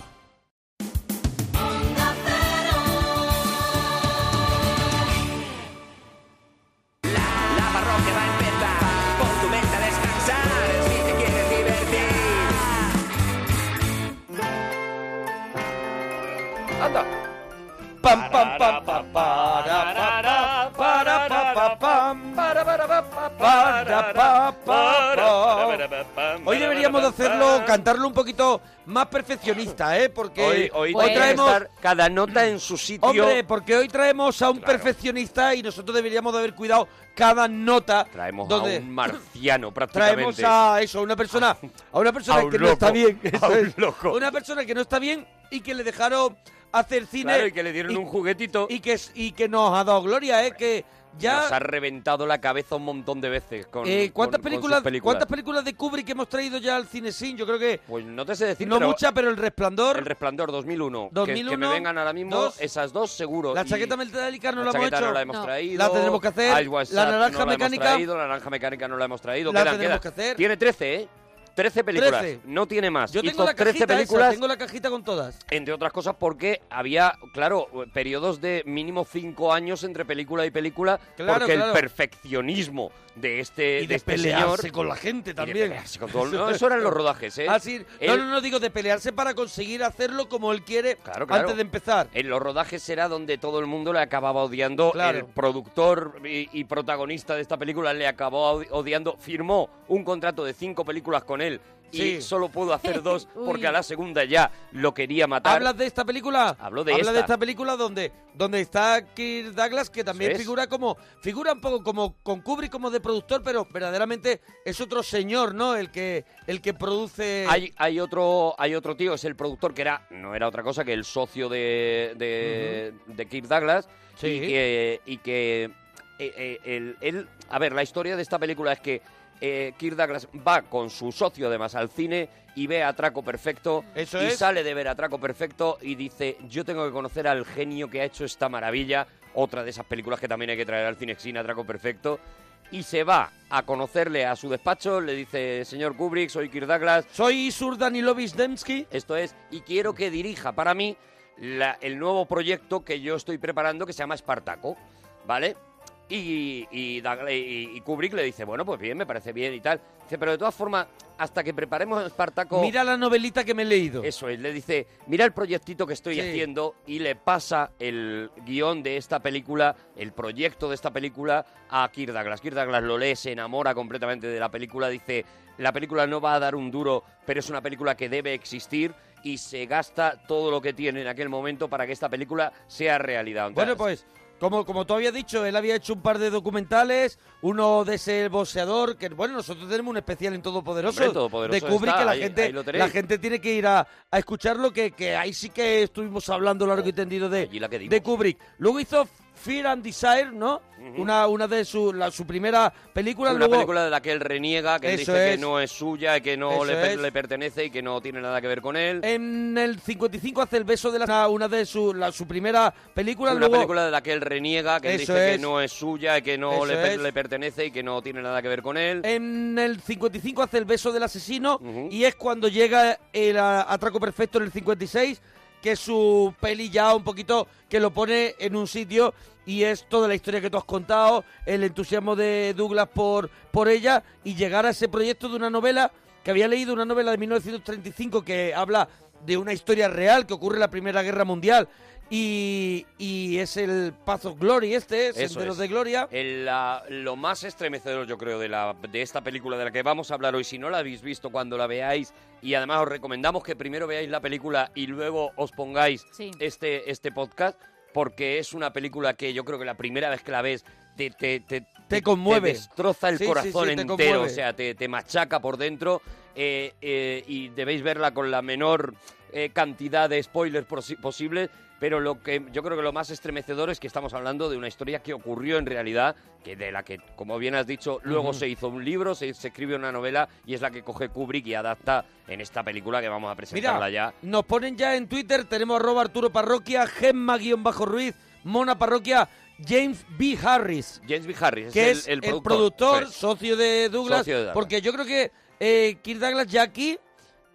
Speaker 11: La parroquia va a empezar, con tu mente a descansar, si te quieres divertir.
Speaker 2: Anda. Pam pam pam pam para para para para pam para para para para pa, pa, pa. Hoy deberíamos de hacerlo cantarlo un poquito más perfeccionista, ¿eh? Porque
Speaker 4: Hoy- hoy tiene que estar
Speaker 2: cada nota en su sitio. Hombre, porque hoy traemos a un perfeccionista y nosotros deberíamos de haber cuidado cada nota.
Speaker 4: Traemos
Speaker 2: donde
Speaker 4: a un marciano prácticamente.
Speaker 2: traemos a eso, a una persona, a una persona
Speaker 4: A un
Speaker 2: que no
Speaker 4: loco,
Speaker 2: está bien,
Speaker 4: a
Speaker 2: eso
Speaker 4: un
Speaker 2: es. una persona que no está bien y que le dejaron hacer cine
Speaker 4: Claro, y que le dieron un
Speaker 2: juguetito y que y que nos ha dado gloria, eh, que ya
Speaker 4: Nos ha reventado la cabeza un montón de veces con,
Speaker 2: Eh, ¿cuántas,
Speaker 4: con- con sus
Speaker 2: películas, ¿Cuántas películas de Kubrick hemos traído ya al cine sin? Yo creo que.
Speaker 4: Pues no te sé decir.
Speaker 2: No
Speaker 4: pero
Speaker 2: muchas, pero El Resplandor.
Speaker 4: El Resplandor 2001. que- Que,
Speaker 2: 2001,
Speaker 4: me vengan ahora mismo
Speaker 2: dos.
Speaker 4: esas dos seguro.
Speaker 2: La
Speaker 4: Y
Speaker 2: chaqueta metálica no
Speaker 4: la
Speaker 2: la, hemos
Speaker 4: chaqueta
Speaker 2: hecho.
Speaker 4: no la hemos traído.
Speaker 2: La tenemos que hacer.
Speaker 4: Al WhatsApp
Speaker 2: la
Speaker 4: no
Speaker 2: naranja
Speaker 4: la hemos
Speaker 2: mecánica.
Speaker 4: traído, la naranja mecánica no la hemos traído.
Speaker 2: La
Speaker 4: quedan,
Speaker 2: tenemos
Speaker 4: quedan.
Speaker 2: que hacer.
Speaker 4: Tiene 13, ¿eh? 13 películas.
Speaker 2: 13.
Speaker 4: No tiene más.
Speaker 2: Yo tengo
Speaker 4: Hizo
Speaker 2: la
Speaker 4: 13
Speaker 2: cajita esa,
Speaker 4: películas.
Speaker 2: tengo la cajita con todas.
Speaker 4: Entre otras cosas porque había, claro, periodos de mínimo cinco años entre película y película
Speaker 2: Claro,
Speaker 4: porque
Speaker 2: claro.
Speaker 4: el perfeccionismo de este,
Speaker 2: Y
Speaker 4: de
Speaker 2: de
Speaker 4: este
Speaker 2: pelearse
Speaker 4: señor...
Speaker 2: con la gente
Speaker 4: Y de
Speaker 2: también.
Speaker 4: pelearse con todo el- no, eso eran los rodajes, ¿eh?
Speaker 2: Ah, sí. No,
Speaker 4: Él-
Speaker 2: no, no digo de pelearse para conseguir hacerlo como él quiere
Speaker 4: claro.
Speaker 2: antes de empezar.
Speaker 4: En los rodajes era donde todo el mundo le acababa odiando.
Speaker 2: Claro.
Speaker 4: El productor y, y protagonista de esta película le acabó odi- odiando. Firmó un contrato de cinco películas con él. Y
Speaker 2: Sí.
Speaker 4: solo puedo hacer dos
Speaker 2: Uy.
Speaker 4: porque a la segunda ya lo quería matar.
Speaker 2: ¿Hablas de esta película?
Speaker 4: Hablo de
Speaker 2: Habla
Speaker 4: esta.
Speaker 2: de esta película donde, donde está Kirk Douglas, que también
Speaker 4: Eso es.
Speaker 2: figura como. Figura un poco como con Kubrick como de productor, pero verdaderamente es otro señor, ¿no? El que, el que produce.
Speaker 4: Hay, hay, otro, hay otro tío, es el productor que era, no era otra cosa que el socio de, de, de Kirk Douglas. Y que. y que, eh, eh, el- él- a ver, la historia de esta película es que eh, Kirk Douglas va con su socio, además, al cine y ve Atraco Perfecto.
Speaker 2: Eso
Speaker 4: y
Speaker 2: es.
Speaker 4: sale de ver Atraco Perfecto y dice: Yo tengo que conocer al genio que ha hecho esta maravilla. Otra de esas películas que también hay que traer al cine sin Atraco Perfecto y se va a conocerle a su despacho, le dice, señor Kubrick, soy Kirk Douglas.
Speaker 2: Soy Isur Danilovich Dembski.
Speaker 4: Esto es, y quiero que dirija para mí la- el nuevo proyecto que yo estoy preparando que se llama Espartaco, ¿vale? Y, y Douglas- y- y Kubrick le dice, bueno, pues bien, me parece bien y tal. Dice, pero de todas formas, hasta que preparemos Espartaco...
Speaker 2: Mira la novelita que me he leído.
Speaker 4: Eso es, le dice, mira el proyectito que estoy
Speaker 2: Sí.
Speaker 4: haciendo y le pasa el guión de esta película, el proyecto de esta película a Kirk Douglas. Kirk Douglas lo lee, se enamora completamente de la película, dice, la película no va a dar un duro, pero es una película que debe existir y se gasta todo lo que tiene en aquel momento para que esta película sea realidad.
Speaker 2: Bueno, pues, como, como tú habías dicho, él había hecho un par de documentales, uno de ese boxeador, que bueno, nosotros tenemos un especial en Todopoderoso,
Speaker 4: Hombre, Todopoderoso
Speaker 2: de Kubrick,
Speaker 4: está,
Speaker 2: que la,
Speaker 4: ahí-
Speaker 2: gente,
Speaker 4: ahí lo tenéis.
Speaker 2: la gente tiene que ir a, a escucharlo, que, que ahí sí que estuvimos hablando largo y tendido de, de Kubrick. Luego hizo Fear and Desire, ¿no?
Speaker 4: Ujú.
Speaker 2: Una una de su, la- su primera película,
Speaker 4: una
Speaker 2: luego...
Speaker 4: película de la que él reniega, que él
Speaker 2: Eso
Speaker 4: dice
Speaker 2: es.
Speaker 4: que no es suya, que no
Speaker 2: Eso
Speaker 4: le, per-
Speaker 2: es.
Speaker 4: le pertenece y que no tiene nada que ver con él.
Speaker 2: En el 55 hace el beso de la... una- Una de su, la- su primera película,
Speaker 4: una
Speaker 2: luego...
Speaker 4: película de la que él reniega, que él
Speaker 2: Eso
Speaker 4: dice
Speaker 2: es.
Speaker 4: que no es suya, que no
Speaker 2: Eso
Speaker 4: le, per-
Speaker 2: es.
Speaker 4: le pertenece y que no tiene nada que ver con él.
Speaker 2: En el 55 hace el beso del asesino y es cuando llega el a- atraco perfecto en el 56, que es su peli ya un poquito que lo pone en un sitio y es toda la historia que tú has contado, el entusiasmo de Douglas por, por ella y llegar a ese proyecto de una novela que había leído, una novela de 1935 que habla de una historia real que ocurre en la Primera Guerra Mundial y, y es el Path of Glory este,
Speaker 4: Eso
Speaker 2: Senderos
Speaker 4: es.
Speaker 2: de Gloria.
Speaker 4: El, la- lo más estremecedor, yo creo, de, la, de esta película de la que vamos a hablar hoy, si no la habéis visto cuando la veáis, y además os recomendamos que primero veáis la película y luego os pongáis
Speaker 2: Sí.
Speaker 4: este, este podcast, porque es una película que yo creo que la primera vez que la ves te, te, te, te-
Speaker 2: conmueve.
Speaker 4: te destroza el
Speaker 2: Sí, sí,
Speaker 4: corazón
Speaker 2: sí, te
Speaker 4: entero, o
Speaker 2: conmueve.
Speaker 4: sea, te, te machaca por dentro eh, eh, y debéis verla con la menor eh, cantidad de spoilers posi- posibles. Pero lo que yo creo que lo más estremecedor es que estamos hablando de una historia que ocurrió en realidad, que de la que, como bien has dicho, luego
Speaker 2: Ujú.
Speaker 4: se hizo un libro, se, se escribe una novela y es la que coge Kubrick y adapta en esta película que vamos a presentarla
Speaker 2: Mira,
Speaker 4: ya.
Speaker 2: nos ponen ya en Twitter, tenemos arroba Arturo Parroquia, Gemma-Ruiz, Mona Parroquia, James B. Harris.
Speaker 4: James B. Harris,
Speaker 2: que
Speaker 4: es el, el productor. Pues,
Speaker 2: socio de Douglas,
Speaker 4: Socio de Douglas.
Speaker 2: porque yo creo que eh, Kirk Douglas ya aquí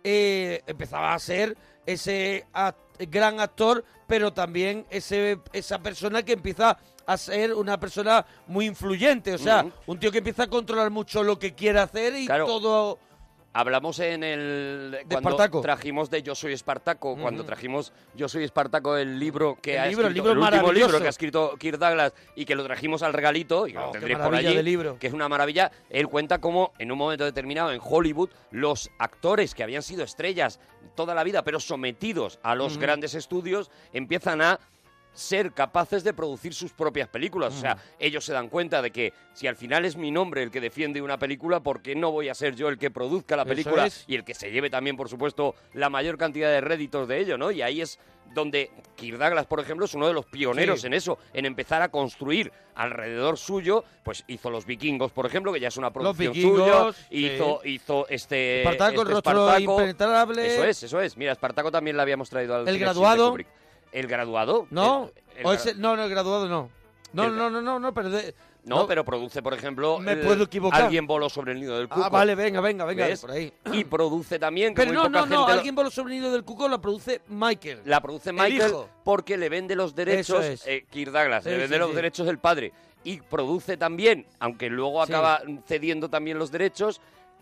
Speaker 2: eh, empezaba a ser ese act- gran actor, pero también ese, esa persona que empieza a ser una persona muy influyente, o sea,
Speaker 4: Ujú.
Speaker 2: un tío que empieza a controlar mucho lo que quiere hacer y
Speaker 4: Claro.
Speaker 2: todo...
Speaker 4: Hablamos en el... cuando
Speaker 2: Espartaco.
Speaker 4: trajimos de Yo soy Espartaco, cuando trajimos Yo soy Espartaco, el libro que
Speaker 2: El
Speaker 4: ha
Speaker 2: libro, el
Speaker 4: escrito,
Speaker 2: libro
Speaker 4: último
Speaker 2: maravilloso. Oh,
Speaker 4: libro que ha escrito Kirk Douglas y que lo trajimos al regalito, y que lo
Speaker 2: qué
Speaker 4: tendréis por
Speaker 2: maravilla
Speaker 4: allí,
Speaker 2: de libro.
Speaker 4: que es una maravilla, él cuenta cómo en un momento determinado en Hollywood los actores que habían sido estrellas toda la vida, pero sometidos a los
Speaker 2: Ujú.
Speaker 4: grandes estudios, empiezan a ser capaces de producir sus propias películas. O sea, ellos se dan cuenta de que si al final es mi nombre el que defiende una película, ¿por qué no voy a ser yo el que produzca la
Speaker 2: Eso
Speaker 4: película
Speaker 2: es.
Speaker 4: y el que se lleve también, por supuesto, la mayor cantidad de réditos de ello, ¿no? Y ahí es donde Kirk Douglas, por ejemplo, es uno de los pioneros
Speaker 2: Sí.
Speaker 4: en eso, en empezar a construir alrededor suyo, pues hizo Los Vikingos, por ejemplo, que ya es una producción suya,
Speaker 2: Vikingos,
Speaker 4: hizo, hizo este...
Speaker 2: Espartaco,
Speaker 4: este
Speaker 2: el rostro
Speaker 4: Espartaco.
Speaker 2: impenetrable.
Speaker 4: Eso es, eso es. Mira, Espartaco también la habíamos traído al...
Speaker 2: El
Speaker 4: cine de
Speaker 2: graduado.
Speaker 4: Kubrick. El graduado.
Speaker 2: ¿No?
Speaker 4: El- el
Speaker 2: O
Speaker 4: gra-
Speaker 2: ese- no, no, el graduado no. No,
Speaker 4: El-
Speaker 2: no, no, no, no, pero... de-
Speaker 4: no, pero produce, por ejemplo,
Speaker 2: Me
Speaker 4: el-
Speaker 2: puedo equivocar.
Speaker 4: Alguien voló sobre el nido del cuco.
Speaker 2: Ah, vale, venga, venga, venga,
Speaker 4: ¿Ves?
Speaker 2: por ahí.
Speaker 4: Y produce también. que
Speaker 2: Pero
Speaker 4: muy
Speaker 2: no,
Speaker 4: poca
Speaker 2: no, no,
Speaker 4: gente lo-
Speaker 2: alguien por los sobrenidos del cuco la produce Michael.
Speaker 4: La produce
Speaker 2: El
Speaker 4: Michael
Speaker 2: hijo.
Speaker 4: porque le vende los
Speaker 2: Eso
Speaker 4: derechos
Speaker 2: es.
Speaker 4: eh, Kirk Douglas,
Speaker 2: Sí,
Speaker 4: le vende
Speaker 2: sí,
Speaker 4: los
Speaker 2: sí.
Speaker 4: derechos del padre y produce también, aunque luego
Speaker 2: Sí.
Speaker 4: acaba cediendo también los derechos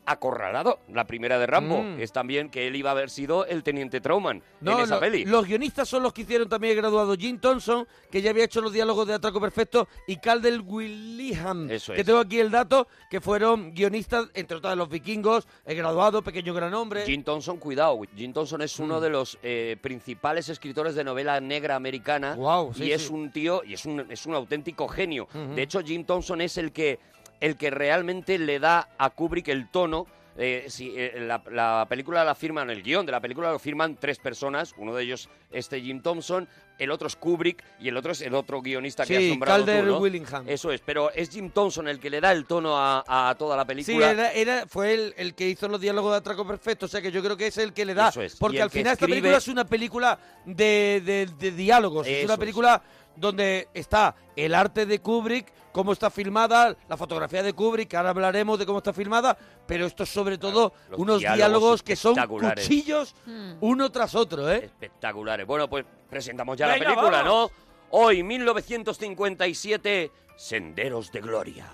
Speaker 4: acorralado. La primera de Rambo
Speaker 2: Mm.
Speaker 4: es también que él iba a haber sido el teniente Trauman en esa
Speaker 2: lo-
Speaker 4: peli.
Speaker 2: los guionistas son los que hicieron también el graduado Jim Thompson, que ya había hecho los diálogos de Atraco Perfecto, y Caldel Willihan,
Speaker 4: Eso
Speaker 2: que
Speaker 4: es.
Speaker 2: tengo aquí el dato, que fueron guionistas, entre otras de los vikingos, el graduado, Pequeño Gran Hombre.
Speaker 4: Jim Thompson, cuidado. Jim Thompson es
Speaker 2: Hmm.
Speaker 4: uno de los eh, principales escritores de novela negra americana.
Speaker 2: sí,
Speaker 4: y es
Speaker 2: sí.
Speaker 4: un tío, y es un, es un auténtico genio.
Speaker 2: Ujú.
Speaker 4: De hecho, Jim Thompson es el que, el que realmente le da a Kubrick el tono. Eh, si, eh, la, la película la firman, el guión de la película lo firman tres personas. Uno de ellos, este Jim Thompson, el otro es Kubrick y el otro es el otro guionista que
Speaker 2: Sí,
Speaker 4: has nombrado tú,
Speaker 2: Calder
Speaker 4: ¿no?
Speaker 2: Willingham.
Speaker 4: Eso es, pero es Jim Thompson el que le da el tono a, a toda la
Speaker 2: Sí,
Speaker 4: película.
Speaker 2: era, era- fue él el que hizo los diálogos de Atraco Perfecto, o sea que yo creo que es el que le da.
Speaker 4: Eso es, y
Speaker 2: Porque
Speaker 4: el
Speaker 2: al
Speaker 4: que
Speaker 2: final esta
Speaker 4: escribe-
Speaker 2: película es una película de, de- de diálogos, es
Speaker 4: Eso
Speaker 2: una
Speaker 4: es.
Speaker 2: película donde está el arte de Kubrick, cómo está filmada, la fotografía de Kubrick, ahora hablaremos de cómo está filmada, pero esto es sobre todo
Speaker 4: los
Speaker 2: unos
Speaker 4: diálogos
Speaker 2: diálogos que son
Speaker 4: espectaculares.
Speaker 2: cuchillos uno tras otro, ¿eh?
Speaker 4: espectaculares. Bueno, pues presentamos ya
Speaker 2: Venga,
Speaker 4: la película,
Speaker 2: vamos.
Speaker 4: ¿no? Hoy, 1957, Senderos de Gloria.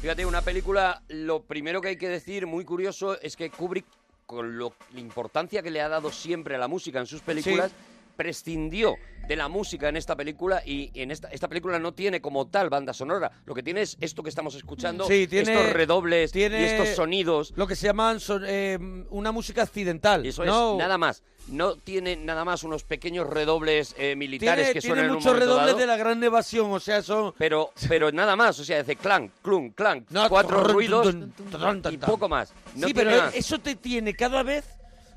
Speaker 4: Fíjate, una película, lo primero que hay que decir, muy curioso, es que Kubrick, con lo- la importancia que le ha dado siempre a la música en sus películas, prescindió de la música en esta película y en esta, esta película no tiene como tal banda sonora. Lo que tiene es esto que estamos escuchando,
Speaker 2: Sí, tiene-
Speaker 4: estos redobles
Speaker 2: tiene
Speaker 4: y estos sonidos.
Speaker 2: Lo que se llaman son, eh, una música accidental.
Speaker 4: Eso
Speaker 2: ¿no?
Speaker 4: es, nada más. No tiene nada más unos pequeños redobles eh, militares
Speaker 2: Tiene,
Speaker 4: que
Speaker 2: tiene
Speaker 4: suenan en un
Speaker 2: muchos
Speaker 4: momento
Speaker 2: redobles
Speaker 4: dado.
Speaker 2: de la gran evasión, o sea, son...
Speaker 4: Pero, pero nada más, o sea, dice clank, clun, clank, cuatro
Speaker 2: tun,
Speaker 4: ruidos
Speaker 2: tun, tun, tun, tun,
Speaker 4: y
Speaker 2: tun.
Speaker 4: poco más. No
Speaker 2: sí,
Speaker 4: tiene
Speaker 2: pero
Speaker 4: más.
Speaker 2: eso te tiene cada vez,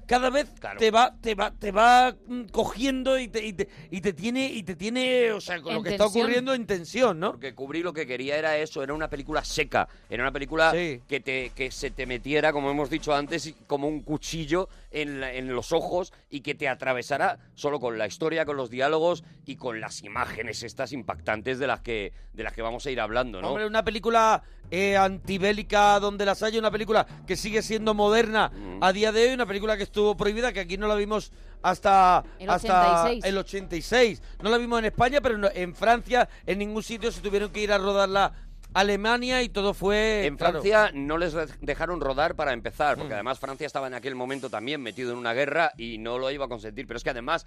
Speaker 2: cada vez te va, te va, te va mm, cogiendo y te, y te, y te tiene, y te tiene, o sea, con
Speaker 4: En
Speaker 2: lo que está
Speaker 4: tensión.
Speaker 2: ocurriendo en tensión, ¿no?
Speaker 4: Porque Kubrick lo que quería era eso, era una película seca, era una película que, te, que se te metiera, como hemos dicho antes, y como un cuchillo en, la- en los ojos y que te atravesara solo con la historia, con los diálogos y con las imágenes estas impactantes de las que, de las que vamos a ir hablando, ¿no?
Speaker 2: Hombre, una película eh, antibélica donde las haya, una película que sigue siendo moderna
Speaker 4: Mm.
Speaker 2: a día de hoy, una película que estuvo prohibida, que aquí no la vimos hasta
Speaker 3: El
Speaker 2: hasta
Speaker 3: 86.
Speaker 2: el 86. No la vimos en España, pero no- en Francia, en ningún sitio se tuvieron que ir a rodarla a Alemania y todo fue...
Speaker 4: En
Speaker 2: claro. Mm.
Speaker 4: Francia no les re- dejaron rodar para empezar, porque además Francia estaba en aquel momento también metido en una guerra y no lo iba a consentir. Pero es que además,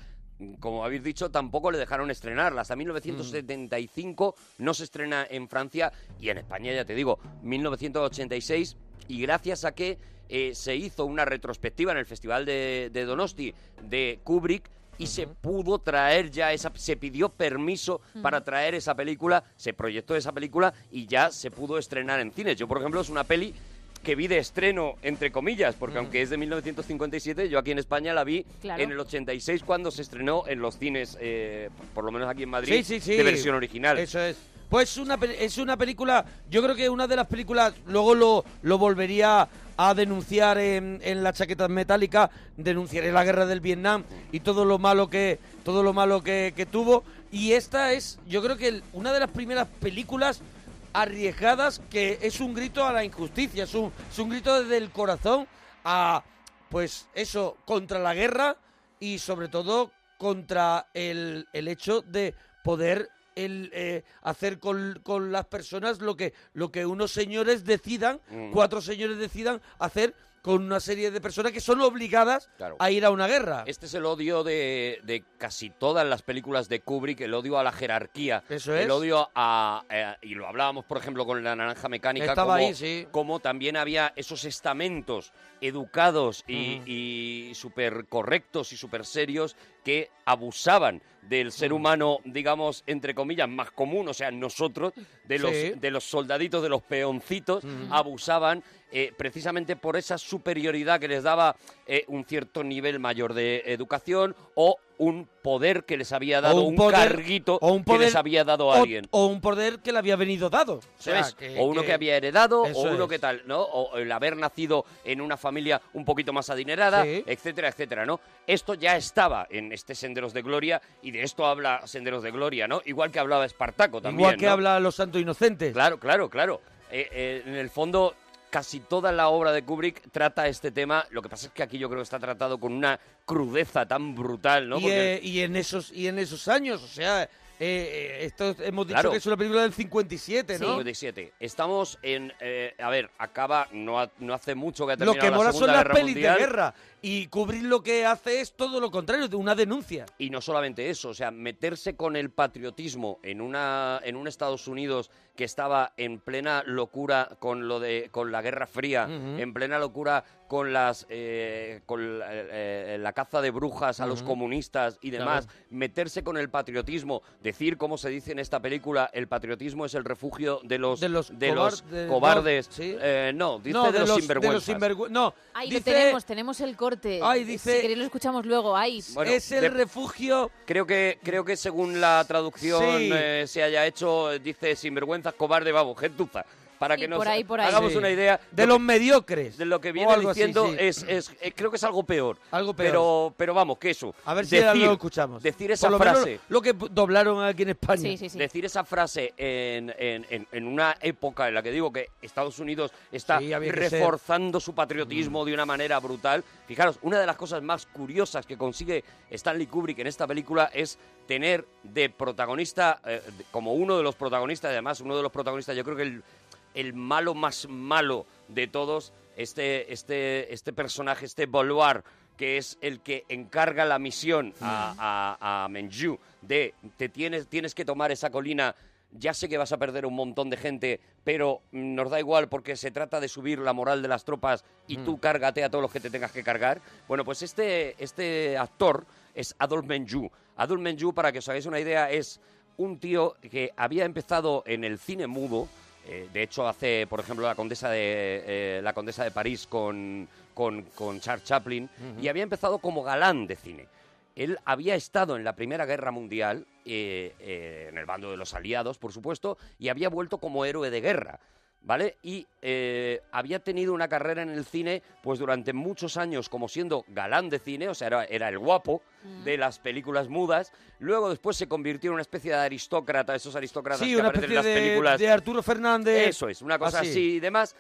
Speaker 4: como habéis dicho, tampoco le dejaron estrenarla. Hasta 1975 no se estrena en Francia y en España, ya te digo, 1986. Y gracias a que eh, se hizo una retrospectiva en el Festival de, de Donosti de Kubrick. Y se pudo traer ya esa, se pidió permiso
Speaker 2: Ujú.
Speaker 4: para traer esa película, se proyectó esa película y ya se pudo estrenar en cines. Yo, por ejemplo, es una peli que vi de estreno, entre comillas, porque aunque es de 1957, yo aquí en España la vi
Speaker 2: Claro.
Speaker 4: en el 86 cuando se estrenó en los cines, eh, por lo menos aquí en Madrid,
Speaker 2: Sí, sí, sí.
Speaker 4: de versión original.
Speaker 2: Eso es. Pues una, pe- es una película, yo creo que es una de las películas, luego lo, lo volvería a denunciar en, en las chaquetas metálicas, denunciaré la guerra del Vietnam y todo lo malo que, todo lo malo que, que tuvo. Y esta es, yo creo que el- una de las primeras películas arriesgadas que es un grito a la injusticia, es un, es un grito desde el corazón a, pues eso, contra la guerra y sobre todo contra el, el hecho de poder el, eh, hacer con, con las personas lo que, lo que unos señores decidan,
Speaker 4: Mm.
Speaker 2: cuatro señores decidan hacer con una serie de personas que son obligadas
Speaker 4: Claro.
Speaker 2: a ir a una guerra.
Speaker 4: Este es el odio de, de casi todas las películas de Kubrick, el odio a la jerarquía,
Speaker 2: Eso es.
Speaker 4: el odio a... eh, y lo hablábamos, por ejemplo, con la naranja mecánica,
Speaker 2: Estaba
Speaker 4: como,
Speaker 2: ahí, sí.
Speaker 4: como también había esos estamentos educados y,
Speaker 2: Ujú.
Speaker 4: y súper correctos y súper serios que abusaban del ser humano, digamos, entre comillas, más común, o sea, nosotros, de los,
Speaker 2: Sí.
Speaker 4: de los soldaditos, de los peoncitos, abusaban eh, precisamente por esa superioridad que les daba eh, un cierto nivel mayor de educación o un poder que les había dado, un,
Speaker 2: poder-
Speaker 4: carguito
Speaker 2: o un
Speaker 4: que
Speaker 2: poder-
Speaker 4: les había dado
Speaker 2: o-
Speaker 4: alguien.
Speaker 2: O, un poder que le había venido dado. O, sea,
Speaker 4: ¿sabes? o uno que, había heredado, o
Speaker 2: Eso
Speaker 4: uno
Speaker 2: es.
Speaker 4: que tal, ¿no? O el haber nacido en una familia un poquito más adinerada,
Speaker 2: Sí.
Speaker 4: etcétera, etcétera, ¿no? Esto ya estaba en este Senderos de Gloria y de esto habla Senderos de Gloria, ¿no? Igual que hablaba Espartaco también.
Speaker 2: Igual que
Speaker 4: ¿no?
Speaker 2: habla los santos inocentes.
Speaker 4: Claro, claro, claro. Eh, eh, en el fondo, casi toda la obra de Kubrick trata este tema. Lo que pasa es que aquí yo creo que está tratado con una crudeza tan brutal, ¿no?
Speaker 2: Y,
Speaker 4: Porque-
Speaker 2: eh, y en esos y en esos años, o sea, eh, eh, esto hemos dicho
Speaker 4: Claro.
Speaker 2: que es una película del 57, ¿no?
Speaker 4: 57. Estamos en. eh, a ver, acaba. No, ha- no hace mucho que ha
Speaker 2: Lo
Speaker 4: terminado
Speaker 2: que
Speaker 4: la
Speaker 2: mola son
Speaker 4: Segunda
Speaker 2: las
Speaker 4: Guerra
Speaker 2: pelis
Speaker 4: Mundial.
Speaker 2: de guerra y Kubrick lo que hace es todo lo contrario, de una denuncia.
Speaker 4: Y no solamente eso, o sea, meterse con el patriotismo en una en un Estados Unidos que estaba en plena locura con lo de con la Guerra Fría,
Speaker 2: Ujú.
Speaker 4: en plena locura con las eh, con la, eh, la caza de brujas a los
Speaker 2: Ujú.
Speaker 4: comunistas y demás,
Speaker 2: Claro.
Speaker 4: meterse con el patriotismo, decir como se dice en esta película, el patriotismo es el refugio de los de los,
Speaker 2: cobar- de-
Speaker 4: cobardes,
Speaker 2: no, sí.
Speaker 4: Eh, no, dice
Speaker 2: No,
Speaker 4: de, los,
Speaker 2: de los
Speaker 4: sinvergüenzas.
Speaker 2: sinvergü- No,
Speaker 3: Ahí
Speaker 2: dice,
Speaker 3: lo tenemos, tenemos el corte.
Speaker 2: Ay, dice-
Speaker 3: si queréis lo escuchamos luego. Ahí.
Speaker 4: Bueno, de-
Speaker 2: refugio.
Speaker 4: Creo que, creo que según la traducción
Speaker 2: Sí.
Speaker 4: eh, se haya hecho, eh, dice sinvergüenza, cobarde, babo, gentuza. Para
Speaker 3: Sí,
Speaker 4: que nos
Speaker 3: por ahí, por ahí.
Speaker 4: hagamos
Speaker 2: Sí.
Speaker 4: una idea
Speaker 2: de los mediocres.
Speaker 4: de lo que
Speaker 2: o
Speaker 4: viene
Speaker 2: algo así,
Speaker 4: diciendo.
Speaker 2: sí.
Speaker 4: es, es- eh, creo que es algo peor.
Speaker 2: Algo peor.
Speaker 4: Pero, pero vamos, que eso.
Speaker 2: A ver si ahora lo escuchamos.
Speaker 4: Decir
Speaker 2: Por
Speaker 4: esa
Speaker 2: lo menos
Speaker 4: frase.
Speaker 2: lo que doblaron aquí en España.
Speaker 4: Decir esa frase en, en- en- en una época en la que digo que Estados Unidos está
Speaker 2: Sí, había que ser. Mm.
Speaker 4: reforzando su patriotismo de una manera brutal. Fijaros, una de las cosas más curiosas que consigue Stanley Kubrick en esta película es tener de protagonista, eh, de- como uno de los protagonistas, además uno de los protagonistas, yo creo que el, el malo más malo de todos, este, este, este personaje, este Boluar, que es el que encarga la misión a, a, a Menju de te tienes, tienes que tomar esa colina. Ya sé que vas a perder un montón de gente, pero mm, nos da igual porque se trata de subir la moral de las tropas y
Speaker 2: Mm.
Speaker 4: tú cárgate a todos los que te tengas que cargar. Bueno, pues este, este actor es Adolf Menju. Adolf Menju, para que os hagáis una idea, es un tío que había empezado en el cine mudo. eh, de hecho, hace, por ejemplo, la condesa de, eh, la condesa de París con, con, con Charles Chaplin.
Speaker 2: Ujú.
Speaker 4: Y había empezado como galán de cine. Él había estado en la Primera Guerra Mundial, eh, eh, en el bando de los aliados, por supuesto, y había vuelto como héroe de guerra. ¿Vale? Y eh, había tenido una carrera en el cine, pues durante muchos años, como siendo galán de cine, o sea, era, era el guapo de las películas mudas. Luego, después, se convirtió en una especie de aristócrata, esos aristócratas
Speaker 2: Sí,
Speaker 4: que
Speaker 2: una
Speaker 4: aparecen en
Speaker 2: especie
Speaker 4: las
Speaker 2: de,
Speaker 4: películas.
Speaker 2: de Arturo Fernández.
Speaker 4: Eso es, una cosa así y demás.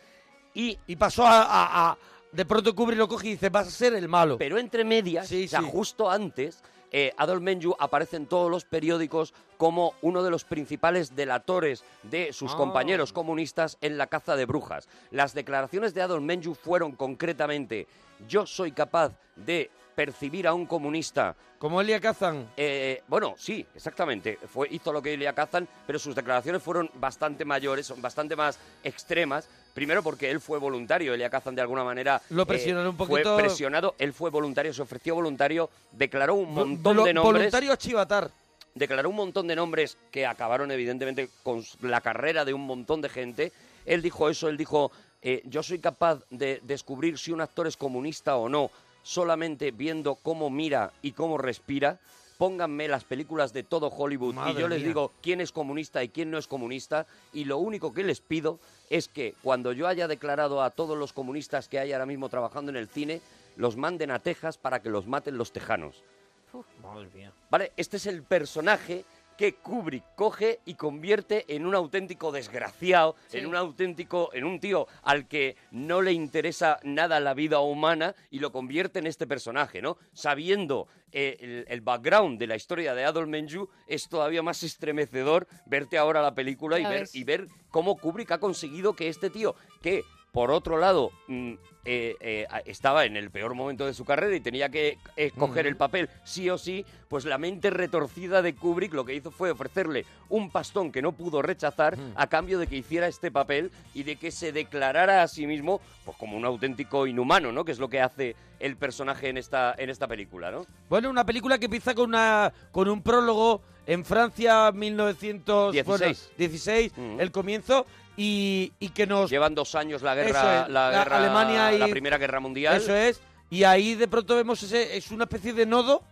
Speaker 4: Y,
Speaker 2: pasó a, a- a- De pronto Kubrick lo coge y dice, vas a ser el malo.
Speaker 4: Pero entre medias, o sea, justo antes, eh, Adolf Menju aparece en todos los periódicos como uno de los principales delatores de sus
Speaker 2: Ah.
Speaker 4: compañeros comunistas en la caza de brujas. Las declaraciones de Adolf Menju fueron concretamente, yo soy capaz de percibir a un comunista
Speaker 2: Como Elia Kazan.
Speaker 4: eh, bueno, sí, exactamente. Fue, hizo lo que Ilya Kazan, pero sus declaraciones fueron bastante mayores, son bastante más extremas. Primero porque él fue voluntario, Ilya Kazan de alguna manera... eh,
Speaker 2: Lo presionaron un poquito.
Speaker 4: Fue presionado, él fue voluntario, se ofreció voluntario, declaró un
Speaker 2: Vo-
Speaker 4: montón
Speaker 2: volo-
Speaker 4: de nombres
Speaker 2: Voluntario a chivatar.
Speaker 4: declaró un montón de nombres que acabaron evidentemente con s- la carrera de un montón de gente. Él dijo eso, él dijo, eh, yo soy capaz de descubrir si un actor es comunista o no solamente viendo cómo mira y cómo respira. Pónganme las películas de todo Hollywood y
Speaker 2: Madre
Speaker 4: yo les
Speaker 2: mía.
Speaker 4: digo quién es comunista y quién no es comunista. Y lo único que les pido es que cuando yo haya declarado a todos los comunistas que hay ahora mismo trabajando en el cine, los manden a Texas para que los maten los tejanos.
Speaker 2: Madre mía.
Speaker 4: ¿Vale? Este es el personaje que Kubrick coge y convierte en un auténtico desgraciado,
Speaker 2: Sí.
Speaker 4: en un auténtico, en un tío al que no le interesa nada la vida humana y lo convierte en este personaje, ¿no? Sabiendo eh, el, el background de la historia de Adolf Menju, es todavía más estremecedor verte ahora la película y
Speaker 2: Ya
Speaker 4: ver,
Speaker 2: ves.
Speaker 4: y ver cómo Kubrick ha conseguido que este tío, que por otro lado mm, eh, eh, a- estaba en el peor momento de su carrera y tenía que escoger
Speaker 2: Ujú.
Speaker 4: el papel sí o sí, pues la mente retorcida de Kubrick lo que hizo fue ofrecerle un pastón que no pudo rechazar a cambio de que hiciera este papel y de que se declarara a sí mismo pues como un auténtico inhumano, ¿no? Que es lo que hace el personaje en esta, en esta película, ¿no?
Speaker 2: Bueno, una película que empieza con una con un prólogo en Francia 1916,
Speaker 4: Dieciséis. Mm.
Speaker 2: el comienzo y, y que nos
Speaker 4: Llevan dos años la
Speaker 2: Eso
Speaker 4: guerra,
Speaker 2: es,
Speaker 4: la
Speaker 2: la
Speaker 4: guerra-
Speaker 2: Alemania y-
Speaker 4: la Primera Guerra Mundial.
Speaker 2: Eso es. Y ahí de pronto vemos ese es una especie de nodo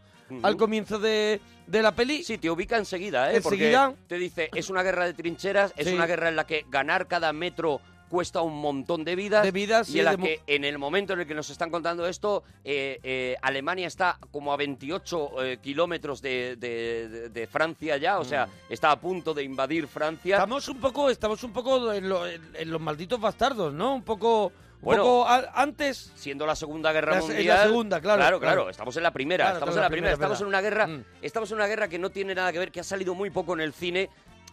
Speaker 2: al comienzo de, de la peli.
Speaker 4: Sí, te ubica enseguida, ¿eh? Porque
Speaker 2: Enseguida.
Speaker 4: te dice, es una guerra de trincheras, es
Speaker 2: Sí.
Speaker 4: una guerra en la que ganar cada metro cuesta un montón de vidas.
Speaker 2: De vidas,
Speaker 4: y
Speaker 2: sí,
Speaker 4: en la
Speaker 2: de mo-
Speaker 4: que en el momento en el que nos están contando esto, eh, eh, Alemania está como a 28 eh, kilómetros de, de- de- de Francia ya, o sea,
Speaker 2: Mm.
Speaker 4: está a punto de invadir Francia.
Speaker 2: Estamos un poco, estamos un poco en, lo- en- en los malditos bastardos, ¿no? Un poco, un
Speaker 4: Bueno,
Speaker 2: poco a- antes.
Speaker 4: Siendo la Segunda Guerra
Speaker 2: La se- en la
Speaker 4: Mundial.
Speaker 2: segunda, claro,
Speaker 4: Claro,
Speaker 2: claro.
Speaker 4: Estamos en la primera.
Speaker 2: Claro,
Speaker 4: estamos
Speaker 2: claro,
Speaker 4: en la primera. Estamos en una guerra.
Speaker 2: verdad. Mm.
Speaker 4: Estamos en una guerra que no tiene nada que ver, que ha salido muy poco en el cine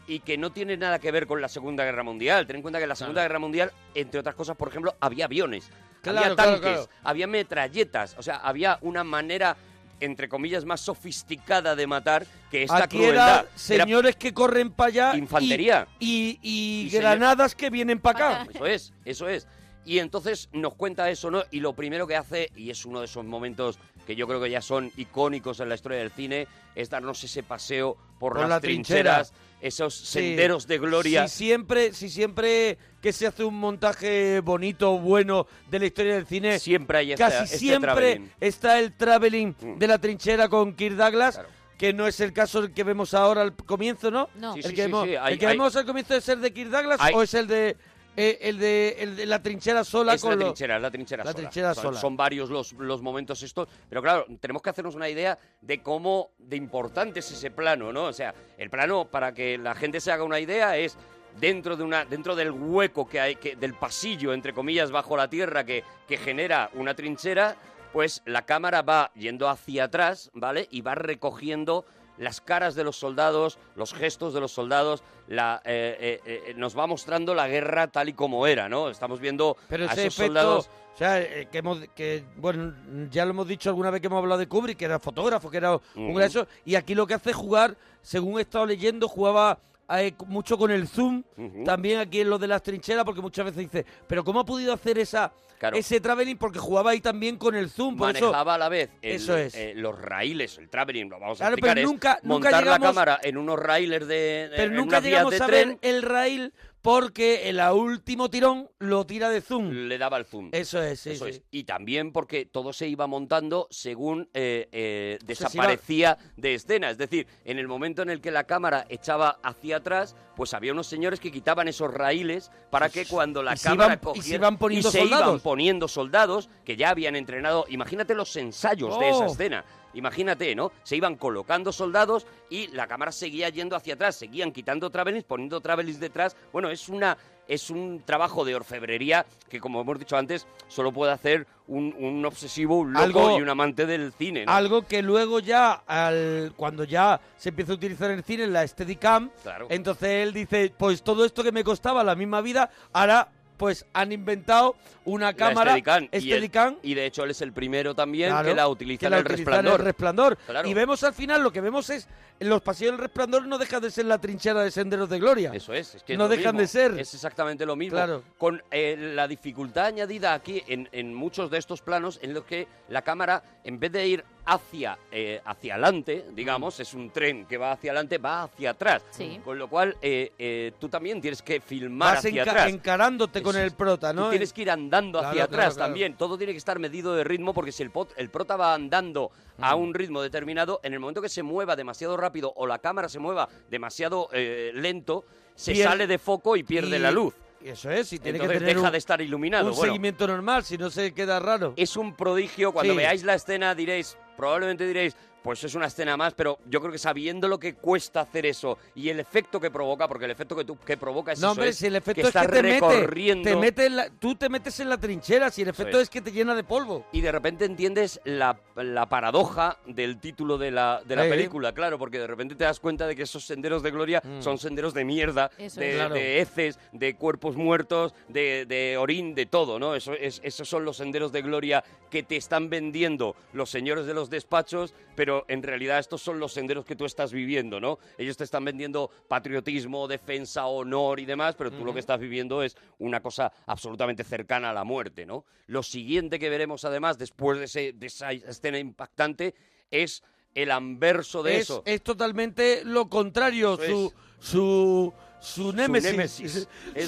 Speaker 4: y que no tiene nada que ver con la Segunda Guerra Mundial. Ten en cuenta que en la Segunda Guerra Mundial, entre otras cosas, por ejemplo, había aviones,
Speaker 2: Claro,
Speaker 4: había
Speaker 2: claro,
Speaker 4: tanques,
Speaker 2: claro.
Speaker 4: había metralletas, o sea, había una manera entre comillas más sofisticada de matar que esta
Speaker 2: Aquí
Speaker 4: crueldad.
Speaker 2: eran señores que corren para allá. y-
Speaker 4: Infantería.
Speaker 2: Y, y
Speaker 4: Y señor-
Speaker 2: granadas que vienen para acá.
Speaker 4: Eso es, eso es. Y entonces nos cuenta eso, ¿no? Y lo primero que hace, y es uno de esos momentos que yo creo que ya son icónicos en la historia del cine, es darnos ese paseo por, las
Speaker 2: la trinchera.
Speaker 4: trincheras, esos
Speaker 2: Sí.
Speaker 4: senderos de gloria.
Speaker 2: Si siempre, si siempre que se hace un montaje bonito, bueno de la historia del cine,
Speaker 4: Siempre hay este-
Speaker 2: casi
Speaker 4: este Mm.
Speaker 2: siempre
Speaker 4: travelling.
Speaker 2: está el traveling de la trinchera con Kirk Douglas. Que no es el caso el que vemos ahora al comienzo, ¿no?
Speaker 4: No. Sí,
Speaker 2: el que,
Speaker 4: sí, sí,
Speaker 2: vemos,
Speaker 4: sí, hay-
Speaker 2: el que
Speaker 4: hay-
Speaker 2: vemos al comienzo es el de Kirk Douglas
Speaker 4: Hay-
Speaker 2: o es el de, eh, el de, el de la trinchera sola
Speaker 4: es
Speaker 2: con
Speaker 4: la
Speaker 2: los-
Speaker 4: trinchera, es la trinchera
Speaker 2: La
Speaker 4: sola.
Speaker 2: trinchera
Speaker 4: son,
Speaker 2: sola.
Speaker 4: son varios los, los momentos estos, pero claro, tenemos que hacernos una idea de cómo de importante es ese plano, ¿no? O sea, el plano para que la gente se haga una idea es dentro de una dentro del hueco que hay que del pasillo entre comillas bajo la tierra que que genera una trinchera, pues la cámara va yendo hacia atrás, ¿vale? Y va recogiendo las caras de los soldados, los gestos de los soldados, la, eh, eh, eh, nos va mostrando la guerra tal y como era, ¿no? Estamos viendo
Speaker 2: Pero
Speaker 4: a
Speaker 2: ese
Speaker 4: esos
Speaker 2: efecto,
Speaker 4: soldados
Speaker 2: o sea, eh, que, hemos, que, bueno, ya lo hemos dicho alguna vez que hemos hablado de Kubrick, que era fotógrafo, que era un
Speaker 4: Ujú.
Speaker 2: gran eso, y aquí lo que hace es jugar, según he estado leyendo, jugaba eh, mucho con el zoom, también aquí en lo de las trincheras, porque muchas veces dice, pero ¿cómo ha podido hacer esa
Speaker 4: Claro.
Speaker 2: ese traveling? Porque jugaba ahí también con el zoom, por eso-
Speaker 4: manejaba a la vez el-
Speaker 2: eso es.
Speaker 4: eh, los raíles, el traveling, lo vamos a
Speaker 2: Claro,
Speaker 4: explicar,
Speaker 2: pero
Speaker 4: es
Speaker 2: nunca- nunca
Speaker 4: montar la
Speaker 2: llegamos-
Speaker 4: cámara en unos raíles de
Speaker 2: pero
Speaker 4: en
Speaker 2: nunca
Speaker 4: unas vías
Speaker 2: llegamos
Speaker 4: de
Speaker 2: a
Speaker 4: tren,
Speaker 2: ver el rail porque el último tirón lo tira de zoom.
Speaker 4: le daba el zoom.
Speaker 2: Eso es, sí,
Speaker 4: Eso
Speaker 2: sí.
Speaker 4: es. Y también porque todo se iba montando según eh, eh,
Speaker 2: sea, se
Speaker 4: desaparecía de escena. Es decir, en el momento en el que la cámara echaba hacia atrás, pues había unos señores que quitaban esos raíles para que cuando la
Speaker 2: se
Speaker 4: cámara
Speaker 2: iban- Pues, y se
Speaker 4: cogiera-
Speaker 2: iban poniendo
Speaker 4: y se iban
Speaker 2: soldados.
Speaker 4: poniendo soldados que ya habían entrenado. Imagínate los ensayos de
Speaker 2: Oh.
Speaker 4: esa escena. Imagínate, ¿no? Se iban colocando soldados y la cámara seguía yendo hacia atrás, seguían quitando travelings, poniendo travelings detrás. Bueno, es una es un trabajo de orfebrería que, como hemos dicho antes, solo puede hacer un, un obsesivo, un loco
Speaker 2: Algo-
Speaker 4: y un amante del cine. ¿no?
Speaker 2: Algo que luego ya, al, cuando ya se empieza a utilizar en el cine, la Steadicam,
Speaker 4: Claro.
Speaker 2: entonces él dice, pues todo esto que me costaba la misma vida, ahora pues han inventado una
Speaker 4: La
Speaker 2: cámara
Speaker 4: Steadicam y él-
Speaker 2: Steadicam,
Speaker 4: Y, de hecho él es el primero también
Speaker 2: claro,
Speaker 4: que la utiliza
Speaker 2: que
Speaker 4: en
Speaker 2: la
Speaker 4: el
Speaker 2: utiliza en
Speaker 4: resplandor.
Speaker 2: el resplandor.
Speaker 4: Claro.
Speaker 2: Y vemos al final, lo que vemos es, en los pasillos del resplandor no deja de ser la trinchera de Senderos de Gloria.
Speaker 4: Eso es, es que es
Speaker 2: No
Speaker 4: lo
Speaker 2: dejan
Speaker 4: mismo,
Speaker 2: de ser.
Speaker 4: Es exactamente lo mismo.
Speaker 2: Claro.
Speaker 4: Con eh, la dificultad añadida aquí en, en muchos de estos planos en los que la cámara, en vez de ir hacia, eh, hacia adelante, digamos,
Speaker 2: Mm.
Speaker 4: es un tren que va hacia adelante, va hacia atrás.
Speaker 2: Sí.
Speaker 4: Con lo cual, eh, eh, tú también tienes que filmar
Speaker 2: Vas
Speaker 4: hacia
Speaker 2: enca-
Speaker 4: atrás.
Speaker 2: encarándote con
Speaker 4: Eso
Speaker 2: el
Speaker 4: es.
Speaker 2: prota,
Speaker 4: Tú
Speaker 2: ¿no?
Speaker 4: tienes que ir andando
Speaker 2: Claro,
Speaker 4: hacia
Speaker 2: claro,
Speaker 4: atrás
Speaker 2: claro.
Speaker 4: también. Todo tiene que estar medido de ritmo porque si el, pot- el prota va andando a un ritmo determinado, en el momento que se mueva demasiado rápido o la cámara se mueva demasiado eh, lento, se
Speaker 2: Pier-
Speaker 4: sale de foco y pierde
Speaker 2: Y-
Speaker 4: la luz.
Speaker 2: y Eso es, y tiene
Speaker 4: Entonces
Speaker 2: que tener
Speaker 4: deja
Speaker 2: un-
Speaker 4: de estar iluminado.
Speaker 2: un
Speaker 4: Bueno,
Speaker 2: seguimiento normal, si no se queda raro.
Speaker 4: es un prodigio. Cuando
Speaker 2: Sí.
Speaker 4: veáis la escena diréis, probablemente diréis, pues es una escena más, pero yo creo que sabiendo lo que cuesta hacer eso y el efecto que provoca, porque el efecto que, tú- que provoca es
Speaker 2: No,
Speaker 4: eso,
Speaker 2: hombre,
Speaker 4: es
Speaker 2: si el efecto
Speaker 4: que
Speaker 2: es que
Speaker 4: estás
Speaker 2: te mete,
Speaker 4: recorriendo...
Speaker 2: te mete en la- tú te metes en la trinchera, si el efecto
Speaker 4: es.
Speaker 2: es. que te llena de polvo.
Speaker 4: Y de repente entiendes la, la paradoja del título de la, de la
Speaker 2: Sí.
Speaker 4: película, claro, porque de repente te das cuenta de que esos senderos de gloria son senderos de mierda,
Speaker 2: Eso
Speaker 4: de,
Speaker 2: es. Mm. Claro.
Speaker 4: de heces, de cuerpos muertos, de, de orín, de todo, ¿no? Eso es, esos son los senderos de gloria que te están vendiendo los señores de los despachos, pero en realidad estos son los senderos que tú estás viviendo, ¿no? Ellos te están vendiendo patriotismo, defensa, honor y demás, pero tú lo
Speaker 2: Ujú.
Speaker 4: que estás viviendo es una cosa absolutamente cercana a la muerte, ¿no? Lo siguiente que veremos además después de, ese- de esa escena impactante es el anverso de
Speaker 2: es,
Speaker 4: eso.
Speaker 2: es totalmente lo contrario,
Speaker 4: Eso
Speaker 2: su, su, su némesis.
Speaker 4: némesis. Eso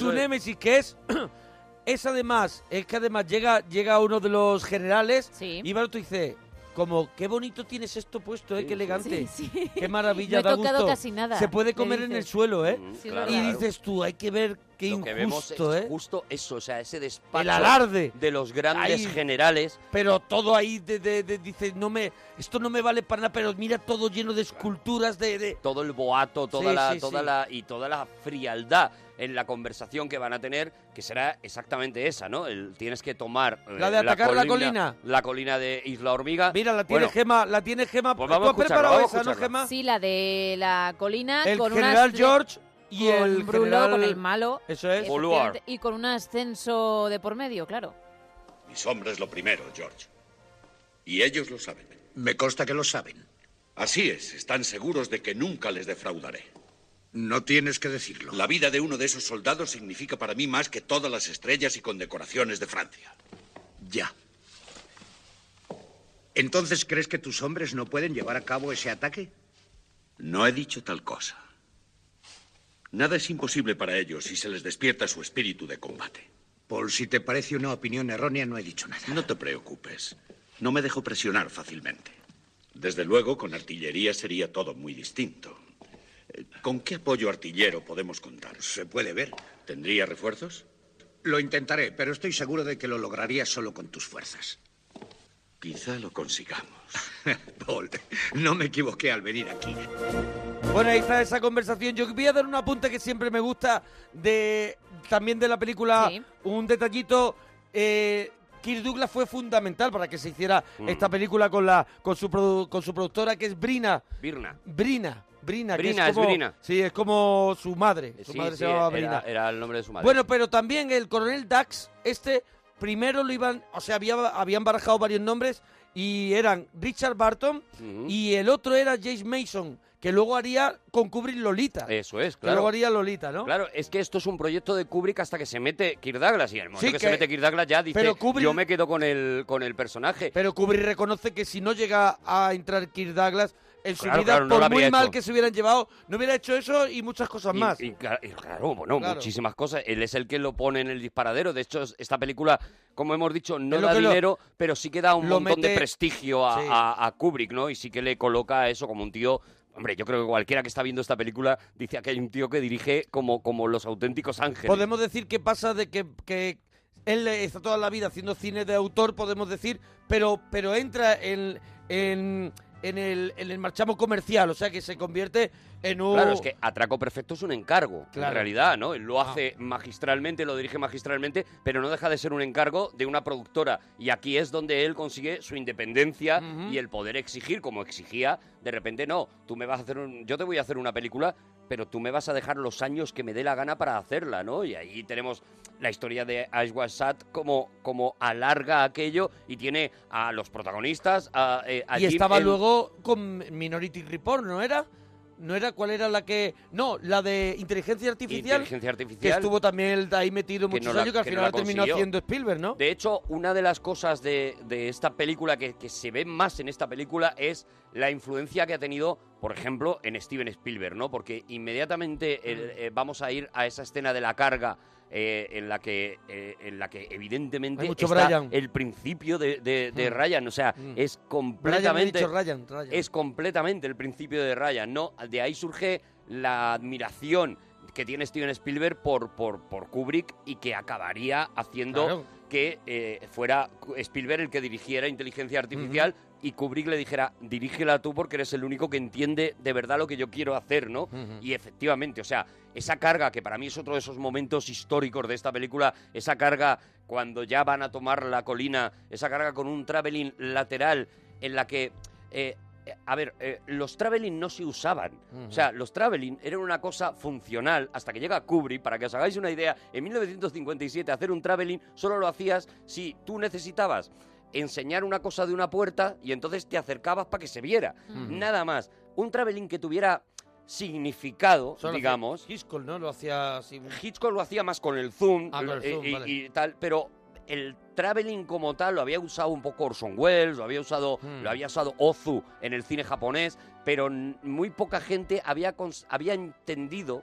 Speaker 2: Su
Speaker 4: es.
Speaker 2: némesis, que es. Es además, es que además llega, llega uno de los generales y va otro y dice, como, qué bonito tienes esto puesto, ¿eh? qué elegante,
Speaker 3: Sí, sí.
Speaker 2: qué maravilla,
Speaker 3: No he
Speaker 2: da
Speaker 3: tocado
Speaker 2: gusto.
Speaker 3: casi nada,
Speaker 2: Se puede
Speaker 3: le
Speaker 2: comer en
Speaker 3: dice.
Speaker 2: el suelo, ¿eh?
Speaker 3: Sí, es verdad.
Speaker 2: y dices tú, hay que ver Qué
Speaker 4: Lo que vemos es
Speaker 2: injusto, ¿eh?
Speaker 4: justo eso, o sea, ese despacho
Speaker 2: El alarde.
Speaker 4: de los grandes
Speaker 2: Ahí-
Speaker 4: generales.
Speaker 2: Pero todo ahí de, de- de- dice, no me, esto no me vale para nada, pero mira todo lleno de esculturas de... de-
Speaker 4: todo el boato, toda
Speaker 2: Sí,
Speaker 4: la,
Speaker 2: sí,
Speaker 4: toda
Speaker 2: sí.
Speaker 4: la y toda la frialdad en la conversación que van a tener, que será exactamente esa, ¿no? El- tienes que tomar eh,
Speaker 2: La de atacar la colina.
Speaker 4: la colina de Isla Hormiga.
Speaker 2: Mira, la tiene
Speaker 4: Bueno,
Speaker 2: Gema, la tiene Gema.
Speaker 4: pues vamos a
Speaker 2: ¿Tú has
Speaker 4: escucharla,
Speaker 2: preparado
Speaker 4: vamos a
Speaker 2: esa, no,
Speaker 4: escucharla.
Speaker 2: Gema?
Speaker 3: Sí, la de la colina
Speaker 2: El
Speaker 3: con
Speaker 2: general
Speaker 3: unas-
Speaker 2: George y
Speaker 3: con
Speaker 2: el
Speaker 3: Bruno,
Speaker 2: general-
Speaker 3: con el malo.
Speaker 2: Eso es.
Speaker 3: efectivamente, Y con un ascenso de por medio, claro.
Speaker 1: Mis hombres lo primero, George. Y ellos lo saben. Me consta que lo saben. Así es, están seguros de que nunca les defraudaré. No tienes que decirlo. La vida de uno de esos soldados significa para mí más que todas las estrellas y condecoraciones de Francia. Ya.
Speaker 10: ¿Entonces crees que tus hombres no pueden llevar a cabo ese ataque?
Speaker 1: No he dicho tal cosa. Nada es imposible para ellos si se les despierta su espíritu de combate.
Speaker 10: Paul, si te parece una opinión errónea, no he dicho nada.
Speaker 1: No te preocupes. No me dejo presionar fácilmente. Desde luego, con artillería sería todo muy distinto. Eh, ¿Con qué apoyo artillero podemos contar? Se puede ver. ¿Tendría refuerzos?
Speaker 10: Lo intentaré, pero estoy seguro de que lo lograrías solo con tus fuerzas.
Speaker 1: Quizá lo consigamos.
Speaker 10: Paul, no me equivoqué al venir aquí.
Speaker 2: Bueno, ahí está esa conversación. Yo voy a dar un apunte que siempre me gusta de también de la película. Un detallito. Eh, Kirk Douglas fue fundamental para que se hiciera
Speaker 4: Mm.
Speaker 2: esta película con la con su produ- con su productora que es Brina.
Speaker 4: Birna.
Speaker 2: Brina. Brina. que
Speaker 4: Brina, es
Speaker 2: como-
Speaker 4: Brina.
Speaker 2: Sí, es como su madre. Su
Speaker 4: Sí,
Speaker 2: madre
Speaker 4: sí,
Speaker 2: se llamaba Brina.
Speaker 4: era, era el nombre de su madre.
Speaker 2: Bueno, pero también el coronel Dax, este primero lo iban, o sea, había- habían barajado varios nombres y eran Richard Barton
Speaker 4: Ujú.
Speaker 2: y el otro era James Mason, que luego haría con Kubrick Lolita.
Speaker 4: Eso es,
Speaker 2: Que
Speaker 4: claro.
Speaker 2: luego haría Lolita, ¿no?
Speaker 4: Claro, es que esto es un proyecto de Kubrick hasta que se mete Kirk Douglas y en el momento
Speaker 2: Sí,
Speaker 4: que,
Speaker 2: que-
Speaker 4: se mete Kirk Douglas ya dice,
Speaker 2: pero Kubrick-
Speaker 4: yo me quedo con el con el personaje.
Speaker 2: Pero Kubrick reconoce que si no llega a entrar Kirk Douglas en su
Speaker 4: Claro,
Speaker 2: vida,
Speaker 4: claro, no lo
Speaker 2: por
Speaker 4: habría
Speaker 2: muy mal
Speaker 4: hecho.
Speaker 2: que se hubieran llevado, no hubiera hecho eso y muchas cosas
Speaker 4: Y-
Speaker 2: más.
Speaker 4: Y, cla- y claro, bueno,
Speaker 2: Claro.
Speaker 4: muchísimas cosas. Él es el que lo pone en el disparadero. De hecho, es- esta película, como hemos dicho, no
Speaker 2: Es lo
Speaker 4: da
Speaker 2: que lo-
Speaker 4: dinero, pero sí que da un
Speaker 2: lo
Speaker 4: montón de
Speaker 2: mete-
Speaker 4: prestigio a,
Speaker 2: Sí.
Speaker 4: a- a Kubrick, ¿no? Y sí que le coloca eso como un tío. Hombre, yo creo que cualquiera que está viendo esta película dice que hay un tío que dirige como, como los auténticos ángeles.
Speaker 2: Podemos decir que pasa de que, que él está toda la vida haciendo cine de autor, podemos decir, pero, pero entra en, en, en el, en el marchamo comercial, o sea que se convierte en un...
Speaker 4: Claro, es que Atraco Perfecto es un encargo,
Speaker 2: Claro.
Speaker 4: en realidad, ¿no? Él lo
Speaker 2: Ah.
Speaker 4: hace magistralmente, lo dirige magistralmente, pero no deja de ser un encargo de una productora. Y aquí es donde él consigue su independencia y el poder exigir, como exigía, de repente, no, tú me vas a hacer un... Yo te voy a hacer una película, pero tú me vas a dejar los años que me dé la gana para hacerla, ¿no? Y ahí tenemos la historia de Ashwa Sat como, como alarga aquello y tiene a los protagonistas, a... eh, a
Speaker 2: y
Speaker 4: Jim
Speaker 2: estaba
Speaker 4: en-
Speaker 2: luego con Minority Report, ¿no era? ¿No era cuál era la que...? No, la de Inteligencia Artificial.
Speaker 4: Inteligencia Artificial.
Speaker 2: Que estuvo también él ahí metido muchos
Speaker 4: no la-
Speaker 2: años que al
Speaker 4: que no
Speaker 2: final
Speaker 4: la
Speaker 2: terminó
Speaker 4: consiguió.
Speaker 2: haciendo Spielberg, ¿no?
Speaker 4: De hecho, una de las cosas de, de esta película que, que se ve más en esta película es la influencia que ha tenido, por ejemplo, en Steven Spielberg, ¿no? Porque inmediatamente
Speaker 2: Mm.
Speaker 4: el- eh, vamos a ir a esa escena de la carga. eh, en la que eh, en la que evidentemente
Speaker 2: Hay mucho
Speaker 4: está
Speaker 2: Brian.
Speaker 4: el principio de, de- de
Speaker 2: Mm.
Speaker 4: Ryan o sea
Speaker 2: Mm.
Speaker 4: es
Speaker 2: Brian, he
Speaker 4: completamente
Speaker 2: dicho Ryan, Ryan.
Speaker 4: es completamente el principio de Ryan, ¿no? De ahí surge la admiración que tiene Steven Spielberg por, por, por Kubrick y que acabaría haciendo
Speaker 2: Claro.
Speaker 4: que eh, fuera Spielberg el que dirigiera Inteligencia Artificial y Kubrick le dijera, dirígela tú porque eres el único que entiende de verdad lo que yo quiero hacer, ¿no?
Speaker 2: Ujú.
Speaker 4: Y efectivamente, o sea, esa carga que para mí es otro de esos momentos históricos de esta película, esa carga cuando ya van a tomar la colina, esa carga con un traveling lateral en la que... eh, eh, a ver, eh, los traveling no se usaban.
Speaker 2: Ujú.
Speaker 4: O sea, los traveling eran una cosa funcional hasta que llega Kubrick. Para que os hagáis una idea, en 1957 hacer un traveling solo lo hacías si tú necesitabas enseñar una cosa de una puerta y entonces te acercabas para que se viera.
Speaker 2: Ujú.
Speaker 4: Nada más. Un traveling que tuviera significado,
Speaker 2: Solo hacía
Speaker 4: digamos.
Speaker 2: Hitchcock, ¿no? Lo hacía así...
Speaker 4: Hitchcock lo hacía más con el zoom,
Speaker 2: Ah, con el
Speaker 4: eh,
Speaker 2: zoom,
Speaker 4: y,
Speaker 2: vale.
Speaker 4: y tal, pero el traveling como tal lo había usado un poco Orson Welles, lo había usado,
Speaker 2: Hmm.
Speaker 4: lo había usado Ozu en el cine japonés, pero n- muy poca gente había cons- había entendido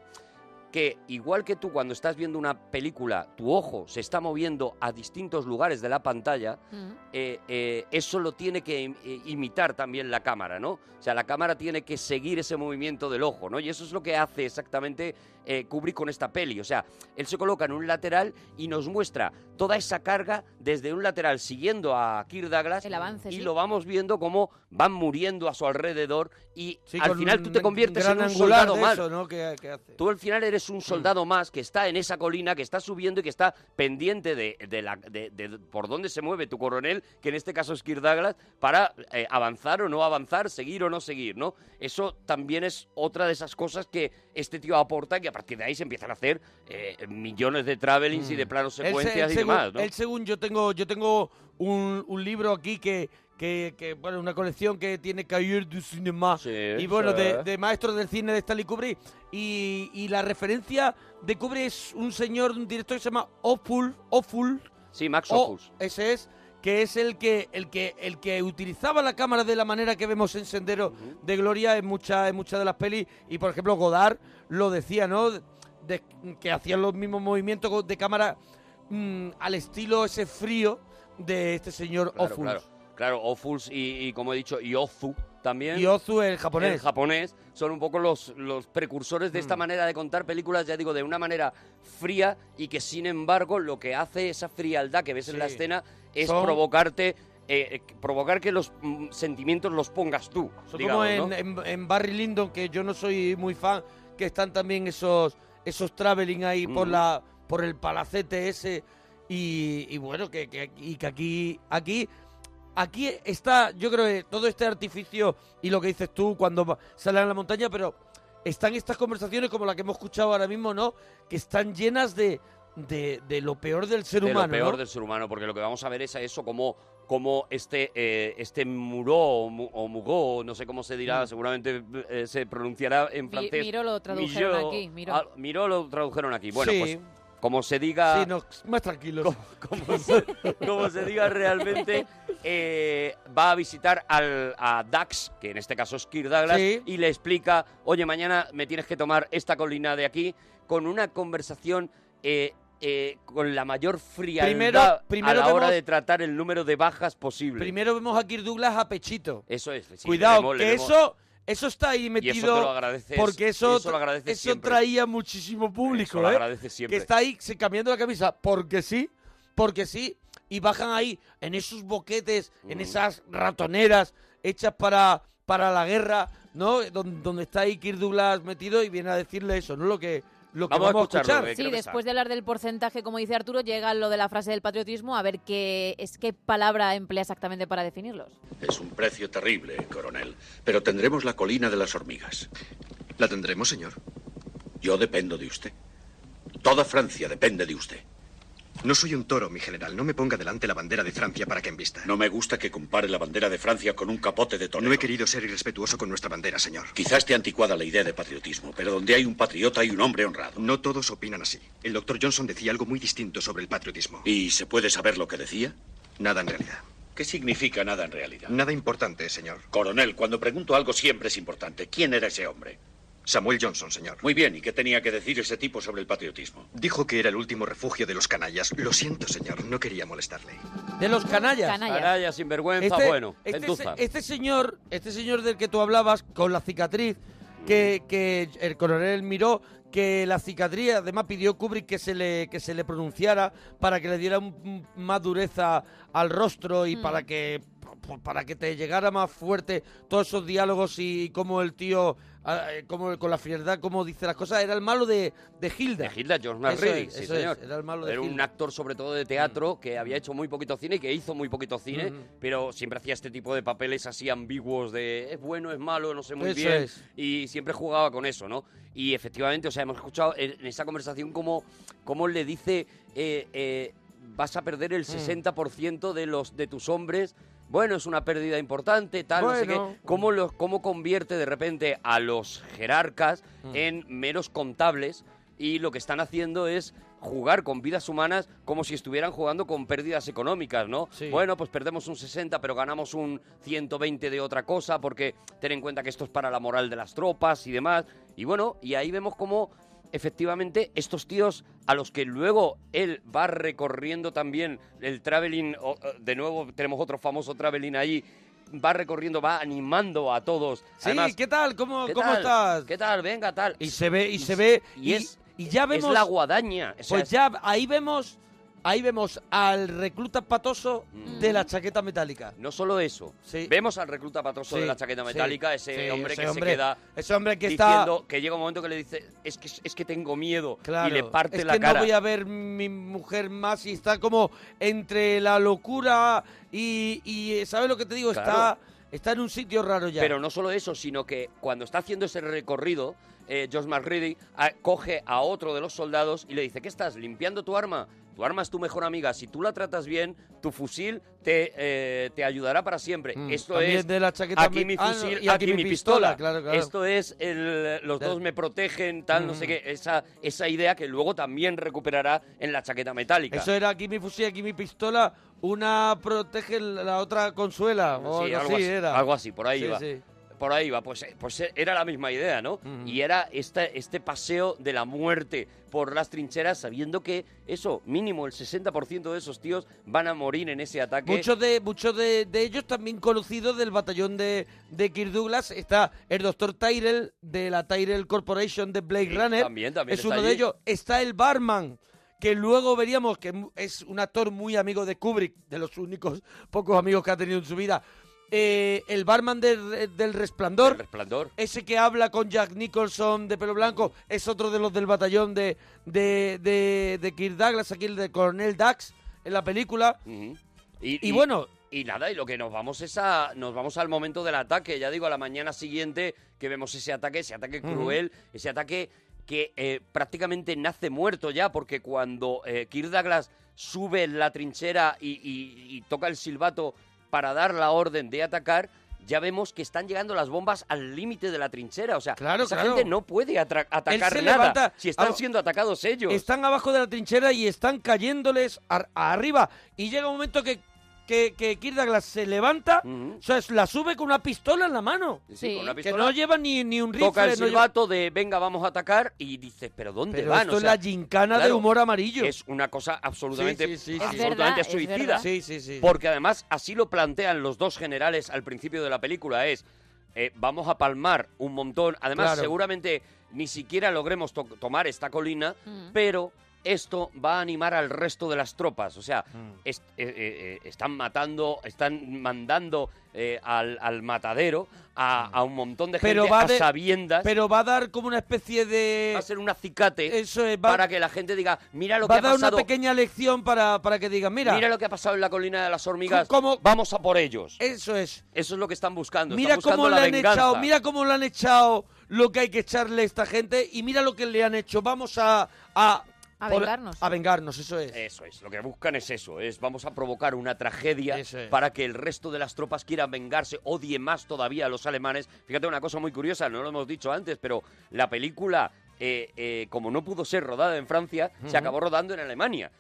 Speaker 4: que igual que tú cuando estás viendo una película, tu ojo se está moviendo a distintos lugares de la pantalla,
Speaker 6: 嗯
Speaker 4: eh, eh, eso lo tiene que im- eh, imitar también la cámara, ¿no? O sea, la cámara tiene que seguir ese movimiento del ojo, ¿no? Y eso es lo que hace exactamente eh, Kubrick con esta peli. O sea, él se coloca en un lateral y nos muestra toda esa carga desde un lateral, siguiendo a Kirk Douglas.
Speaker 3: El avance,
Speaker 4: Y
Speaker 3: sí.
Speaker 4: lo vamos viendo cómo van muriendo a su alrededor y al
Speaker 2: con
Speaker 4: final tú te
Speaker 2: un
Speaker 4: conviertes
Speaker 2: gran
Speaker 4: en un
Speaker 2: angular
Speaker 4: soldado
Speaker 2: de
Speaker 4: más.
Speaker 2: eso, ¿no? que- que hace.
Speaker 4: Tú al final eres un soldado más que está en esa colina, que está subiendo y que está pendiente de, de la- de- de por dónde se mueve tu coronel, que en este caso es Kirk Douglas, para eh, avanzar o no avanzar, seguir o no seguir, ¿no? Eso también es otra de esas cosas que este tío aporta y que a partir de ahí se empiezan a hacer eh, millones de travelings y de planos
Speaker 2: Mm. Él se-
Speaker 4: secuencias
Speaker 2: él
Speaker 4: y
Speaker 2: según,
Speaker 4: demás, ¿no?
Speaker 2: él según yo tengo, yo tengo un, un libro aquí que, que, que, bueno, una colección que tiene Cahiers du Cinema. y bueno,
Speaker 4: sí.
Speaker 2: de, de maestros del cine de Stanley Kubrick. Y, y la referencia de Kubrick es un señor, un director que se llama Opul. Opul
Speaker 4: sí, Max Ophuls.
Speaker 2: Ese es que es el que el que el que utilizaba la cámara de la manera que vemos en Sendero de Gloria en muchas en muchas de las pelis y por ejemplo Godard lo decía, ¿no? De- que hacían los mismos movimientos de cámara mm, al estilo ese frío de este señor
Speaker 4: Claro,
Speaker 2: Ophuls.
Speaker 4: Claro, claro Ophuls y, y, como he dicho, y Ozu también.
Speaker 2: Y Ozu, el japonés. Mm.
Speaker 4: El japonés son un poco los, los precursores de esta manera de contar películas, ya digo, de una manera fría y que sin embargo lo que hace esa frialdad que ves en la
Speaker 2: Sí.
Speaker 4: escena es
Speaker 2: Son-
Speaker 4: provocarte, eh, eh, provocar que los mm, sentimientos los pongas tú.
Speaker 2: Son
Speaker 4: digamos,
Speaker 2: como en,
Speaker 4: ¿no?
Speaker 2: en- en Barry Lyndon, que yo no soy muy fan, que están también esos esos traveling ahí por
Speaker 4: Mm.
Speaker 2: la por el palacete ese y, y bueno que, que- y que aquí aquí aquí está yo creo que todo este artificio y lo que dices tú cuando va- salen a la montaña pero están estas conversaciones como la que hemos escuchado ahora mismo no que están llenas de de, de lo peor del ser
Speaker 4: de
Speaker 2: humano
Speaker 4: lo peor
Speaker 2: ¿no?
Speaker 4: del ser humano, porque lo que vamos a ver es a eso como como este eh, este muró o, mu- o mugó, no sé cómo se dirá,
Speaker 3: Mm.
Speaker 4: seguramente eh, se pronunciará en
Speaker 3: Mi-
Speaker 4: francés.
Speaker 3: miró lo tradujeron
Speaker 4: Milló-
Speaker 3: aquí, miró.
Speaker 4: ah, miró lo tradujeron aquí. Bueno,
Speaker 2: Sí.
Speaker 4: pues como se diga
Speaker 2: Sí, no, más tranquilos
Speaker 4: Ah. como se diga realmente, eh, va a visitar al, a Dax, que en este caso es Kirk Douglas,
Speaker 2: Sí.
Speaker 4: y le explica, oye, mañana me tienes que tomar esta colina de aquí, con una conversación eh, eh, con la mayor frialdad
Speaker 2: Primero-
Speaker 4: a
Speaker 2: primero
Speaker 4: la hora
Speaker 2: vemos-
Speaker 4: de tratar el número de bajas posible.
Speaker 2: primero vemos a Kirk Douglas a pechito
Speaker 4: eso es. sí, le
Speaker 2: Cuidado,
Speaker 4: vemos, le
Speaker 2: que
Speaker 4: vemos.
Speaker 2: eso, eso está ahí
Speaker 4: te
Speaker 2: metido.
Speaker 4: lo agradeces,
Speaker 2: porque eso,
Speaker 4: eso lo agradeces
Speaker 2: eso
Speaker 4: siempre.
Speaker 2: traía muchísimo público,
Speaker 4: Eso lo
Speaker 2: ¿eh?
Speaker 4: agradeces siempre.
Speaker 2: Que está ahí se- cambiando la camisa porque sí, porque sí. Y bajan ahí en esos boquetes, en
Speaker 4: Mm.
Speaker 2: esas ratoneras hechas para, para la guerra, ¿no? Don- Donde, está ahí Kirk Douglas metido y viene a decirle eso, ¿no? Lo que, lo que
Speaker 4: Vamos a
Speaker 2: vamos, a
Speaker 4: escucharlo, eh,
Speaker 2: escuchar.
Speaker 4: que
Speaker 3: Sí, después de hablar del porcentaje, como dice Arturo, llega lo de la frase del patriotismo, a ver qué es qué palabra emplea exactamente para definirlos.
Speaker 1: Es un precio terrible, coronel. Pero tendremos la colina de las hormigas. La tendremos, señor. Yo dependo de usted. Toda Francia depende de usted. No soy un toro, mi general. No me ponga delante la bandera de Francia para que envista. No me gusta que compare la bandera de Francia con un capote de torero. No he querido ser irrespetuoso con nuestra bandera, señor. Quizás esté anticuada la idea de patriotismo, pero donde hay un patriota hay un hombre honrado. No todos opinan así. El doctor Johnson decía algo muy distinto sobre el patriotismo. ¿Y se puede saber lo que decía? Nada en realidad. ¿Qué significa nada en realidad? Nada importante, señor. Coronel, cuando pregunto algo siempre es importante. ¿Quién era ese hombre? Samuel Johnson, señor. Muy bien, ¿y qué tenía que decir ese tipo sobre el patriotismo? Dijo que era el último refugio de los canallas. Lo siento, señor, no quería molestarle.
Speaker 2: De los canallas.
Speaker 4: Canallas. Canallas, sinvergüenza, bueno,
Speaker 2: Este,
Speaker 4: gentuza.
Speaker 2: se- este señor, este señor del que tú hablabas, con la cicatriz, que, que el coronel miró, que la cicatriz, además pidió Kubrick que se le, que se le pronunciara para que le diera un- un- más dureza al rostro y para que pues, para que te llegara más fuerte todos esos diálogos y, cómo el tío, ah, eh, cómo- con la frialdad, como dice las cosas, era el malo de, de Hilda.
Speaker 4: De Hilda, Jonas
Speaker 2: Eso es,
Speaker 4: Reading, sí
Speaker 2: eso es,
Speaker 4: señor.
Speaker 2: era el malo de
Speaker 4: Era un
Speaker 2: Hilda.
Speaker 4: actor sobre todo de teatro que había hecho muy poquito cine y que hizo muy poquito cine,
Speaker 2: Mm.
Speaker 4: pero siempre hacía este tipo de papeles así ambiguos de es bueno, es malo, no sé muy
Speaker 2: Eso
Speaker 4: bien.
Speaker 2: es.
Speaker 4: Y siempre jugaba con eso, ¿no? Y efectivamente, o sea, hemos escuchado en en esa conversación cómo, cómo le dice eh, eh, vas a perder
Speaker 2: Mm.
Speaker 4: el 60% de, los, de tus hombres. Bueno, es una pérdida importante, tal, no sé
Speaker 2: Bueno.
Speaker 4: qué. ¿Cómo, los, cómo convierte de repente a los jerarcas
Speaker 2: Mm.
Speaker 4: en meros contables y lo que están haciendo es jugar con vidas humanas como si estuvieran jugando con pérdidas económicas, ¿no? Bueno, pues perdemos un 60, pero ganamos un 120 de otra cosa porque ten en cuenta que esto es para la moral de las tropas y demás. Y bueno, y ahí vemos cómo efectivamente estos tíos a los que luego él va recorriendo también el traveling, o, eh, de nuevo tenemos otro famoso traveling ahí, va recorriendo, va animando a todos.
Speaker 2: Sí,
Speaker 4: Además,
Speaker 2: ¿qué tal? ¿Cómo,
Speaker 4: ¿qué
Speaker 2: cómo
Speaker 4: tal?
Speaker 2: estás?
Speaker 4: ¿Qué tal? Venga, tal.
Speaker 2: Y se ve, y se ve.
Speaker 4: y es-
Speaker 2: y ya
Speaker 4: es
Speaker 2: vemos.
Speaker 4: la guadaña, o sea,
Speaker 2: pues
Speaker 4: es-
Speaker 2: ya ahí vemos. Ahí vemos al recluta patoso de la chaqueta metálica.
Speaker 4: Mm. No solo eso. Vemos al recluta patoso de la chaqueta metálica, ese hombre que se queda
Speaker 2: Ese hombre que está.
Speaker 4: diciendo que llega un momento que le dice, es que, es que tengo miedo.
Speaker 2: Claro,
Speaker 4: y le parte
Speaker 2: es
Speaker 4: la
Speaker 2: que
Speaker 4: cara.
Speaker 2: no voy a ver mi mujer más y está como entre la locura y, y, eh, ¿sabes lo que te digo?
Speaker 4: Claro.
Speaker 2: Está, está en un sitio raro ya.
Speaker 4: Pero no solo eso, sino que cuando está haciendo ese recorrido, eh, George McReady a- coge a otro de los soldados y le dice, ¿qué estás? ¿Limpiando tu arma? Tu arma es tu mejor amiga. Si tú la tratas bien, tu fusil te, eh, te ayudará para siempre.
Speaker 2: Mm,
Speaker 4: Esto
Speaker 2: también
Speaker 4: es
Speaker 2: de la chaqueta
Speaker 4: aquí
Speaker 2: me-
Speaker 4: mi
Speaker 2: ah, no,
Speaker 4: fusil,
Speaker 2: y
Speaker 4: aquí, mi pistola.
Speaker 2: claro, Hmm. claro.
Speaker 4: Esto es el, los
Speaker 2: Del-
Speaker 4: dos me protegen, tal, no sé qué. Esa, esa idea que luego también recuperará en la chaqueta metálica.
Speaker 2: Eso era aquí mi fusil, aquí mi pistola, una protege, la otra consuela. O
Speaker 4: Sí,
Speaker 2: algo
Speaker 4: algo
Speaker 2: así,
Speaker 4: así,
Speaker 2: era.
Speaker 4: algo así, por ahí
Speaker 2: Sí,
Speaker 4: iba.
Speaker 2: sí.
Speaker 4: Por ahí va, pues, eh, pues eh, era la misma idea, ¿no? Y era esta, este paseo de la muerte por las trincheras, sabiendo que eso, mínimo el 60% de esos tíos van a morir en ese ataque.
Speaker 2: Muchos de muchos de, de ellos también conocidos del batallón de, de Kirk Douglas. Está el doctor Tyrell de la Tyrell Corporation de Blade
Speaker 4: Sí,
Speaker 2: Runner.
Speaker 4: también, también
Speaker 2: es
Speaker 4: está
Speaker 2: uno de
Speaker 4: allí.
Speaker 2: ellos. Está el barman, que luego veríamos que mu- es un actor muy amigo de Kubrick, de los únicos pocos amigos que ha tenido en su vida. Eh, el barman del, del Resplandor.
Speaker 4: Resplandor.
Speaker 2: Ese que habla con Jack Nicholson de pelo blanco es otro de los del batallón de, de, de, de Kirk Douglas, aquí el de Cornell Dax en la película.
Speaker 4: Ujú.
Speaker 2: Y bueno-
Speaker 4: Y nada, y lo que nos vamos es a. Nos vamos al momento del ataque. Ya digo, a la mañana siguiente que vemos ese ataque, ese ataque
Speaker 2: Ujú.
Speaker 4: cruel, ese ataque que eh, prácticamente nace muerto ya, porque cuando eh, Kirk Douglas sube la trinchera y, y- y toca el silbato para dar la orden de atacar. Ya vemos que están llegando las bombas al límite de la trinchera. O sea,
Speaker 2: claro.
Speaker 4: esa gente no puede atra- atacar
Speaker 2: se
Speaker 4: nada
Speaker 2: levanta-
Speaker 4: si están
Speaker 2: Ah,
Speaker 4: siendo atacados ellos.
Speaker 2: Están abajo de la trinchera y están cayéndoles ar- arriba. Y llega un momento que, que, que Kirk Douglas se levanta, o sea, la sube con una pistola en la mano.
Speaker 4: Sí, con una
Speaker 2: que
Speaker 4: pistola.
Speaker 2: no lleva ni, ni un rifle.
Speaker 4: toca el
Speaker 2: no lleva-
Speaker 4: silbato de venga, vamos a atacar y dices, pero ¿dónde
Speaker 2: Pero
Speaker 4: van?
Speaker 2: esto es la gincana de humor amarillo.
Speaker 4: Es una cosa absolutamente,
Speaker 2: Sí, sí, sí, sí.
Speaker 4: absolutamente
Speaker 2: Es verdad, es
Speaker 4: suicida.
Speaker 2: verdad. Sí, sí, sí.
Speaker 4: Porque además así lo plantean los dos generales al principio de la película, es eh, vamos a palmar un montón. Además,
Speaker 2: Claro.
Speaker 4: seguramente ni siquiera logremos to- tomar esta colina,
Speaker 2: Mm.
Speaker 4: pero esto va a animar al resto de las tropas. O sea,
Speaker 2: Mm.
Speaker 4: est- eh, eh, eh, están matando, están mandando eh, al, al matadero a,
Speaker 2: Mm.
Speaker 4: a un montón de
Speaker 2: Pero
Speaker 4: gente
Speaker 2: va
Speaker 4: a
Speaker 2: de-
Speaker 4: sabiendas.
Speaker 2: Pero va a dar como una especie de...
Speaker 4: Va a ser un acicate para que la gente diga, mira lo
Speaker 2: va
Speaker 4: que
Speaker 2: a
Speaker 4: ha
Speaker 2: dar una
Speaker 4: pasado,
Speaker 2: pequeña lección para, para que digan, mira,
Speaker 4: mira lo que ha pasado en la colina de las hormigas,
Speaker 2: ¿Cómo-
Speaker 4: vamos a por ellos.
Speaker 2: eso es.
Speaker 4: Eso es lo que están buscando.
Speaker 2: Mira
Speaker 4: están
Speaker 2: cómo
Speaker 4: buscando
Speaker 2: le
Speaker 4: la
Speaker 2: han
Speaker 4: venganza.
Speaker 2: echado, mira cómo le han echado lo que hay que echarle a esta gente y mira lo que le han hecho. Vamos a a,
Speaker 3: A
Speaker 2: por-
Speaker 3: vengarnos.
Speaker 2: A vengarnos, eso es.
Speaker 4: Eso es, lo que buscan es eso, es vamos a provocar una tragedia para que el resto de las tropas quieran vengarse, odie más todavía a los alemanes. Fíjate una cosa muy curiosa, no lo hemos dicho antes, pero la película, eh, eh, como no pudo ser rodada en Francia,
Speaker 2: Ujú.
Speaker 4: se acabó rodando en Alemania.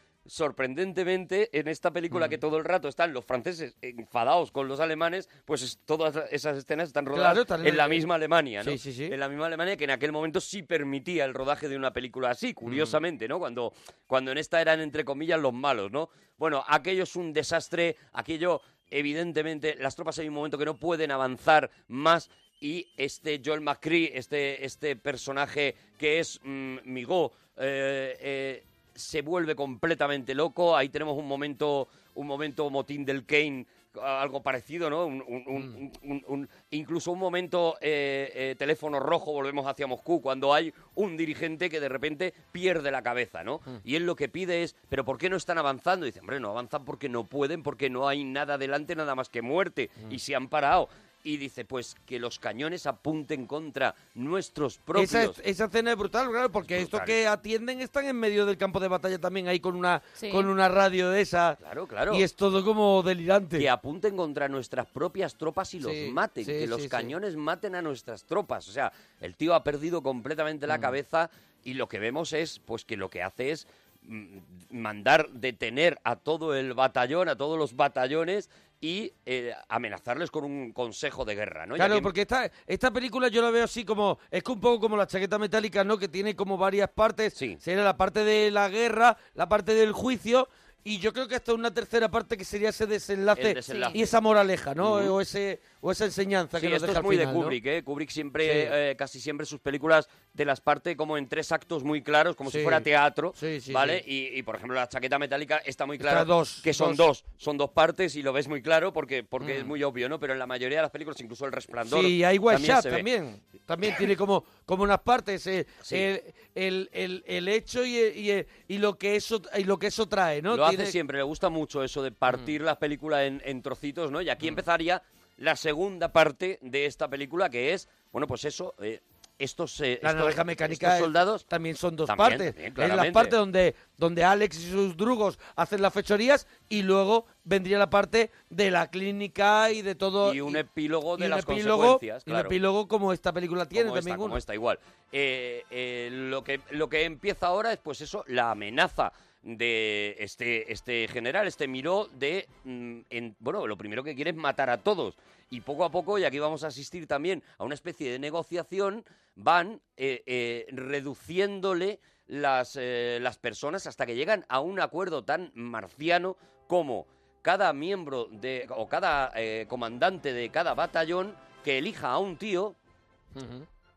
Speaker 4: Sorprendentemente, en esta película que todo el rato están los franceses enfadados con los alemanes, pues es- todas esas escenas están rodadas
Speaker 2: Claro, están en-
Speaker 4: en la misma Alemania, ¿no?
Speaker 2: Sí, sí, sí.
Speaker 4: En la misma Alemania que en aquel momento sí permitía el rodaje de una película así, curiosamente, ¿no? Cuando, cuando en esta eran, entre comillas, los malos, ¿no? Bueno, aquello es un desastre, aquello, evidentemente, las tropas hay un momento que no pueden avanzar más y este Joel McCree, este, este personaje que es mm, Migó, eh, eh, se vuelve completamente loco. Ahí tenemos un momento, un momento motín del Kane, a- algo parecido, ¿no? Un- un-
Speaker 2: Mm.
Speaker 4: un- un- un- incluso un momento eh, eh, teléfono rojo, volvemos hacia Moscú, cuando hay un dirigente que de repente pierde la cabeza, ¿no?
Speaker 2: Mm.
Speaker 4: Y él lo que pide es, ¿pero por qué no están avanzando? Y dice, hombre, no avanzan porque no pueden, porque no hay nada delante, nada más que muerte,
Speaker 2: Mm.
Speaker 4: y se han parado. Y dice, pues que los cañones apunten contra nuestros propios.
Speaker 2: Esa, esa escena es brutal, claro, porque estos que atienden están en medio del campo de batalla también ahí con una
Speaker 4: Sí.
Speaker 2: con una radio de esa.
Speaker 4: Claro, claro.
Speaker 2: Y es todo como delirante.
Speaker 4: Que apunten contra nuestras propias tropas y los
Speaker 2: Sí,
Speaker 4: maten,
Speaker 2: sí,
Speaker 4: que los
Speaker 2: sí, sí.
Speaker 4: cañones maten a nuestras tropas. O sea, el tío ha perdido completamente
Speaker 2: Mm.
Speaker 4: la cabeza y lo que vemos es, pues que lo que hace es mm, mandar detener a todo el batallón, a todos los batallones y eh, amenazarles con un consejo de guerra, ¿no? Y
Speaker 2: Claro,
Speaker 4: aquí-
Speaker 2: porque esta, esta película yo la veo así como. Es que un poco como la chaqueta metálica, ¿no? Que tiene como varias partes. Sí. Sería la parte de la guerra, la parte del juicio. Y yo creo que hasta una tercera parte que sería ese desenlace,
Speaker 4: El desenlace.
Speaker 2: y esa moraleja, ¿no?
Speaker 4: Ujú.
Speaker 2: o, ese, o esa enseñanza
Speaker 4: Sí,
Speaker 2: que nos
Speaker 4: esto
Speaker 2: deja
Speaker 4: es muy
Speaker 2: al final,
Speaker 4: de
Speaker 2: ¿no?
Speaker 4: Kubrick, ¿eh? Kubrick siempre,
Speaker 2: Sí.
Speaker 4: eh, casi siempre sus películas de las parte como en tres actos muy claros, como
Speaker 2: Sí.
Speaker 4: si fuera teatro,
Speaker 2: sí,
Speaker 4: ¿vale? Y, y, por ejemplo la chaqueta metálica está muy
Speaker 2: Está
Speaker 4: clara,
Speaker 2: dos,
Speaker 4: que son
Speaker 2: dos.
Speaker 4: dos. son dos partes y lo ves muy claro porque porque
Speaker 2: Mm.
Speaker 4: es muy obvio, ¿no? Pero en la mayoría de las películas, incluso El Resplandor,
Speaker 2: Sí, hay
Speaker 4: también
Speaker 2: WhatsApp
Speaker 4: se ve.
Speaker 2: también. También, tiene como, como unas partes eh,
Speaker 4: Sí.
Speaker 2: el, el- el- el hecho y, y- y lo que eso y lo que eso trae, ¿no? Tiene-
Speaker 4: Lo
Speaker 2: Mm.
Speaker 4: hace siempre, le gusta mucho eso de partir las películas en, en trocitos, ¿no? Y aquí empezaría la segunda parte de esta película, que es, bueno, pues eso, eh, estos, eh,
Speaker 2: La
Speaker 4: estos-
Speaker 2: naranja mecánica
Speaker 4: estos
Speaker 2: es-
Speaker 4: soldados...
Speaker 2: También son dos
Speaker 4: También,
Speaker 2: partes.
Speaker 4: también,
Speaker 2: en la
Speaker 4: claramente.
Speaker 2: parte donde, donde Alex y sus drugos hacen las fechorías y luego vendría la parte de la clínica y de todo.
Speaker 4: Y un epílogo de
Speaker 2: un
Speaker 4: las
Speaker 2: epílogo-
Speaker 4: consecuencias,
Speaker 2: y
Speaker 4: claro.
Speaker 2: un epílogo como esta película tiene
Speaker 4: como
Speaker 2: también
Speaker 4: esta, como
Speaker 2: uno.
Speaker 4: esta, igual. Eh, eh, lo, que, lo que empieza ahora es, pues eso, la amenaza de este, este general, este Miró, de, mm, en- bueno, lo primero que quiere es matar a todos. Y poco a poco, y aquí vamos a asistir también a una especie de negociación, van eh, eh, reduciéndole las, eh, las personas hasta que llegan a un acuerdo tan marciano como cada miembro de, o cada eh, comandante de cada batallón que elija a un tío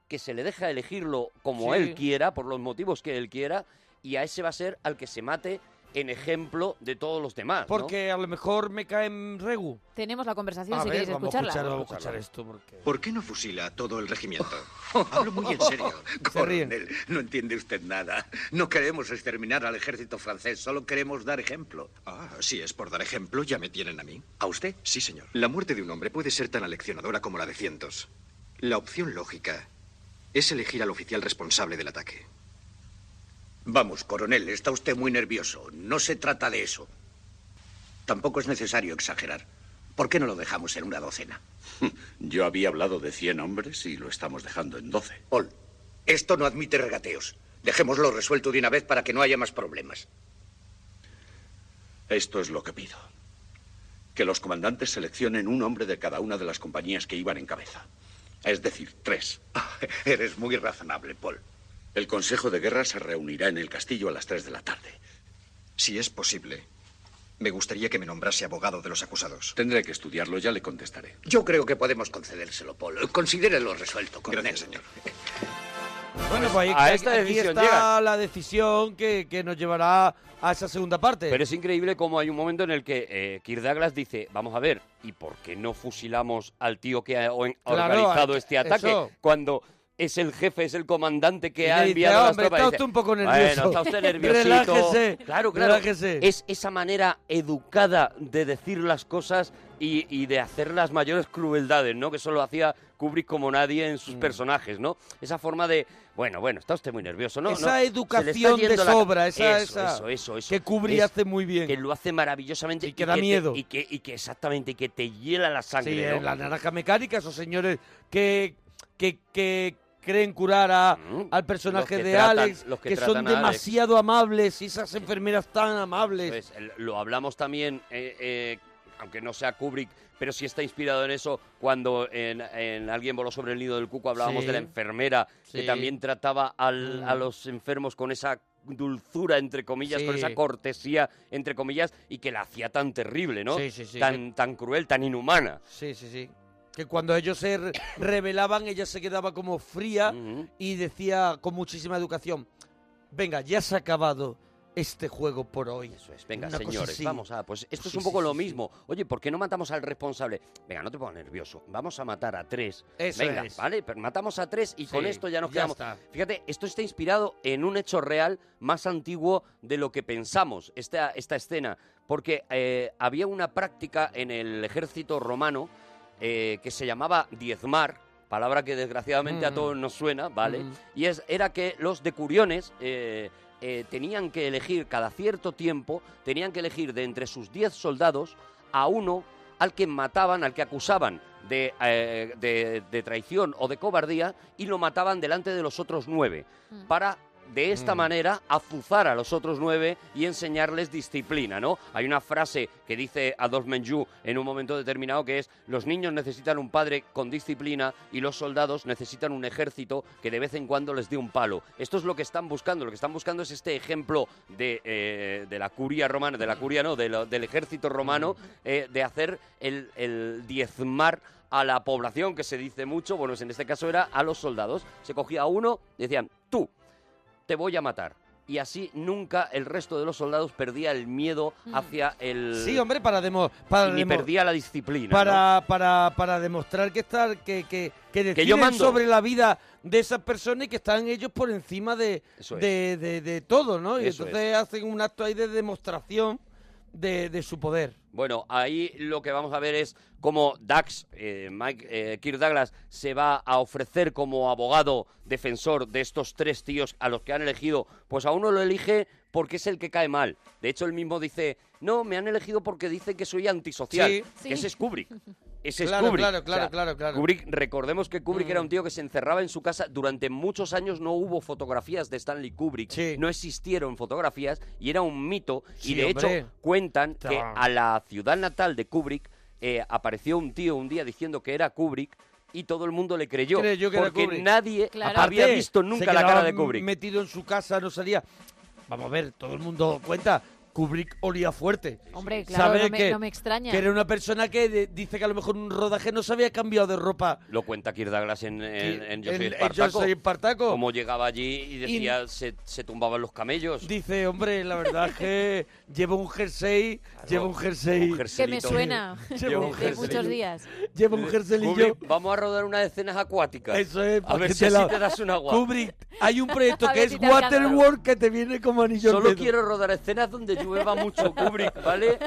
Speaker 4: que se le deja elegirlo como
Speaker 2: Sí.
Speaker 4: él quiera, por los motivos que él quiera, y a ese va a ser al que se mate en ejemplo de todos los demás. ¿no?
Speaker 2: Porque a lo mejor me cae en Regu.
Speaker 3: Tenemos la conversación
Speaker 2: A
Speaker 3: si
Speaker 2: ver,
Speaker 3: queréis
Speaker 2: vamos a
Speaker 3: escucharla.
Speaker 2: escuchar- vamos a escuchar esto. Porque...
Speaker 10: ¿Por qué no fusila a todo el regimiento? Hablo muy en serio. Coronel, no entiende usted nada. No queremos exterminar al ejército francés, solo queremos dar ejemplo.
Speaker 5: Ah, si es por dar ejemplo, ya me tienen a mí.
Speaker 10: ¿A usted?
Speaker 5: Sí, señor. La muerte de un hombre puede ser tan aleccionadora como la de cientos. La opción lógica es elegir al oficial responsable del ataque.
Speaker 10: Vamos, coronel, está usted muy nervioso. No se trata de eso. Tampoco es necesario exagerar. ¿Por qué no lo dejamos en una docena?
Speaker 1: Yo había hablado de 100 hombres y lo estamos dejando en 12.
Speaker 10: Paul, esto no admite regateos. Dejémoslo resuelto de una vez para que no haya más problemas.
Speaker 1: Esto es lo que pido. Que los comandantes seleccionen un hombre de cada una de las compañías que iban en cabeza. Es decir, tres. Eres muy razonable, Paul. El Consejo de Guerra se reunirá en el castillo a las tres de la tarde.
Speaker 5: Si es posible, me gustaría que me nombrase abogado de los acusados.
Speaker 1: Tendré que estudiarlo, ya le contestaré.
Speaker 10: Yo creo que podemos concedérselo, Paul. Considérelo resuelto, coronel. señor.
Speaker 2: Bueno, pues ahí,
Speaker 4: a esta
Speaker 2: aquí
Speaker 4: decisión
Speaker 2: está
Speaker 4: llega.
Speaker 2: la decisión que, que nos llevará a esa segunda parte.
Speaker 4: Pero es increíble cómo hay un momento en el que eh, Kirk Douglas dice, vamos a ver, ¿y por qué no fusilamos al tío que ha o- organizado
Speaker 2: a-
Speaker 4: este ataque?
Speaker 2: eh, eso.
Speaker 4: Cuando es el jefe, es el comandante que
Speaker 2: Y
Speaker 4: ha
Speaker 2: le dice,
Speaker 4: enviado las
Speaker 2: "Hombre,
Speaker 4: tropas.
Speaker 2: está
Speaker 4: Dice,
Speaker 2: usted un poco
Speaker 4: "Bueno,
Speaker 2: nervioso".
Speaker 4: está usted nerviosito".
Speaker 2: Relájese,
Speaker 4: Claro, claro.
Speaker 2: relájese.
Speaker 4: Es esa manera educada de decir las cosas y, y de hacer las mayores crueldades, ¿no? Que eso lo hacía Kubrick como nadie en
Speaker 2: Mm.
Speaker 4: sus personajes, ¿no? Esa forma de, bueno, bueno, está usted muy nervioso, ¿no?
Speaker 2: esa
Speaker 4: no, se le está
Speaker 2: educación de
Speaker 4: yendo la-
Speaker 2: sobra, esa,
Speaker 4: Eso,
Speaker 2: esa
Speaker 4: eso, eso, eso.
Speaker 2: que Kubrick
Speaker 4: Es-
Speaker 2: hace muy bien.
Speaker 4: que lo hace maravillosamente. Y
Speaker 2: que da
Speaker 4: te-
Speaker 2: miedo.
Speaker 4: y, que, y que exactamente, y que te hiela la sangre.
Speaker 2: Sí,
Speaker 4: ¿no?
Speaker 2: en la naranja mecánica, esos señores que, que, que creen curar a- al personaje
Speaker 4: Mm. Los que
Speaker 2: de
Speaker 4: tratan-
Speaker 2: Alex,
Speaker 4: los que
Speaker 2: que son
Speaker 4: tratan a Alex.
Speaker 2: demasiado amables, y Pues esas enfermeras tan amables.
Speaker 4: Pues, el- lo hablamos también, eh, eh, aunque no sea Kubrick, pero sí está inspirado en eso, cuando en, en Alguien voló sobre el nido del cuco hablábamos
Speaker 2: Sí.
Speaker 4: de la enfermera, que
Speaker 2: Sí.
Speaker 4: también trataba al-
Speaker 2: Mm.
Speaker 4: a los enfermos con esa dulzura, entre comillas, con
Speaker 2: Sí.
Speaker 4: esa cortesía, entre comillas, y que la hacía tan terrible, ¿no?
Speaker 2: Sí, sí, sí,
Speaker 4: tan, tan cruel, tan inhumana.
Speaker 2: Sí, sí, sí. Que cuando ellos se re- revelaban, ella se quedaba como fría y decía con muchísima educación, venga, ya se ha acabado este juego por hoy. Eso
Speaker 4: es, Venga, señores, vamos a... Pues esto es un
Speaker 2: Sí,
Speaker 4: poco
Speaker 2: sí,
Speaker 4: lo
Speaker 2: sí, sí.
Speaker 4: mismo. Oye, ¿por qué no matamos al responsable? Venga, no te pongas nervioso. Vamos a matar a tres.
Speaker 2: Eso
Speaker 4: Venga,
Speaker 2: es.
Speaker 4: ¿vale? Pero matamos a tres y
Speaker 2: Sí,
Speaker 4: con esto ya nos
Speaker 2: ya
Speaker 4: quedamos.
Speaker 2: está.
Speaker 4: Fíjate, esto está inspirado en un hecho real más antiguo de lo que pensamos, esta, esta escena. Porque eh, había una práctica en el ejército romano eh, que se llamaba diezmar, palabra que desgraciadamente a
Speaker 2: Mm.
Speaker 4: todos nos suena, ¿vale?
Speaker 2: Mm.
Speaker 4: Y es, era que los decuriones eh, eh, tenían que elegir cada cierto tiempo, tenían que elegir de entre sus 10 soldados a uno al que mataban, al que acusaban de,
Speaker 8: Mm.
Speaker 4: eh, de- de traición o de cobardía y lo mataban delante de los otros nueve para de esta
Speaker 6: Mm.
Speaker 4: manera azuzar a los otros nueve y enseñarles disciplina, ¿no? Hay una frase que dice Adolf Menjú en un momento determinado que es los niños necesitan un padre con disciplina y los soldados necesitan un ejército que de vez en cuando les dé un palo. Esto es lo que están buscando, lo que están buscando es este ejemplo de, eh, de la curia romana, de la curia no, de lo- del ejército romano, eh, de hacer el, el diezmar a la población, que se dice mucho, bueno, pues en este caso era a los soldados. Se cogía a uno, decían, tú, te voy a matar. Y así nunca el resto de los soldados perdía el miedo hacia el...
Speaker 2: Sí, hombre, para demo, para
Speaker 4: y ni
Speaker 2: demo-
Speaker 4: perdía la disciplina. ¿no?
Speaker 2: para, para, para demostrar que estar que, que, que deciden
Speaker 4: yo mando.
Speaker 2: sobre la vida de esas personas y que están ellos por encima de,
Speaker 4: Eso es.
Speaker 2: de, de- de todo, ¿no? Y
Speaker 4: Eso
Speaker 2: entonces hacen un acto ahí de demostración de, de su poder.
Speaker 4: Bueno, ahí lo que vamos a ver es cómo Dax, eh, Mike, eh, Kirk Douglas, se va a ofrecer como abogado defensor de estos tres tíos a los que han elegido. Pues a uno lo elige porque es el que cae mal. De hecho, él mismo dice, no, me han elegido porque dicen que soy antisocial.
Speaker 2: Sí. Sí.
Speaker 4: Ese es Kubrick. Ese
Speaker 2: Claro,
Speaker 4: es Kubrick.
Speaker 2: claro, claro, claro, claro.
Speaker 4: Kubrick recordemos que Kubrick
Speaker 2: Mm.
Speaker 4: era un tío que se encerraba en su casa. Durante muchos años no hubo fotografías de Stanley Kubrick. No existieron fotografías y era un mito.
Speaker 2: Sí,
Speaker 4: y de
Speaker 2: hombre.
Speaker 4: hecho cuentan que
Speaker 2: Ta.
Speaker 4: a la ciudad natal de Kubrick eh, apareció un tío un día diciendo que era Kubrick y todo el mundo le creyó.
Speaker 2: Creyó que era
Speaker 4: porque
Speaker 2: Kubrick.
Speaker 4: nadie había
Speaker 2: Aparte,
Speaker 4: visto
Speaker 2: se
Speaker 4: nunca la cara
Speaker 2: quedaba
Speaker 4: de Kubrick.
Speaker 2: metido en su casa, no salía. Vamos a ver, todo el mundo cuenta. Kubrick olía fuerte.
Speaker 3: Hombre, claro,
Speaker 2: Sabe
Speaker 3: no me-
Speaker 2: que-
Speaker 3: no me extraña.
Speaker 2: Que era una persona que de- dice que a lo mejor en un rodaje no se había cambiado de ropa
Speaker 4: Lo cuenta Kirk Douglas en, en, en Yo soy
Speaker 2: en- en
Speaker 4: Espartaco.
Speaker 2: Yo soy Espartaco.
Speaker 4: Como llegaba allí y decía, se, se tumbaban los camellos.
Speaker 2: Dice, hombre, la verdad es que llevo un jersey, llevo un jersey.
Speaker 3: Que me suena
Speaker 2: Llevo un
Speaker 3: de
Speaker 2: jersey.
Speaker 3: muchos días.
Speaker 2: Llevo un jersey y yo.
Speaker 4: Kubrick, vamos a rodar unas escenas acuáticas.
Speaker 2: Eso es,
Speaker 4: A
Speaker 2: porque
Speaker 4: ver si
Speaker 2: la-
Speaker 4: así te das un agua.
Speaker 2: Kubrick, hay un proyecto
Speaker 4: A
Speaker 2: que
Speaker 4: ver
Speaker 2: es
Speaker 4: si te alcanza.
Speaker 2: Waterworld que te viene como anillo al
Speaker 4: Solo
Speaker 2: dedo.
Speaker 4: quiero rodar escenas donde llueva mucho Kubrick, ¿vale?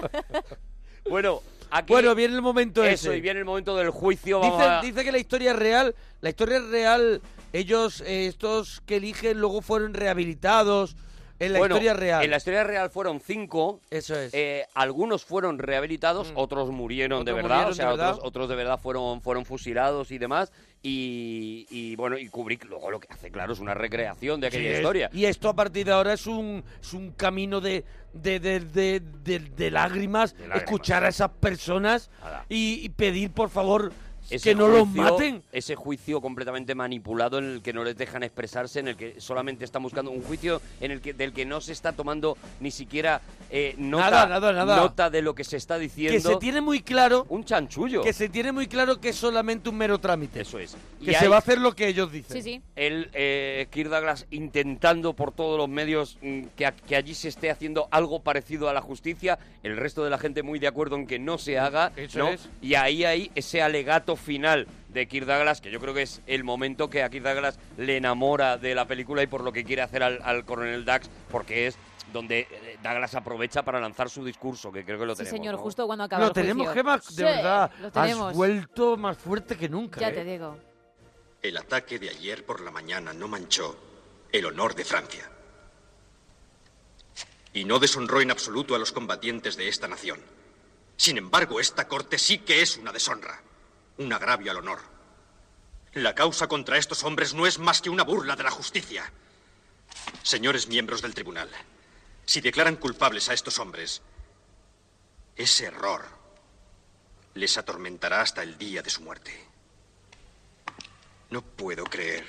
Speaker 4: Bueno, aquí...
Speaker 2: Bueno, viene el momento
Speaker 4: Eso,
Speaker 2: ese.
Speaker 4: y viene el momento del juicio.
Speaker 2: Dice,
Speaker 4: vamos a-
Speaker 2: dice que la historia real, la historia real, ellos, eh, estos que eligen, luego fueron rehabilitados en la
Speaker 4: Bueno,
Speaker 2: historia real.
Speaker 4: En la historia real fueron cinco. eh,
Speaker 2: Eso es.
Speaker 4: algunos fueron rehabilitados, otros murieron de
Speaker 2: Mm. Otros
Speaker 4: verdad.
Speaker 2: murieron
Speaker 4: o sea,
Speaker 2: de verdad.
Speaker 4: Otros, otros de verdad fueron, fueron fusilados y demás. Y, y, bueno, y Kubrick luego lo que hace, claro, es una recreación de aquella
Speaker 2: Sí, es-
Speaker 4: historia.
Speaker 2: y esto a partir de ahora es un, es un camino de, de, de, de- de- de lágrimas,
Speaker 4: lágrimas.
Speaker 2: escuchar a esas personas
Speaker 4: Nada.
Speaker 2: y, y pedir por favor
Speaker 4: Ese
Speaker 2: que no los
Speaker 4: juicio-
Speaker 2: maten.
Speaker 4: Ese juicio completamente manipulado en el que no les dejan expresarse, en el que solamente están buscando un juicio en el que del que no se está tomando ni siquiera eh, nota,
Speaker 2: Nada, nada, nada.
Speaker 4: nota de lo que se está diciendo.
Speaker 2: Que se tiene muy claro.
Speaker 4: Un chanchullo.
Speaker 2: Que se tiene muy claro que es solamente un mero trámite.
Speaker 4: Eso es.
Speaker 2: Que
Speaker 4: Y
Speaker 2: se
Speaker 4: ahí-
Speaker 2: va a hacer lo que ellos dicen.
Speaker 4: El eh, Kirk Douglas intentando por todos los medios mm, que, a- que allí se esté haciendo algo parecido a la justicia, el resto de la gente muy de acuerdo en que no se haga,
Speaker 2: Eso
Speaker 4: ¿no?
Speaker 2: es.
Speaker 4: Y ahí hay ese alegato final de Kirk Douglas, que yo creo que es el momento que a Kirk Douglas le enamora de la película y por lo que quiere hacer al, al coronel Dax, porque es donde eh, Douglas aprovecha para lanzar su discurso, que creo que lo
Speaker 3: Sí,
Speaker 4: tenemos.
Speaker 3: señor,
Speaker 4: ¿no?
Speaker 3: justo cuando acaba
Speaker 2: Lo
Speaker 3: el
Speaker 2: tenemos,
Speaker 3: juicio.
Speaker 2: Gemma, de
Speaker 3: Sí,
Speaker 2: verdad.
Speaker 3: Lo tenemos.
Speaker 2: Has vuelto más fuerte que nunca.
Speaker 3: Ya
Speaker 2: ¿eh?
Speaker 3: te digo.
Speaker 5: El ataque de ayer por la mañana no manchó el honor de Francia. Y no deshonró en absoluto a los combatientes de esta nación. Sin embargo, esta corte sí que es una deshonra, un agravio al honor. La causa contra estos hombres no es más que una burla de la justicia. Señores miembros del tribunal, si declaran culpables a estos hombres, ese error les atormentará hasta el día de su muerte. No puedo creer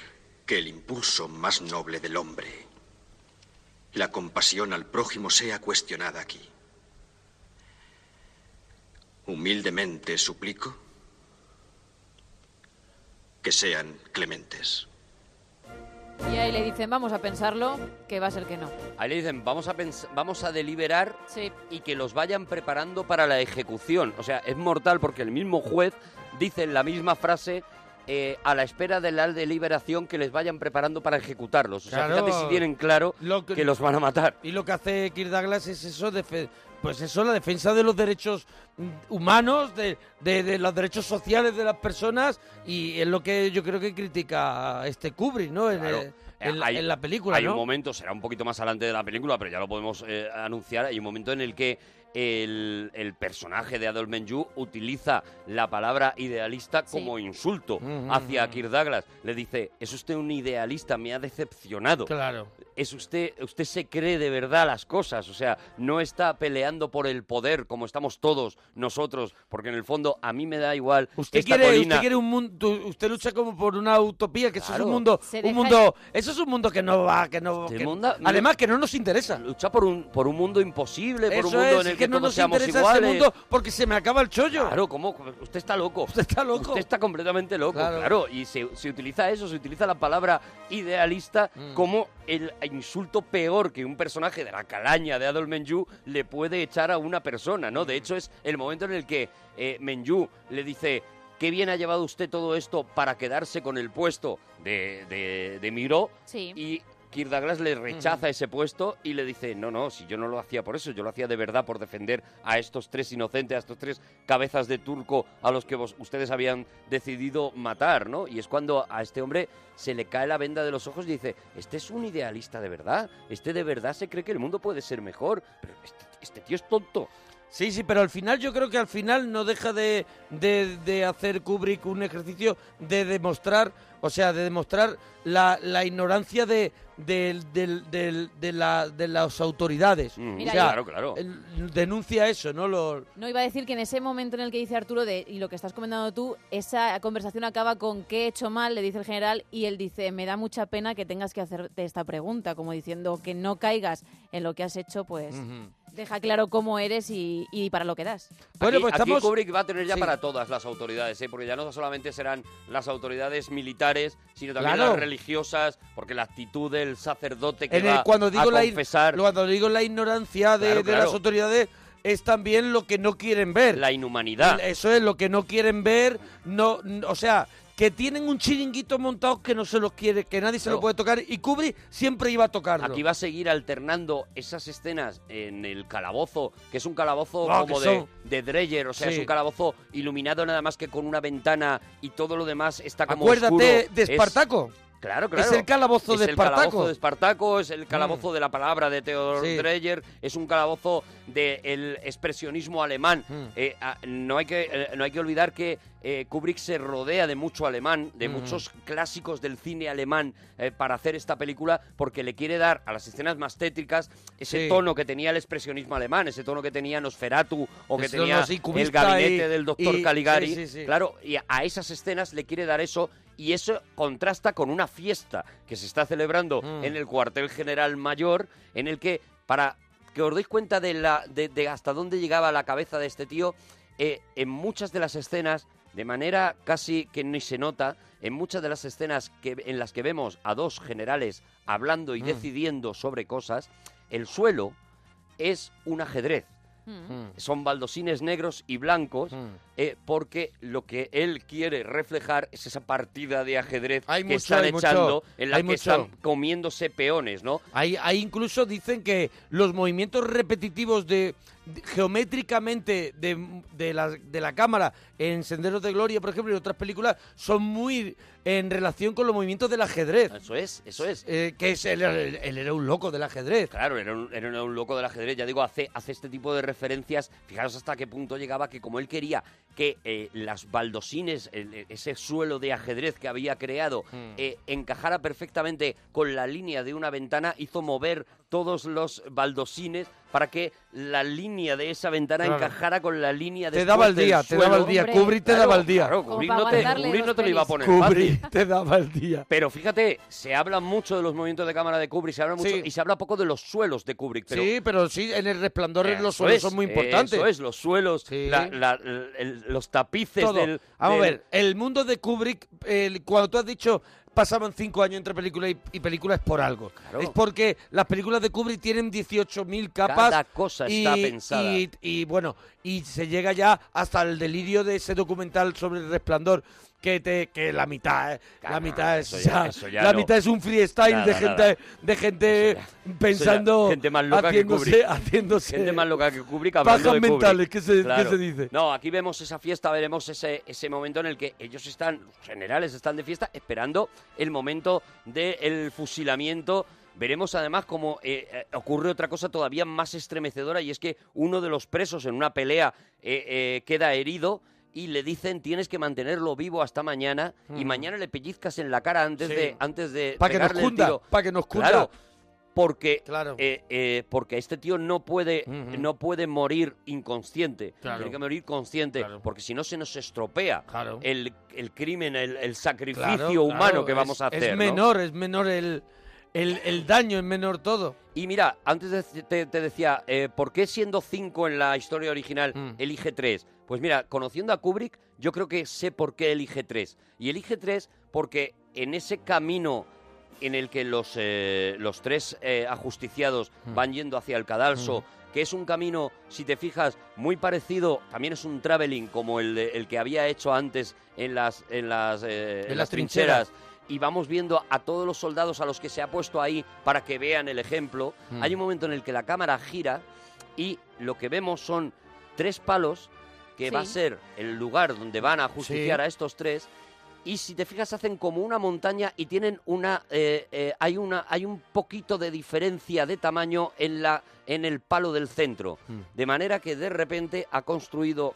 Speaker 5: que el impulso más noble del hombre, la compasión al prójimo, sea cuestionada aquí. Humildemente suplico que sean clementes.
Speaker 3: Y ahí le dicen, vamos a pensarlo, que va a ser que no.
Speaker 4: Ahí le dicen, vamos a, pens- vamos a deliberar
Speaker 3: Sí.
Speaker 4: y que los vayan preparando para la ejecución. O sea, es mortal porque el mismo juez dice en la misma frase eh, a la espera de la deliberación que les vayan preparando para ejecutarlos. O sea,
Speaker 2: Claro.
Speaker 4: fíjate si tienen claro que los van a matar.
Speaker 2: Y lo que hace Kirk Douglas es eso, defe- pues eso, la defensa de los derechos humanos, de, de- de los derechos sociales de las personas, y es lo que yo creo que critica este Kubrick, ¿no? En,
Speaker 4: Claro.
Speaker 2: eh, en la-
Speaker 4: Hay-
Speaker 2: en la película,
Speaker 4: Hay
Speaker 2: ¿no?
Speaker 4: un momento, será un poquito más adelante de la película, pero ya lo podemos eh, anunciar. Hay un momento en el que el, el personaje de Adol Menjú utiliza la palabra idealista como insulto
Speaker 2: Ujú.
Speaker 4: hacia Kirk Douglas. Le dice, es usted un idealista, me ha decepcionado.
Speaker 2: Claro.
Speaker 4: Es usted, usted se cree de verdad las cosas, o sea, no está peleando por el poder como estamos todos nosotros, porque en el fondo a mí me da igual.
Speaker 2: Usted
Speaker 4: esta
Speaker 2: quiere,
Speaker 4: colina-
Speaker 2: usted quiere un mundo, usted lucha como por una utopía, que eso es
Speaker 4: Claro.
Speaker 2: un mundo,
Speaker 4: Se
Speaker 2: un
Speaker 4: deja-
Speaker 2: mundo, eso es un mundo que no va, que no,
Speaker 4: Este
Speaker 2: que-
Speaker 4: mundo-
Speaker 2: además que no nos interesa.
Speaker 4: Lucha por un, por un mundo imposible, por un
Speaker 2: Eso
Speaker 4: mundo
Speaker 2: es,
Speaker 4: en el
Speaker 2: es
Speaker 4: que,
Speaker 2: que no
Speaker 4: todos
Speaker 2: nos
Speaker 4: seamos
Speaker 2: interesa ese
Speaker 4: iguales.
Speaker 2: mundo porque se me acaba el chollo.
Speaker 4: Claro, ¿cómo? Usted está loco. Usted
Speaker 2: está loco.
Speaker 4: Usted está completamente loco,
Speaker 2: Claro.
Speaker 4: claro. Y se, se utiliza eso, se utiliza la palabra idealista
Speaker 2: Mm.
Speaker 4: como el insulto peor que un personaje de la calaña de Adol Menjú le puede echar a una persona,
Speaker 2: Mm.
Speaker 4: ¿no? De hecho, es el momento en el que eh, Menjú le dice... Qué bien ha llevado usted todo esto para quedarse con el puesto de, de, de Miró.
Speaker 3: Sí.
Speaker 4: Y Kirk Douglas le rechaza ese puesto y le dice, no, no, si yo no lo hacía por eso, yo lo hacía de verdad por defender a estos tres inocentes, a estos tres cabezas de turco a los que vos- ustedes habían decidido matar, ¿no? Y es cuando a este hombre se le cae la venda de los ojos y dice, este es un idealista de verdad, este de verdad se cree que el mundo puede ser mejor, pero este, este tío es tonto.
Speaker 2: Sí, sí, pero al final yo creo que al final no deja de, de- de hacer Kubrick un ejercicio de demostrar, o sea, de demostrar la, la ignorancia de, del- del- del- de, la- de las autoridades.
Speaker 3: Mira,
Speaker 2: o sea,
Speaker 4: Mm, claro, claro.
Speaker 2: él denuncia eso, ¿no? Lo,
Speaker 3: No iba a decir que en ese momento en el que dice Arturo de, y lo que estás comentando tú, esa conversación acaba con qué he hecho mal, le dice el general, y él dice, me da mucha pena que tengas que hacerte esta pregunta, como diciendo que no caigas en lo que has hecho, pues
Speaker 4: Ujú.
Speaker 3: deja claro cómo eres y, y para lo que das.
Speaker 4: aquí,
Speaker 2: pues
Speaker 4: aquí Kubrick va a tener ya
Speaker 3: Sí.
Speaker 4: para todas las autoridades, ¿eh? porque ya no solamente serán las autoridades militares, sino también
Speaker 2: Claro.
Speaker 4: las religiosas, porque la actitud del sacerdote que
Speaker 2: en
Speaker 4: va
Speaker 2: el- cuando digo
Speaker 4: a
Speaker 2: la in-
Speaker 4: confesar,
Speaker 2: cuando digo la ignorancia de,
Speaker 4: Claro,
Speaker 2: de
Speaker 4: claro.
Speaker 2: las autoridades es también lo que no quieren ver
Speaker 4: la inhumanidad.
Speaker 2: eso es lo que no quieren ver no n- o sea que tienen un chiringuito montado que no se los quiere que nadie se lo
Speaker 4: Claro.
Speaker 2: puede tocar y Kubrick siempre iba a tocarlo
Speaker 4: Aquí va a seguir alternando esas escenas en el calabozo, que es un calabozo
Speaker 2: Ah,
Speaker 4: como
Speaker 2: que
Speaker 4: de,
Speaker 2: son-
Speaker 4: de Dreyer, o sea, es
Speaker 2: Sí.
Speaker 4: un calabozo iluminado nada más que con una ventana y todo lo demás está como
Speaker 2: acuérdate
Speaker 4: oscuro.
Speaker 2: de
Speaker 4: Es-
Speaker 2: Espartaco
Speaker 4: Claro, claro.
Speaker 2: es el calabozo
Speaker 4: Es
Speaker 2: de
Speaker 4: el
Speaker 2: Espartaco Mm.
Speaker 4: calabozo de Espartaco, es el calabozo de la palabra de Theodor
Speaker 2: Sí.
Speaker 4: Dreyer, es un calabozo del expresionismo alemán.
Speaker 2: Mm.
Speaker 4: Eh, ah, no, hay que, eh, no hay que olvidar que eh, Kubrick se rodea de mucho alemán, de
Speaker 2: Mm.
Speaker 4: muchos clásicos del cine alemán eh, para hacer esta película, porque le quiere dar a las escenas más tétricas ese
Speaker 2: Sí.
Speaker 4: tono que tenía el expresionismo alemán, ese tono que tenía Nosferatu o que
Speaker 2: Ese tono
Speaker 4: tenía
Speaker 2: así
Speaker 4: el
Speaker 2: cubista
Speaker 4: gabinete
Speaker 2: y-
Speaker 4: del doctor
Speaker 2: y-
Speaker 4: Caligari.
Speaker 2: sí, sí, sí.
Speaker 4: Claro, y a- a esas escenas le quiere dar eso y eso contrasta con una fiesta que se está celebrando
Speaker 2: Mm.
Speaker 4: en el cuartel general mayor en el que para que os deis cuenta de la de, de hasta dónde llegaba la cabeza de este tío eh, en muchas de las escenas de manera casi que ni se nota en muchas de las escenas que en las que vemos a dos generales hablando y
Speaker 2: Mm.
Speaker 4: decidiendo sobre cosas el suelo es un ajedrez
Speaker 2: Mm.
Speaker 4: son baldosines negros y blancos, eh, porque lo que él quiere reflejar es esa partida de ajedrez
Speaker 2: Hay
Speaker 4: que
Speaker 2: mucho,
Speaker 4: están
Speaker 2: hay mucho,
Speaker 4: echando, en la
Speaker 2: hay
Speaker 4: que
Speaker 2: mucho.
Speaker 4: están comiéndose peones, ¿no?
Speaker 2: Ahí, ahí incluso dicen que los movimientos repetitivos de, de- geométricamente de, de la, de la cámara en Senderos de Gloria, por ejemplo, y en otras películas, son muy en relación con los movimientos del ajedrez. Eh,
Speaker 4: Eso es, eso es.
Speaker 2: que es, él, era- él era un loco del ajedrez.
Speaker 4: Claro, era un, era un loco del ajedrez, ya digo, hace, hace este tipo de referencias, fijaros hasta qué punto llegaba que como él quería que eh, las baldosines, el- e, ese suelo de ajedrez que había creado,
Speaker 2: Mm.
Speaker 4: eh, encajara perfectamente con la línea de una ventana, hizo mover todos los baldosines para que la línea de esa ventana
Speaker 2: Claro.
Speaker 4: encajara con la línea de
Speaker 2: Te daba el día, te daba el día, Hombre. Kubrick te daba el día.
Speaker 4: Claro,
Speaker 2: Como
Speaker 4: Kubrick
Speaker 2: para
Speaker 4: no te,
Speaker 2: guardarle
Speaker 4: Kubrick
Speaker 2: los
Speaker 4: no te lo iba a
Speaker 2: pelis.
Speaker 4: poner
Speaker 2: Kubrick
Speaker 4: fácil.
Speaker 2: te daba el día.
Speaker 4: Pero fíjate, se habla mucho de los movimientos de cámara de Kubrick, se habla mucho
Speaker 2: Sí.
Speaker 4: y se habla poco de los suelos de Kubrick, pero
Speaker 2: sí, pero sí, en el resplandor
Speaker 4: Eso
Speaker 2: los suelos
Speaker 4: es,
Speaker 2: son muy importantes.
Speaker 4: Eso es, los suelos,
Speaker 2: Sí.
Speaker 4: la- la- el- el- los tapices
Speaker 2: Todo.
Speaker 4: del...
Speaker 2: Vamos a
Speaker 4: del-
Speaker 2: ver, el mundo de Kubrick, el- cuando tú has dicho pasaban cinco años entre película y, y película es por algo. Es porque las películas de Kubrick tienen 18.000 capas.
Speaker 4: Cada cosa está pensada.
Speaker 2: Y, y, bueno, y se llega ya hasta el delirio de ese documental sobre el resplandor. que te que la mitad, eh, la mitad es
Speaker 4: eso ya-
Speaker 2: ya-
Speaker 4: eso ya
Speaker 2: la
Speaker 4: no.
Speaker 2: mitad es un freestyle
Speaker 4: Nada,
Speaker 2: de gente
Speaker 4: nada.
Speaker 2: de gente pensando
Speaker 4: Eso ya, gente más loca
Speaker 2: haciéndose,
Speaker 4: que Kubrick.
Speaker 2: haciéndose
Speaker 4: gente más loca que Kubrick
Speaker 2: pajas
Speaker 4: hablando de Kubrick.
Speaker 2: mentales, ¿qué se- qué
Speaker 4: Claro.
Speaker 2: se dice?
Speaker 4: no aquí vemos esa fiesta veremos ese ese momento en el que ellos están los generales están de fiesta esperando el momento del fusilamiento Veremos además cómo eh, eh, ocurre otra cosa todavía más estremecedora y es que uno de los presos en una pelea eh, eh, queda herido y le dicen tienes que mantenerlo vivo hasta mañana y
Speaker 2: Mm.
Speaker 4: mañana le pellizcas en la cara antes
Speaker 2: Sí.
Speaker 4: de antes de
Speaker 2: Pa' que nos
Speaker 4: pegarle el
Speaker 2: cunda,
Speaker 4: tiro.
Speaker 2: pa' que nos cunda.
Speaker 4: Claro, porque eh, eh, porque este tío no puede no puede morir inconsciente
Speaker 2: Claro.
Speaker 4: tiene que morir consciente porque si no se nos estropea el, el crimen el, el sacrificio
Speaker 2: Claro,
Speaker 4: humano
Speaker 2: claro,
Speaker 4: que vamos
Speaker 2: es-
Speaker 4: a hacer
Speaker 2: Es
Speaker 4: ¿no?
Speaker 2: menor, es menor el, el, el daño, es menor todo.
Speaker 4: Y mira, antes de- te, te decía, eh, ¿por qué siendo 5 en la historia original elige 3? Pues mira, conociendo a Kubrick, yo creo que sé por qué elige 3. Y elige 3 porque en ese camino en el que los, eh, los tres eh, ajusticiados
Speaker 2: Mm.
Speaker 4: van yendo hacia el cadalso, que es un camino, si te fijas, muy parecido, también es un traveling como el, de- el que había hecho antes en las, en las, eh, en
Speaker 2: las
Speaker 4: las
Speaker 2: trincheras.
Speaker 4: trincheras y vamos viendo a todos los soldados a los que se ha puesto ahí para que vean el ejemplo.
Speaker 2: Mm.
Speaker 4: Hay un momento en el que la cámara gira y lo que vemos son tres palos que
Speaker 2: Sí.
Speaker 4: va a ser el lugar donde van a justiciar
Speaker 2: Sí.
Speaker 4: a estos tres. Y si te fijas, hacen como una montaña y tienen una. eh, eh, hay una. hay un poquito de diferencia de tamaño en la. en el palo del centro.
Speaker 2: Mm.
Speaker 4: De manera que de repente ha construido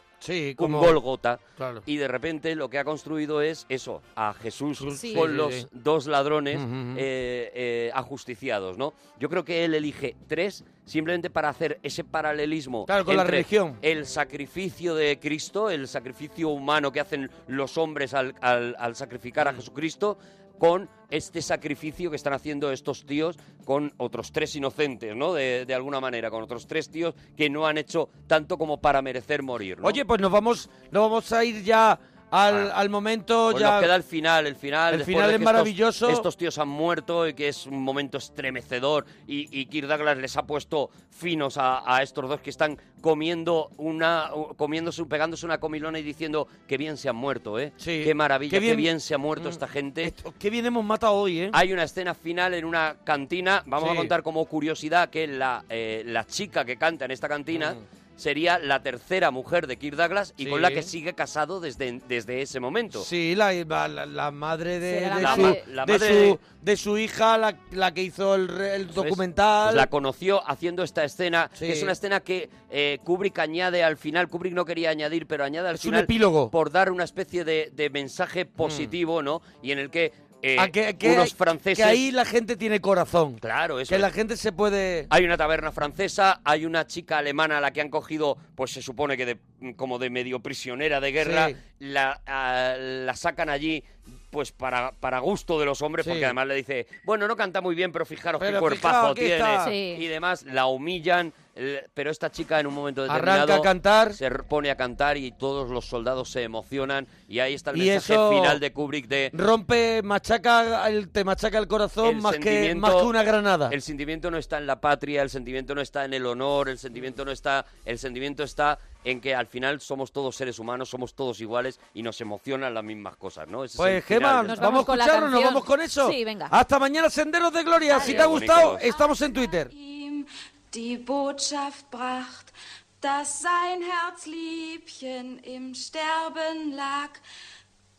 Speaker 2: como-
Speaker 4: un Golgota.
Speaker 2: Claro.
Speaker 4: Y de repente lo que ha construido es eso, a Jesús
Speaker 2: Sí.
Speaker 4: con
Speaker 2: Sí, sí,
Speaker 4: los
Speaker 2: sí.
Speaker 4: dos ladrones
Speaker 2: Ujú, ujú.
Speaker 4: eh, eh, ajusticiados, ¿no? Yo creo que él elige tres simplemente para hacer ese paralelismo.
Speaker 2: Claro, con la
Speaker 4: entre
Speaker 2: religión.
Speaker 4: El sacrificio de Cristo, el sacrificio humano que hacen los hombres al, al- al sacrificar a Jesucristo, con este sacrificio que están haciendo estos tíos con otros tres inocentes, ¿no? De, de alguna manera, con otros tres tíos que no han hecho tanto como para merecer morir, ¿no?
Speaker 2: Oye, pues nos vamos, nos vamos a ir ya al, al momento
Speaker 4: Pues
Speaker 2: ya.
Speaker 4: nos queda el final, el final.
Speaker 2: El
Speaker 4: después
Speaker 2: final
Speaker 4: de
Speaker 2: es
Speaker 4: que estos-
Speaker 2: maravilloso.
Speaker 4: Estos, tíos han muerto y que es un momento estremecedor y, y Kirk Douglas les ha puesto finos a, a estos dos que están comiendo una, comiéndose, pegándose una comilona y diciendo que bien se han muerto, ¿eh? Qué maravilla,
Speaker 2: Qué
Speaker 4: qué
Speaker 2: bien- Mm,
Speaker 4: bien, se ha muerto esta gente.
Speaker 2: Qué bien hemos matado hoy, ¿eh?
Speaker 4: Hay una escena final en una cantina. Vamos
Speaker 2: Sí.
Speaker 4: a contar como curiosidad que la, eh, la chica que canta en esta cantina sería la tercera mujer de Kirk Douglas y
Speaker 2: Mm. Sí.
Speaker 4: con la que sigue casado desde, desde ese momento.
Speaker 2: Sí, la, la- la- la madre de,
Speaker 4: Será la
Speaker 2: de
Speaker 4: madre-
Speaker 2: su,
Speaker 4: la
Speaker 2: de
Speaker 4: madre
Speaker 2: su- de su hija, la, la que hizo el, re- el
Speaker 4: Eso es.
Speaker 2: documental.
Speaker 4: Pues la conoció haciendo esta escena,
Speaker 2: Sí.
Speaker 4: que es una escena que eh, Kubrick añade al final. Kubrick no quería añadir, pero añade al
Speaker 2: Es un
Speaker 4: final.
Speaker 2: epílogo. Mm.
Speaker 4: Por dar una especie de, de mensaje positivo, ¿no? Y en el que. eh,
Speaker 2: Ah, que- que-
Speaker 4: unos franceses.
Speaker 2: Que ahí la gente tiene corazón.
Speaker 4: Claro, eso
Speaker 2: Que
Speaker 4: es.
Speaker 2: la gente se puede.
Speaker 4: Hay una taberna francesa, hay una chica alemana a la que han cogido, pues se supone que de- como de medio prisionera de guerra,
Speaker 2: Sí.
Speaker 4: la, a- la sacan allí pues para, para gusto de los hombres,
Speaker 2: Sí.
Speaker 4: porque además le dice, bueno, no canta muy bien, pero fijaros
Speaker 2: Pero
Speaker 4: qué
Speaker 2: fijaos,
Speaker 4: cuerpazo
Speaker 2: aquí
Speaker 4: tiene.
Speaker 2: está. Sí.
Speaker 4: Y demás, la humillan, l- pero esta chica en un momento determinado
Speaker 2: Arranca a cantar.
Speaker 4: se r- pone a cantar y todos los soldados se emocionan y ahí está el
Speaker 2: Y
Speaker 4: mensaje
Speaker 2: eso
Speaker 4: final de Kubrick de...
Speaker 2: Rompe, machaca, el, te machaca el corazón
Speaker 4: El
Speaker 2: más, que,
Speaker 4: sentimiento-
Speaker 2: más que una granada.
Speaker 4: El sentimiento no está en la patria, el sentimiento no está en el honor, el sentimiento no está, el sentimiento está en que al final somos todos seres humanos, somos todos iguales y nos emocionan las mismas cosas, ¿no? Ese es el
Speaker 2: Pues
Speaker 4: final
Speaker 2: Gemma,
Speaker 4: del-
Speaker 2: vamos, a escucharnos, nos vamos con eso.
Speaker 6: Sí, venga.
Speaker 2: Hasta mañana, Senderos de Gloria. Si te ha
Speaker 4: Adiós,
Speaker 2: gustado,
Speaker 4: bonitos.
Speaker 2: estamos en Twitter.
Speaker 6: ihm die Botschaft bracht, dass sein Herzliebchen im Sterben lag.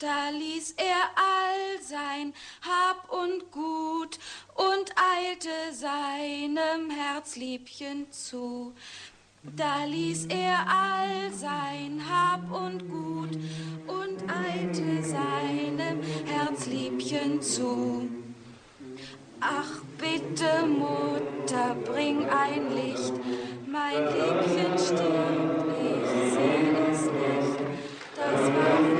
Speaker 6: Da ließ er all sein Hab und Gut und eilte seinem Herzliebchen zu. Da ließ er all sein Hab und Gut und eilte seinem Herzliebchen zu. Ach bitte, Mutter, bring ein Licht. Mein Liebchen stirbt, ich sehe es nicht. Das war